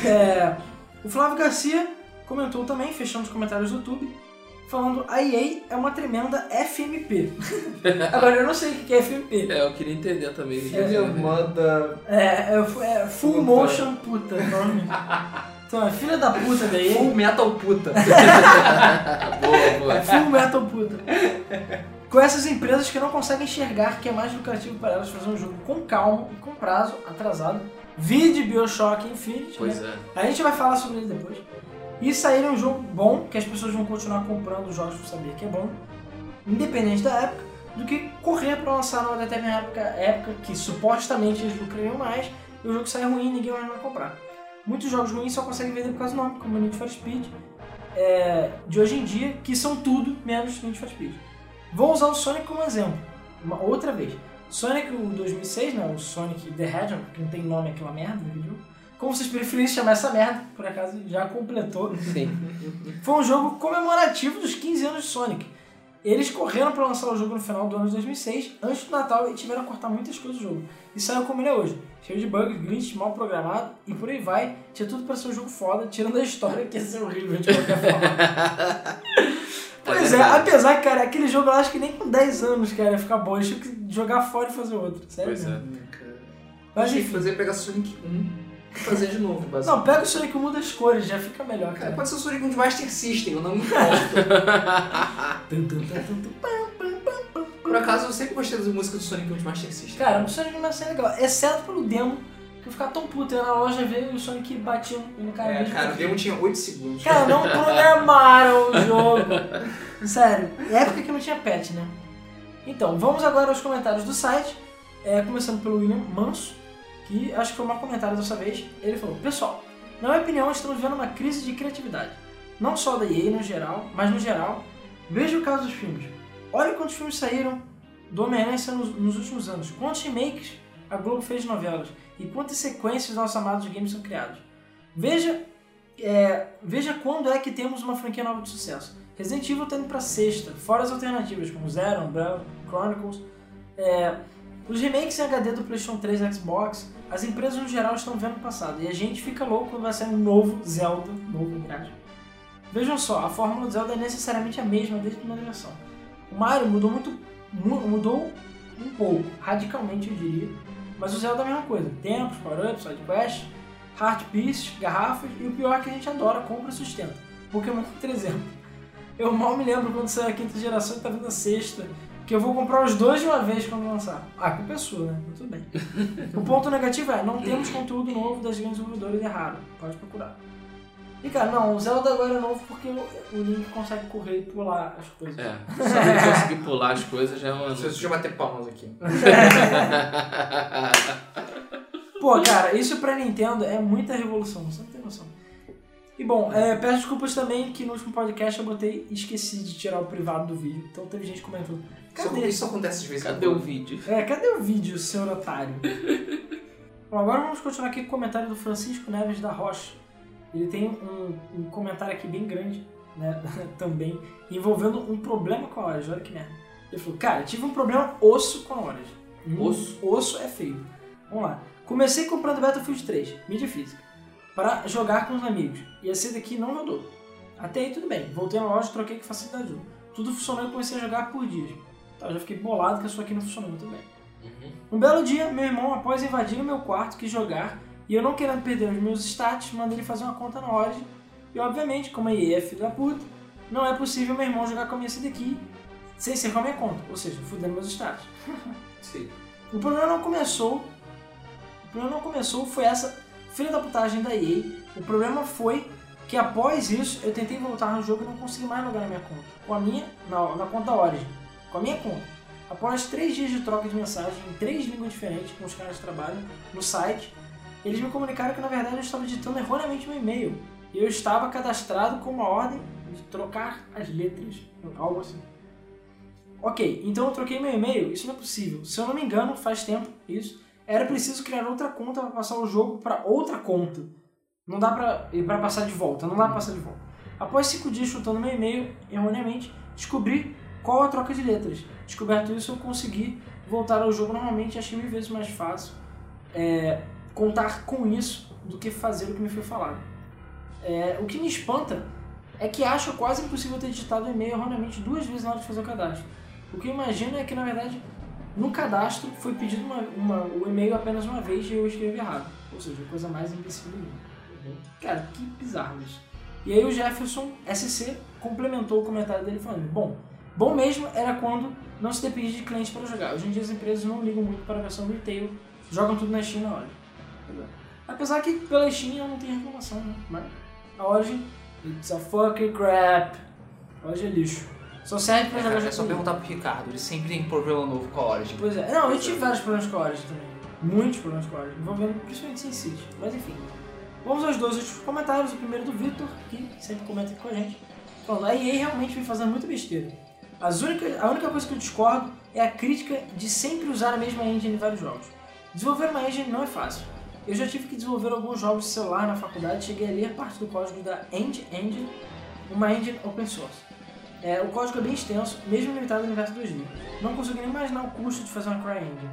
C: É, o Flávio Garcia comentou também, fechando os comentários do YouTube, falando a EA é uma tremenda FMP. Agora eu não sei o que é FMP.
B: É, eu queria entender também.
A: Filha manda.
C: É, é, fu- é full
A: Puta.
C: motion puta. provavelmente. Então é filha da puta da EA.
A: Full metal puta.
B: Boa, boa.
C: Full Metal Puta. Com essas empresas que não conseguem enxergar que é mais lucrativo para elas fazer um jogo com calma e com prazo atrasado. Vide Bioshock Infinite. né?
B: Pois é.
C: A gente vai falar sobre ele depois. E sair um jogo bom, que as pessoas vão continuar comprando os jogos por saber que é bom, independente da época, do que correr pra lançar numa determinada época, época que supostamente eles lucrariam mais, e o jogo sai ruim e ninguém mais vai comprar. Muitos jogos ruins só conseguem vender por causa do nome, como o Need for Speed, é, de hoje em dia, que são tudo menos Need for Speed. Vou usar o Sonic como exemplo, uma outra vez. Sonic o 2006, né, o Sonic the Hedgehog, que não tem nome é aquela merda, né, viu? Como vocês preferirem chamar essa merda, por acaso já completou.
B: Sim.
C: Foi um jogo comemorativo dos 15 anos de Sonic. Eles correram pra lançar o jogo no final do ano de 2006, antes do Natal, e tiveram que cortar muitas coisas do jogo. E saiu como ele é hoje. Cheio de bugs, glitch, mal programado e por aí vai. Tinha tudo pra ser um jogo foda, tirando a história que ia ser horrível de qualquer forma. pois é,
B: verdade.
C: apesar que, cara, aquele jogo eu acho que nem com 10 anos, cara, ia ficar bom. Eles tinham que jogar fora e fazer outro. Sério?
B: Pois
C: mesmo.
B: é.
A: Mas
C: Mas
A: tem que
C: enfim.
A: fazer pegar Sonic 1 e fazer de novo,
B: é.
A: basicamente.
C: Não, pega o Sonic e muda as cores, já fica melhor, cara.
A: Cara, pode ser o Sonic 1 de Master System, eu não me importo. Por acaso, eu sempre gostei das músicas do Sonic 1 de Master System.
C: Cara, um o Sonic não vai ser legal, exceto pelo demo, que eu ficava tão puto. Eu ia na loja ver e o Sonic batia no cara
A: é,
C: mesmo.
A: cara, o demo tinha 8 segundos.
C: Cara, não programaram o jogo. Sério, é época que não tinha patch, né? Então, vamos agora aos comentários do site. É, começando pelo William Manso, que acho que foi o maior comentário dessa vez. Ele falou: Pessoal, na minha opinião, estamos vendo uma crise de criatividade. Não só da EA no geral, mas no geral. Veja o caso dos filmes. Olha quantos filmes saíram do Homem-Aranha nos, nos últimos anos. Quantos remakes a Globo fez de novelas. E quantas sequências dos nossos amados games são criados. Veja Veja quando é que temos uma franquia nova de sucesso. Resident Evil tá indo pra sexta, fora as alternativas como Zero, Umbrella, Chronicles. É, os remakes em HD do PlayStation 3 e Xbox, as empresas no geral estão vendo o passado. E a gente fica louco quando vai sair um novo Zelda, novo grande. Vejam só, a fórmula do Zelda é necessariamente a mesma desde a primeira versão. O Mario mudou muito. mu- mudou um pouco, radicalmente eu diria. Mas o Zelda é a mesma coisa. Tempos, power-ups, sidequests, hard pieces, garrafas e o pior é que a gente adora, compra e sustenta. Pokémon 300. Eu mal me lembro quando saiu a quinta geração e tá vindo a sexta. Que eu vou comprar os dois de uma vez quando lançar. Ah, culpa é sua, né? Mas Tudo bem. o ponto negativo é, não temos conteúdo novo das grandes desenvolvedoras e é raro. Pode procurar. E cara, não, o Zelda agora é novo porque o o Link consegue correr e pular as coisas.
B: É. Só ele conseguir pular as coisas já é uma.
A: Vocês já bater palmas aqui.
C: Pô, cara, isso pra Nintendo é muita revolução, você não tem noção. E bom, é, peço desculpas também que no último podcast eu botei e esqueci de tirar o privado do vídeo. Então teve gente comentando.
A: Isso,
C: Cadê?
A: isso acontece de vez em
B: Cadê o
A: quando.
B: vídeo?
C: É, cadê o vídeo, senhor otário? Bom, agora vamos continuar aqui com o comentário do Francisco Neves da Rocha. Ele tem um, um comentário aqui bem grande, né, também, envolvendo um problema com a Orange. Olha que merda. Ele falou, cara, eu tive um problema osso com a Orange.
B: Osso?
C: Osso é feio. Vamos lá. Comecei comprando Battlefield 3, mídia física, para jogar com os amigos. E esse daqui não rodou. Até aí tudo bem. Voltei na loja, troquei com facilidade. de jogo. Tudo funcionou e comecei a jogar por dias. Tá, eu já fiquei bolado que a sua aqui não funcionou muito bem. Um belo dia, meu irmão, após invadir o meu quarto, quis jogar, e eu não querendo perder os meus stats, mandei ele fazer uma conta na Origin. E obviamente, como a EA é filho da puta, não é possível meu irmão jogar com a minha CDK sem ser com a minha conta, ou seja, fudendo meus stats.
A: Sim.
C: O problema não começou. O problema não começou foi essa filha da putagem da EA. O problema foi que após isso eu tentei voltar no jogo e não consegui mais logar na minha conta. Com a minha, na, na conta Origin. Com a minha conta. Após três dias de troca de mensagem em três línguas diferentes com os caras que trabalham no site, eles me comunicaram que na verdade eu estava digitando erroneamente meu e-mail. E eu estava cadastrado com uma ordem de trocar as letras, algo assim. Ok, então eu troquei meu e-mail? Isso não é possível. Se eu não me engano, faz tempo isso. Era preciso criar outra conta para passar o jogo para outra conta. Não dá pra, e pra passar de volta, não dá pra passar de volta. Após cinco dias chutando meu e-mail, erroneamente, descobri qual a troca de letras. Descoberto isso, eu consegui voltar ao jogo normalmente, achei mil vezes mais fácil é, contar com isso do que fazer o que me foi falado. É, o que me espanta é que acho quase impossível ter digitado o e-mail erroneamente duas vezes na hora de fazer o cadastro. O que eu imagino é que, na verdade, no cadastro foi pedido uma- uma- o e-mail apenas uma vez e eu escrevi errado. Ou seja, a coisa mais imbecil do mundo. Cara, que bizarro isso. E aí o Jefferson SC complementou o comentário dele falando: Bom, bom mesmo era quando não se dependia de cliente para jogar. Hoje em dia as empresas não ligam muito para a versão retail, jogam tudo na Steam na hora. Apesar que pela Steam eu não tenho reclamação, né? Mas a Origin, it's a fucking crap. A Origin é lixo. Só serve para
A: É,
C: jogar
A: cara, é só
C: jogo.
A: perguntar pro Ricardo, ele sempre tem um problema novo com a tipo, Origin.
C: Pois é. Não, eu tive vários problemas com a Origin também. Muitos problemas com a Origin, envolvendo principalmente Sin City. Mas enfim. Vamos aos dois últimos comentários. O primeiro do Victor, que sempre comenta aqui com a gente. Falando, a EA realmente vem fazendo muita besteira. As única, a única coisa que eu discordo é a crítica de sempre usar a mesma engine em vários jogos. Desenvolver uma engine não é fácil. Eu já tive que desenvolver alguns jogos de celular na faculdade, cheguei a ler parte do código da End Engine, uma engine open source. É, o código é bem extenso, mesmo limitado ao universo 2D. Não consigo nem imaginar o custo de fazer uma CryEngine.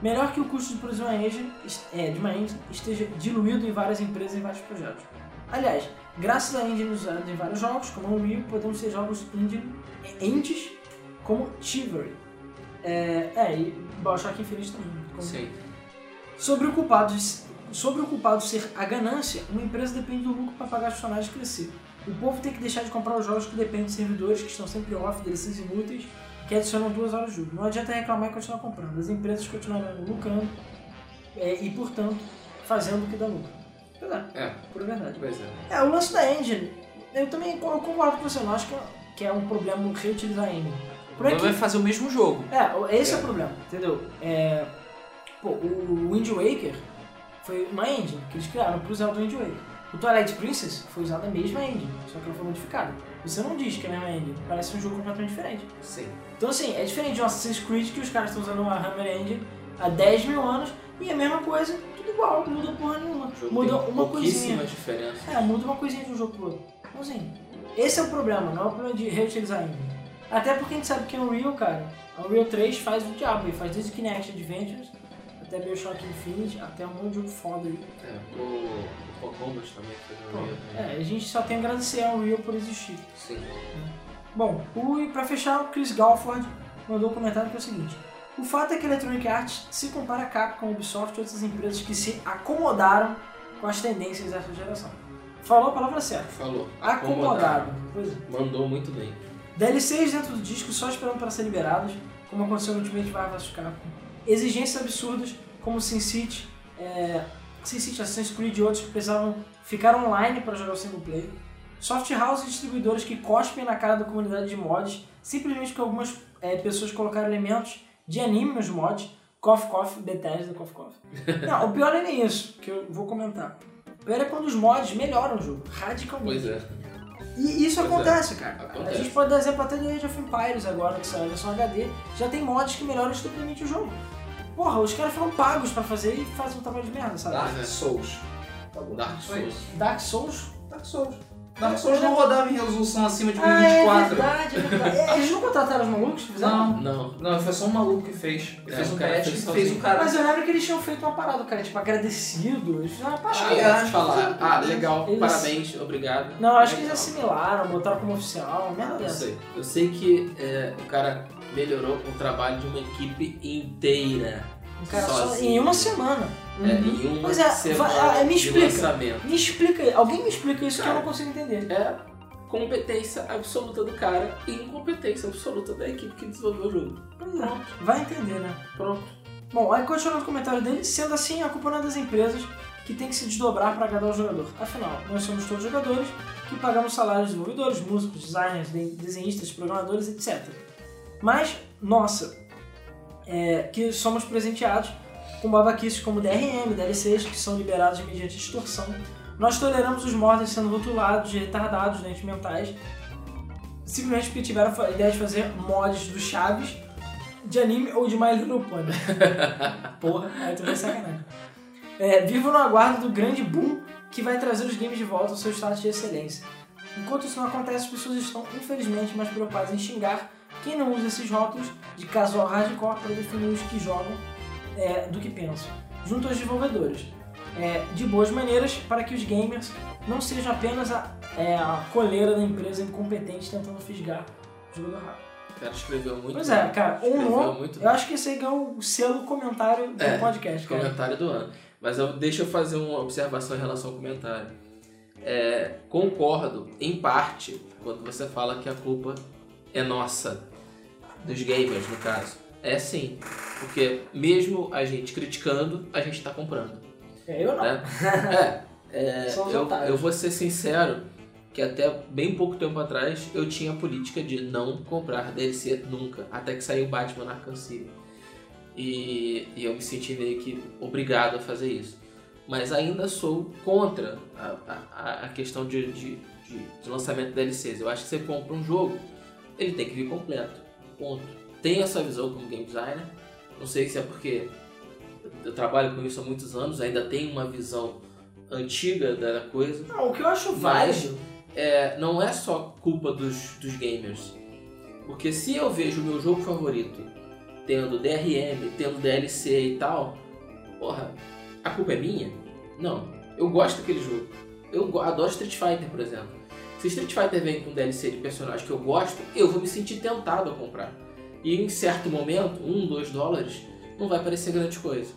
C: Melhor que o custo de produzir uma engine, est- é, de uma engine esteja diluído em várias empresas e em vários projetos. Aliás, graças à engine usada em vários jogos, como o Wii, podemos ter jogos indie, é, indies como Chivalry. É, é e Bioshock Infinite também. como-
B: Sei.
C: Sobre o culpado, sobre o culpado ser a ganância, uma empresa depende do lucro para pagar os funcionários e crescer. O povo tem que deixar de comprar os jogos que dependem de servidores que estão sempre off, DLCs inúteis, que adicionam duas horas de jogo. Não adianta reclamar e continuar comprando. As empresas continuarão lucrando é, e, portanto, fazendo o que dá lucro. Pois é,
B: É,
C: por verdade.
B: pois é.
C: É, o lance da engine, eu também co- eu concordo com você, eu não acho que é, que é um problema reutilizar a engine.
A: O
C: Por aqui-
A: problema é fazer o mesmo jogo.
C: é, o- esse é,
B: É.
C: o problema, entendeu? É, pô, o Wind Waker foi uma engine que eles criaram pro Zelda Wind Waker. O Twilight Princess foi usada a mesma engine, só que ela foi modificada. Você não diz que é a mesma engine, parece um jogo completamente diferente.
B: Sei.
C: Então assim, é diferente de um Assassin's Creed que os caras estão usando uma Hammer Engine há 10 mil anos e é a mesma coisa, tudo igual, não mudou porra nenhuma.
B: O jogo
C: Mudou
B: tem
C: uma coisinha.
B: pouquíssimas diferenças.
C: É, muda uma coisinha de um jogo pro outro. Então, assim, esse é o problema, não é o problema de reutilizar ainda. Até porque a gente sabe que o Unreal, cara, a Unreal 3 faz o diabo, ele faz desde Kinect Adventures, até Bioshock Infinite, até um monte de jogo foda aí.
B: É, o, o Pocomas também foi
C: Pô,
B: no Rio.
C: É, a gente só tem a agradecer a Unreal por existir.
B: Sim.
C: Bom, o, e pra fechar, o Chris Galford mandou um comentário que é o seguinte. O fato é que a Electronic Arts se compara a Capcom, Ubisoft e outras empresas que se acomodaram com as tendências dessa geração. Falou a palavra certa.
B: Falou.
C: Acomodado. Pois é.
B: Mandou muito bem.
C: DLCs dentro do disco só esperando para ser liberadas, como aconteceu no Ultimate Marvel vs Capcom. Exigências absurdas, como Sin City, é, Sin City, Assassin's Creed e outros que precisavam ficar online para jogar o single player. Soft house e distribuidores que cospem na cara da comunidade de mods, simplesmente porque algumas é, pessoas colocaram elementos de anime nos mods. Cof Cof, Bethesda, Cof Cof. Não, o pior não é nem isso, que eu vou comentar. Era quando os mods melhoram o jogo, radicalmente.
B: Pois é.
C: E isso
B: Pois é.
C: acontece, cara.
B: Acontece.
C: A gente pode dar exemplo até do Age of Empires agora, que saiu a versão HD, já tem mods que melhoram estupidamente o jogo. Porra, os caras foram pagos pra fazer e fazem um trabalho de merda, sabe?
B: Dark
A: Dark Souls.
B: Dark Souls.
C: Dark Souls?
A: Dark Souls. Dark Souls é- não rodava em resolução acima de
C: Ah, é
A: 1024.
C: verdade, é verdade. É, Eles não contrataram os malucos? que fizeram?
A: não,
B: Não.
A: não, foi só um maluco que fez. Ele
B: É,
A: fez
B: o
A: um
B: cara
A: patch,
B: fez
A: fez,
B: sozinho.
A: fez um cara.
C: Mas eu lembro que eles tinham feito uma parada, cara, tipo, agradecido. Eles fizeram uma
A: Acho
C: parada.
A: que
B: Ah,
A: era.
B: falar. Ah, legal,
C: Eles-
B: parabéns, obrigado.
C: Não, acho que eles
B: Legal.
C: assimilaram, botaram como oficial, merda
B: Eu
C: dessa.
B: sei. Eu sei que é, o cara melhorou com o trabalho de uma equipe inteira.
C: Um cara só
B: Sozinho.
C: em uma semana.
B: É, em uma
C: Pois é,
B: semana
C: vai- ah, me
B: de
C: explica.
B: lançamento.
C: Me explica, alguém me explica isso que
B: Cara.
C: eu não consigo entender.
B: É competência absoluta do cara e incompetência absoluta da equipe que desenvolveu o jogo.
C: Pois é, vai entender, né?
B: Pronto.
C: Bom, aí continuando o comentário dele, sendo assim, a culpa não é das empresas que tem que se desdobrar para agradar o jogador. Afinal, nós somos todos jogadores que pagamos salários de desenvolvedores, músicos, designers, de- desenhistas, programadores, etc. Mas, nossa, é, que somos presenteados com babaquices como DRM, DLCs, que são liberados mediante extorsão. Nós toleramos os mortos sendo rotulados de retardados, doentes mentais, simplesmente porque tiveram a ideia de fazer mods do Chaves, de anime ou de My Little Pony. Porra, aí tu vai sacanagem. É, vivo no aguardo do grande boom que vai trazer os games de volta ao seu status de excelência. Enquanto isso não acontece, as pessoas estão infelizmente mais preocupadas em xingar quem não usa esses rótulos de casual hardcore para definir os que jogam é, do que pensam, junto aos desenvolvedores. É, de boas maneiras, para que os gamers não sejam apenas a, é, a coleira da empresa incompetente tentando fisgar o jogador rápido.
B: O cara escreveu muito.
C: Pois
B: bem.
C: é, cara,
B: Escreveu
C: honrou
B: muito.
C: eu acho que esse aí é o selo comentário do
B: É,
C: podcast, cara.
B: Comentário do ano. Mas eu, deixa eu fazer uma observação em relação ao comentário. É, concordo, em parte, quando você fala que a culpa é nossa, dos gamers, no caso. É sim, porque mesmo a gente criticando, a gente tá comprando.
C: É, eu não.
B: né? É, é,
C: São os
B: eu,
C: otários.
B: eu vou ser sincero que até bem pouco tempo atrás eu tinha a política de não comprar DLC nunca, até que saiu Batman Arkham City. E, e eu me senti meio que obrigado a fazer isso. Mas ainda sou contra a, a- a questão de, de, de- de lançamento de DLCs. Eu acho que você compra um jogo, ele tem que vir completo. Ponto. Tenho essa visão como game designer. Não sei se é porque eu trabalho com isso há muitos anos, ainda tenho uma visão antiga da coisa.
C: Não, Ah, o que eu acho
B: Mas-
C: válido.
B: É, não é só culpa dos, dos gamers. Porque se eu vejo o meu jogo favorito tendo DRM, tendo DLC e tal, porra, a culpa é minha? Não. Eu gosto daquele jogo. Eu go- adoro Street Fighter, por exemplo. Se Street Fighter vem com DLC de personagem que eu gosto, eu vou me sentir tentado a comprar. E em certo momento, um, dois dólares, não vai parecer grande coisa.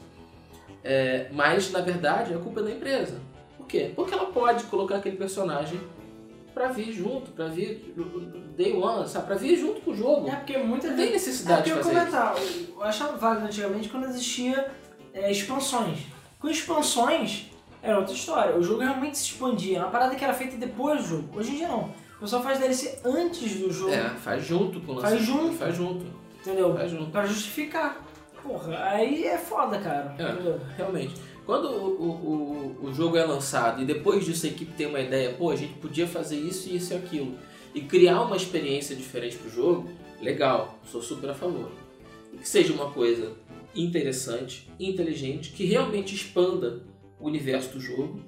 B: É, mas, na verdade, a culpa é da empresa. Por quê? Porque ela pode colocar aquele personagem pra vir junto, pra vir day one, sabe? Pra vir junto com o jogo.
C: É porque muita
B: Não
C: gente.
B: tem
C: É o
B: necessidade de
C: que eu ia
B: fazer isso.
C: comentar. Eu eu achava válido antigamente quando existia é, expansões. Com expansões era outra história. O jogo realmente se expandia. Era uma parada que era feita depois do jogo. Hoje em dia não. O pessoal faz DLC antes do jogo.
B: É, faz junto com o
C: Faz
B: lançamento.
C: junto.
B: Faz junto.
C: Entendeu?
B: Faz junto.
C: Pra justificar. Porra, aí é foda, cara.
B: É.
C: Entendeu?
B: Realmente. Quando o, o, o, o jogo é lançado e depois disso a equipe tem uma ideia, pô, a gente podia fazer isso, isso e aquilo, e criar uma experiência diferente pro jogo, legal, sou super a favor. E Que seja uma coisa interessante, inteligente, que realmente expanda o universo do jogo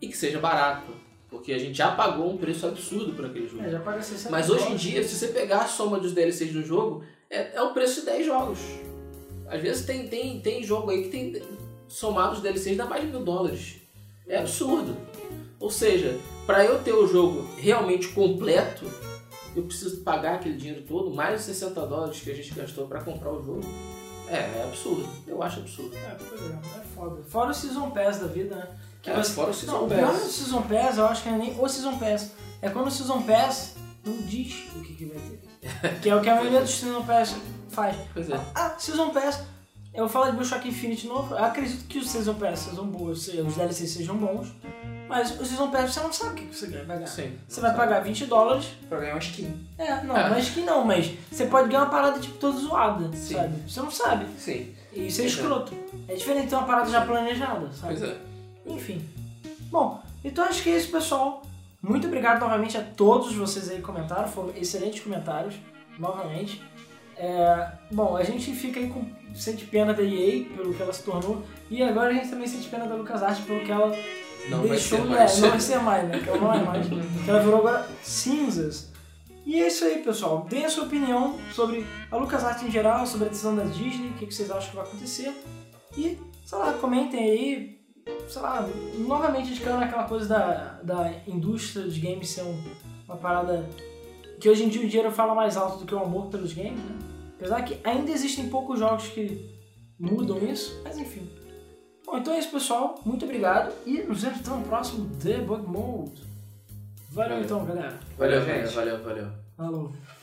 B: e que seja barato, porque a gente já pagou um preço absurdo por aquele jogo.
C: É, já paga 60
B: Mas hoje em
C: dólares.
B: dia, se você pegar a soma dos DLCs do jogo, é, é o preço de 10 jogos. Às vezes tem, tem, tem jogo aí que tem somado os DLCs dá mais de mil dólares. É absurdo. Ou seja, para eu ter o jogo realmente completo, eu preciso pagar aquele dinheiro todo, mais os 60 dólares que a gente gastou para comprar o jogo. É, é absurdo. Eu acho absurdo.
C: É, pois é, é foda. Fora o Season Pass da vida, né? Que
B: É,
C: você-
B: fora o Season
C: não, O
B: Pass.
C: pior do Season Pass, eu acho que não é nem o Season Pass. É quando o Season Pass não diz o que, que vai ter. que é o que a maioria dos Season Pass faz.
B: Pois é.
C: Ah, Season Pass. Eu falo de Bioshock Infinite novo. Eu acredito que os Season Pass sejam bons, os DLCs sejam bons. Mas o Season Pass você não sabe o que você vai pagar.
B: Sim.
C: Você vai pagar 20 dólares.
A: Pra ganhar uma skin.
C: É, não,
B: É.
C: mas que não, mas você pode ganhar uma parada tipo toda zoada,
B: Sim.
C: sabe? Você não sabe.
B: Sim.
C: E
B: Pois
C: isso é
B: é.
C: escroto. É diferente de ter uma parada já planejada, sabe?
B: Pois é.
C: Enfim. Bom, então acho que é isso, pessoal. Muito obrigado novamente a todos vocês aí que comentaram. Foram excelentes comentários, novamente. É, bom, a gente fica aí com sente pena da EA pelo que ela se tornou. E agora a gente também sente pena da LucasArts pelo que ela
B: Não
C: deixou.
B: vai
C: é,
B: ser
C: não
B: mais.
C: vai ser mais, né? Que ela não é mais. que ela virou agora cinzas. E é isso aí, pessoal. Deem a sua opinião sobre a LucasArts em geral, sobre a decisão da Disney, o que que vocês acham que vai acontecer. E, sei lá, comentem aí, sei lá, novamente indicando aquela coisa da, da indústria dos games ser um- uma parada que hoje em dia o dinheiro fala mais alto do que o amor pelos games, né? Apesar que ainda existem poucos jogos que mudam isso, mas enfim. Bom, então é isso, pessoal. Muito obrigado e nos vemos então no próximo Debug Mode. Valeu
B: Valeu.
C: então, galera.
A: Valeu,
B: Valeu, valeu,
A: gente.
B: valeu, valeu.
C: Falou.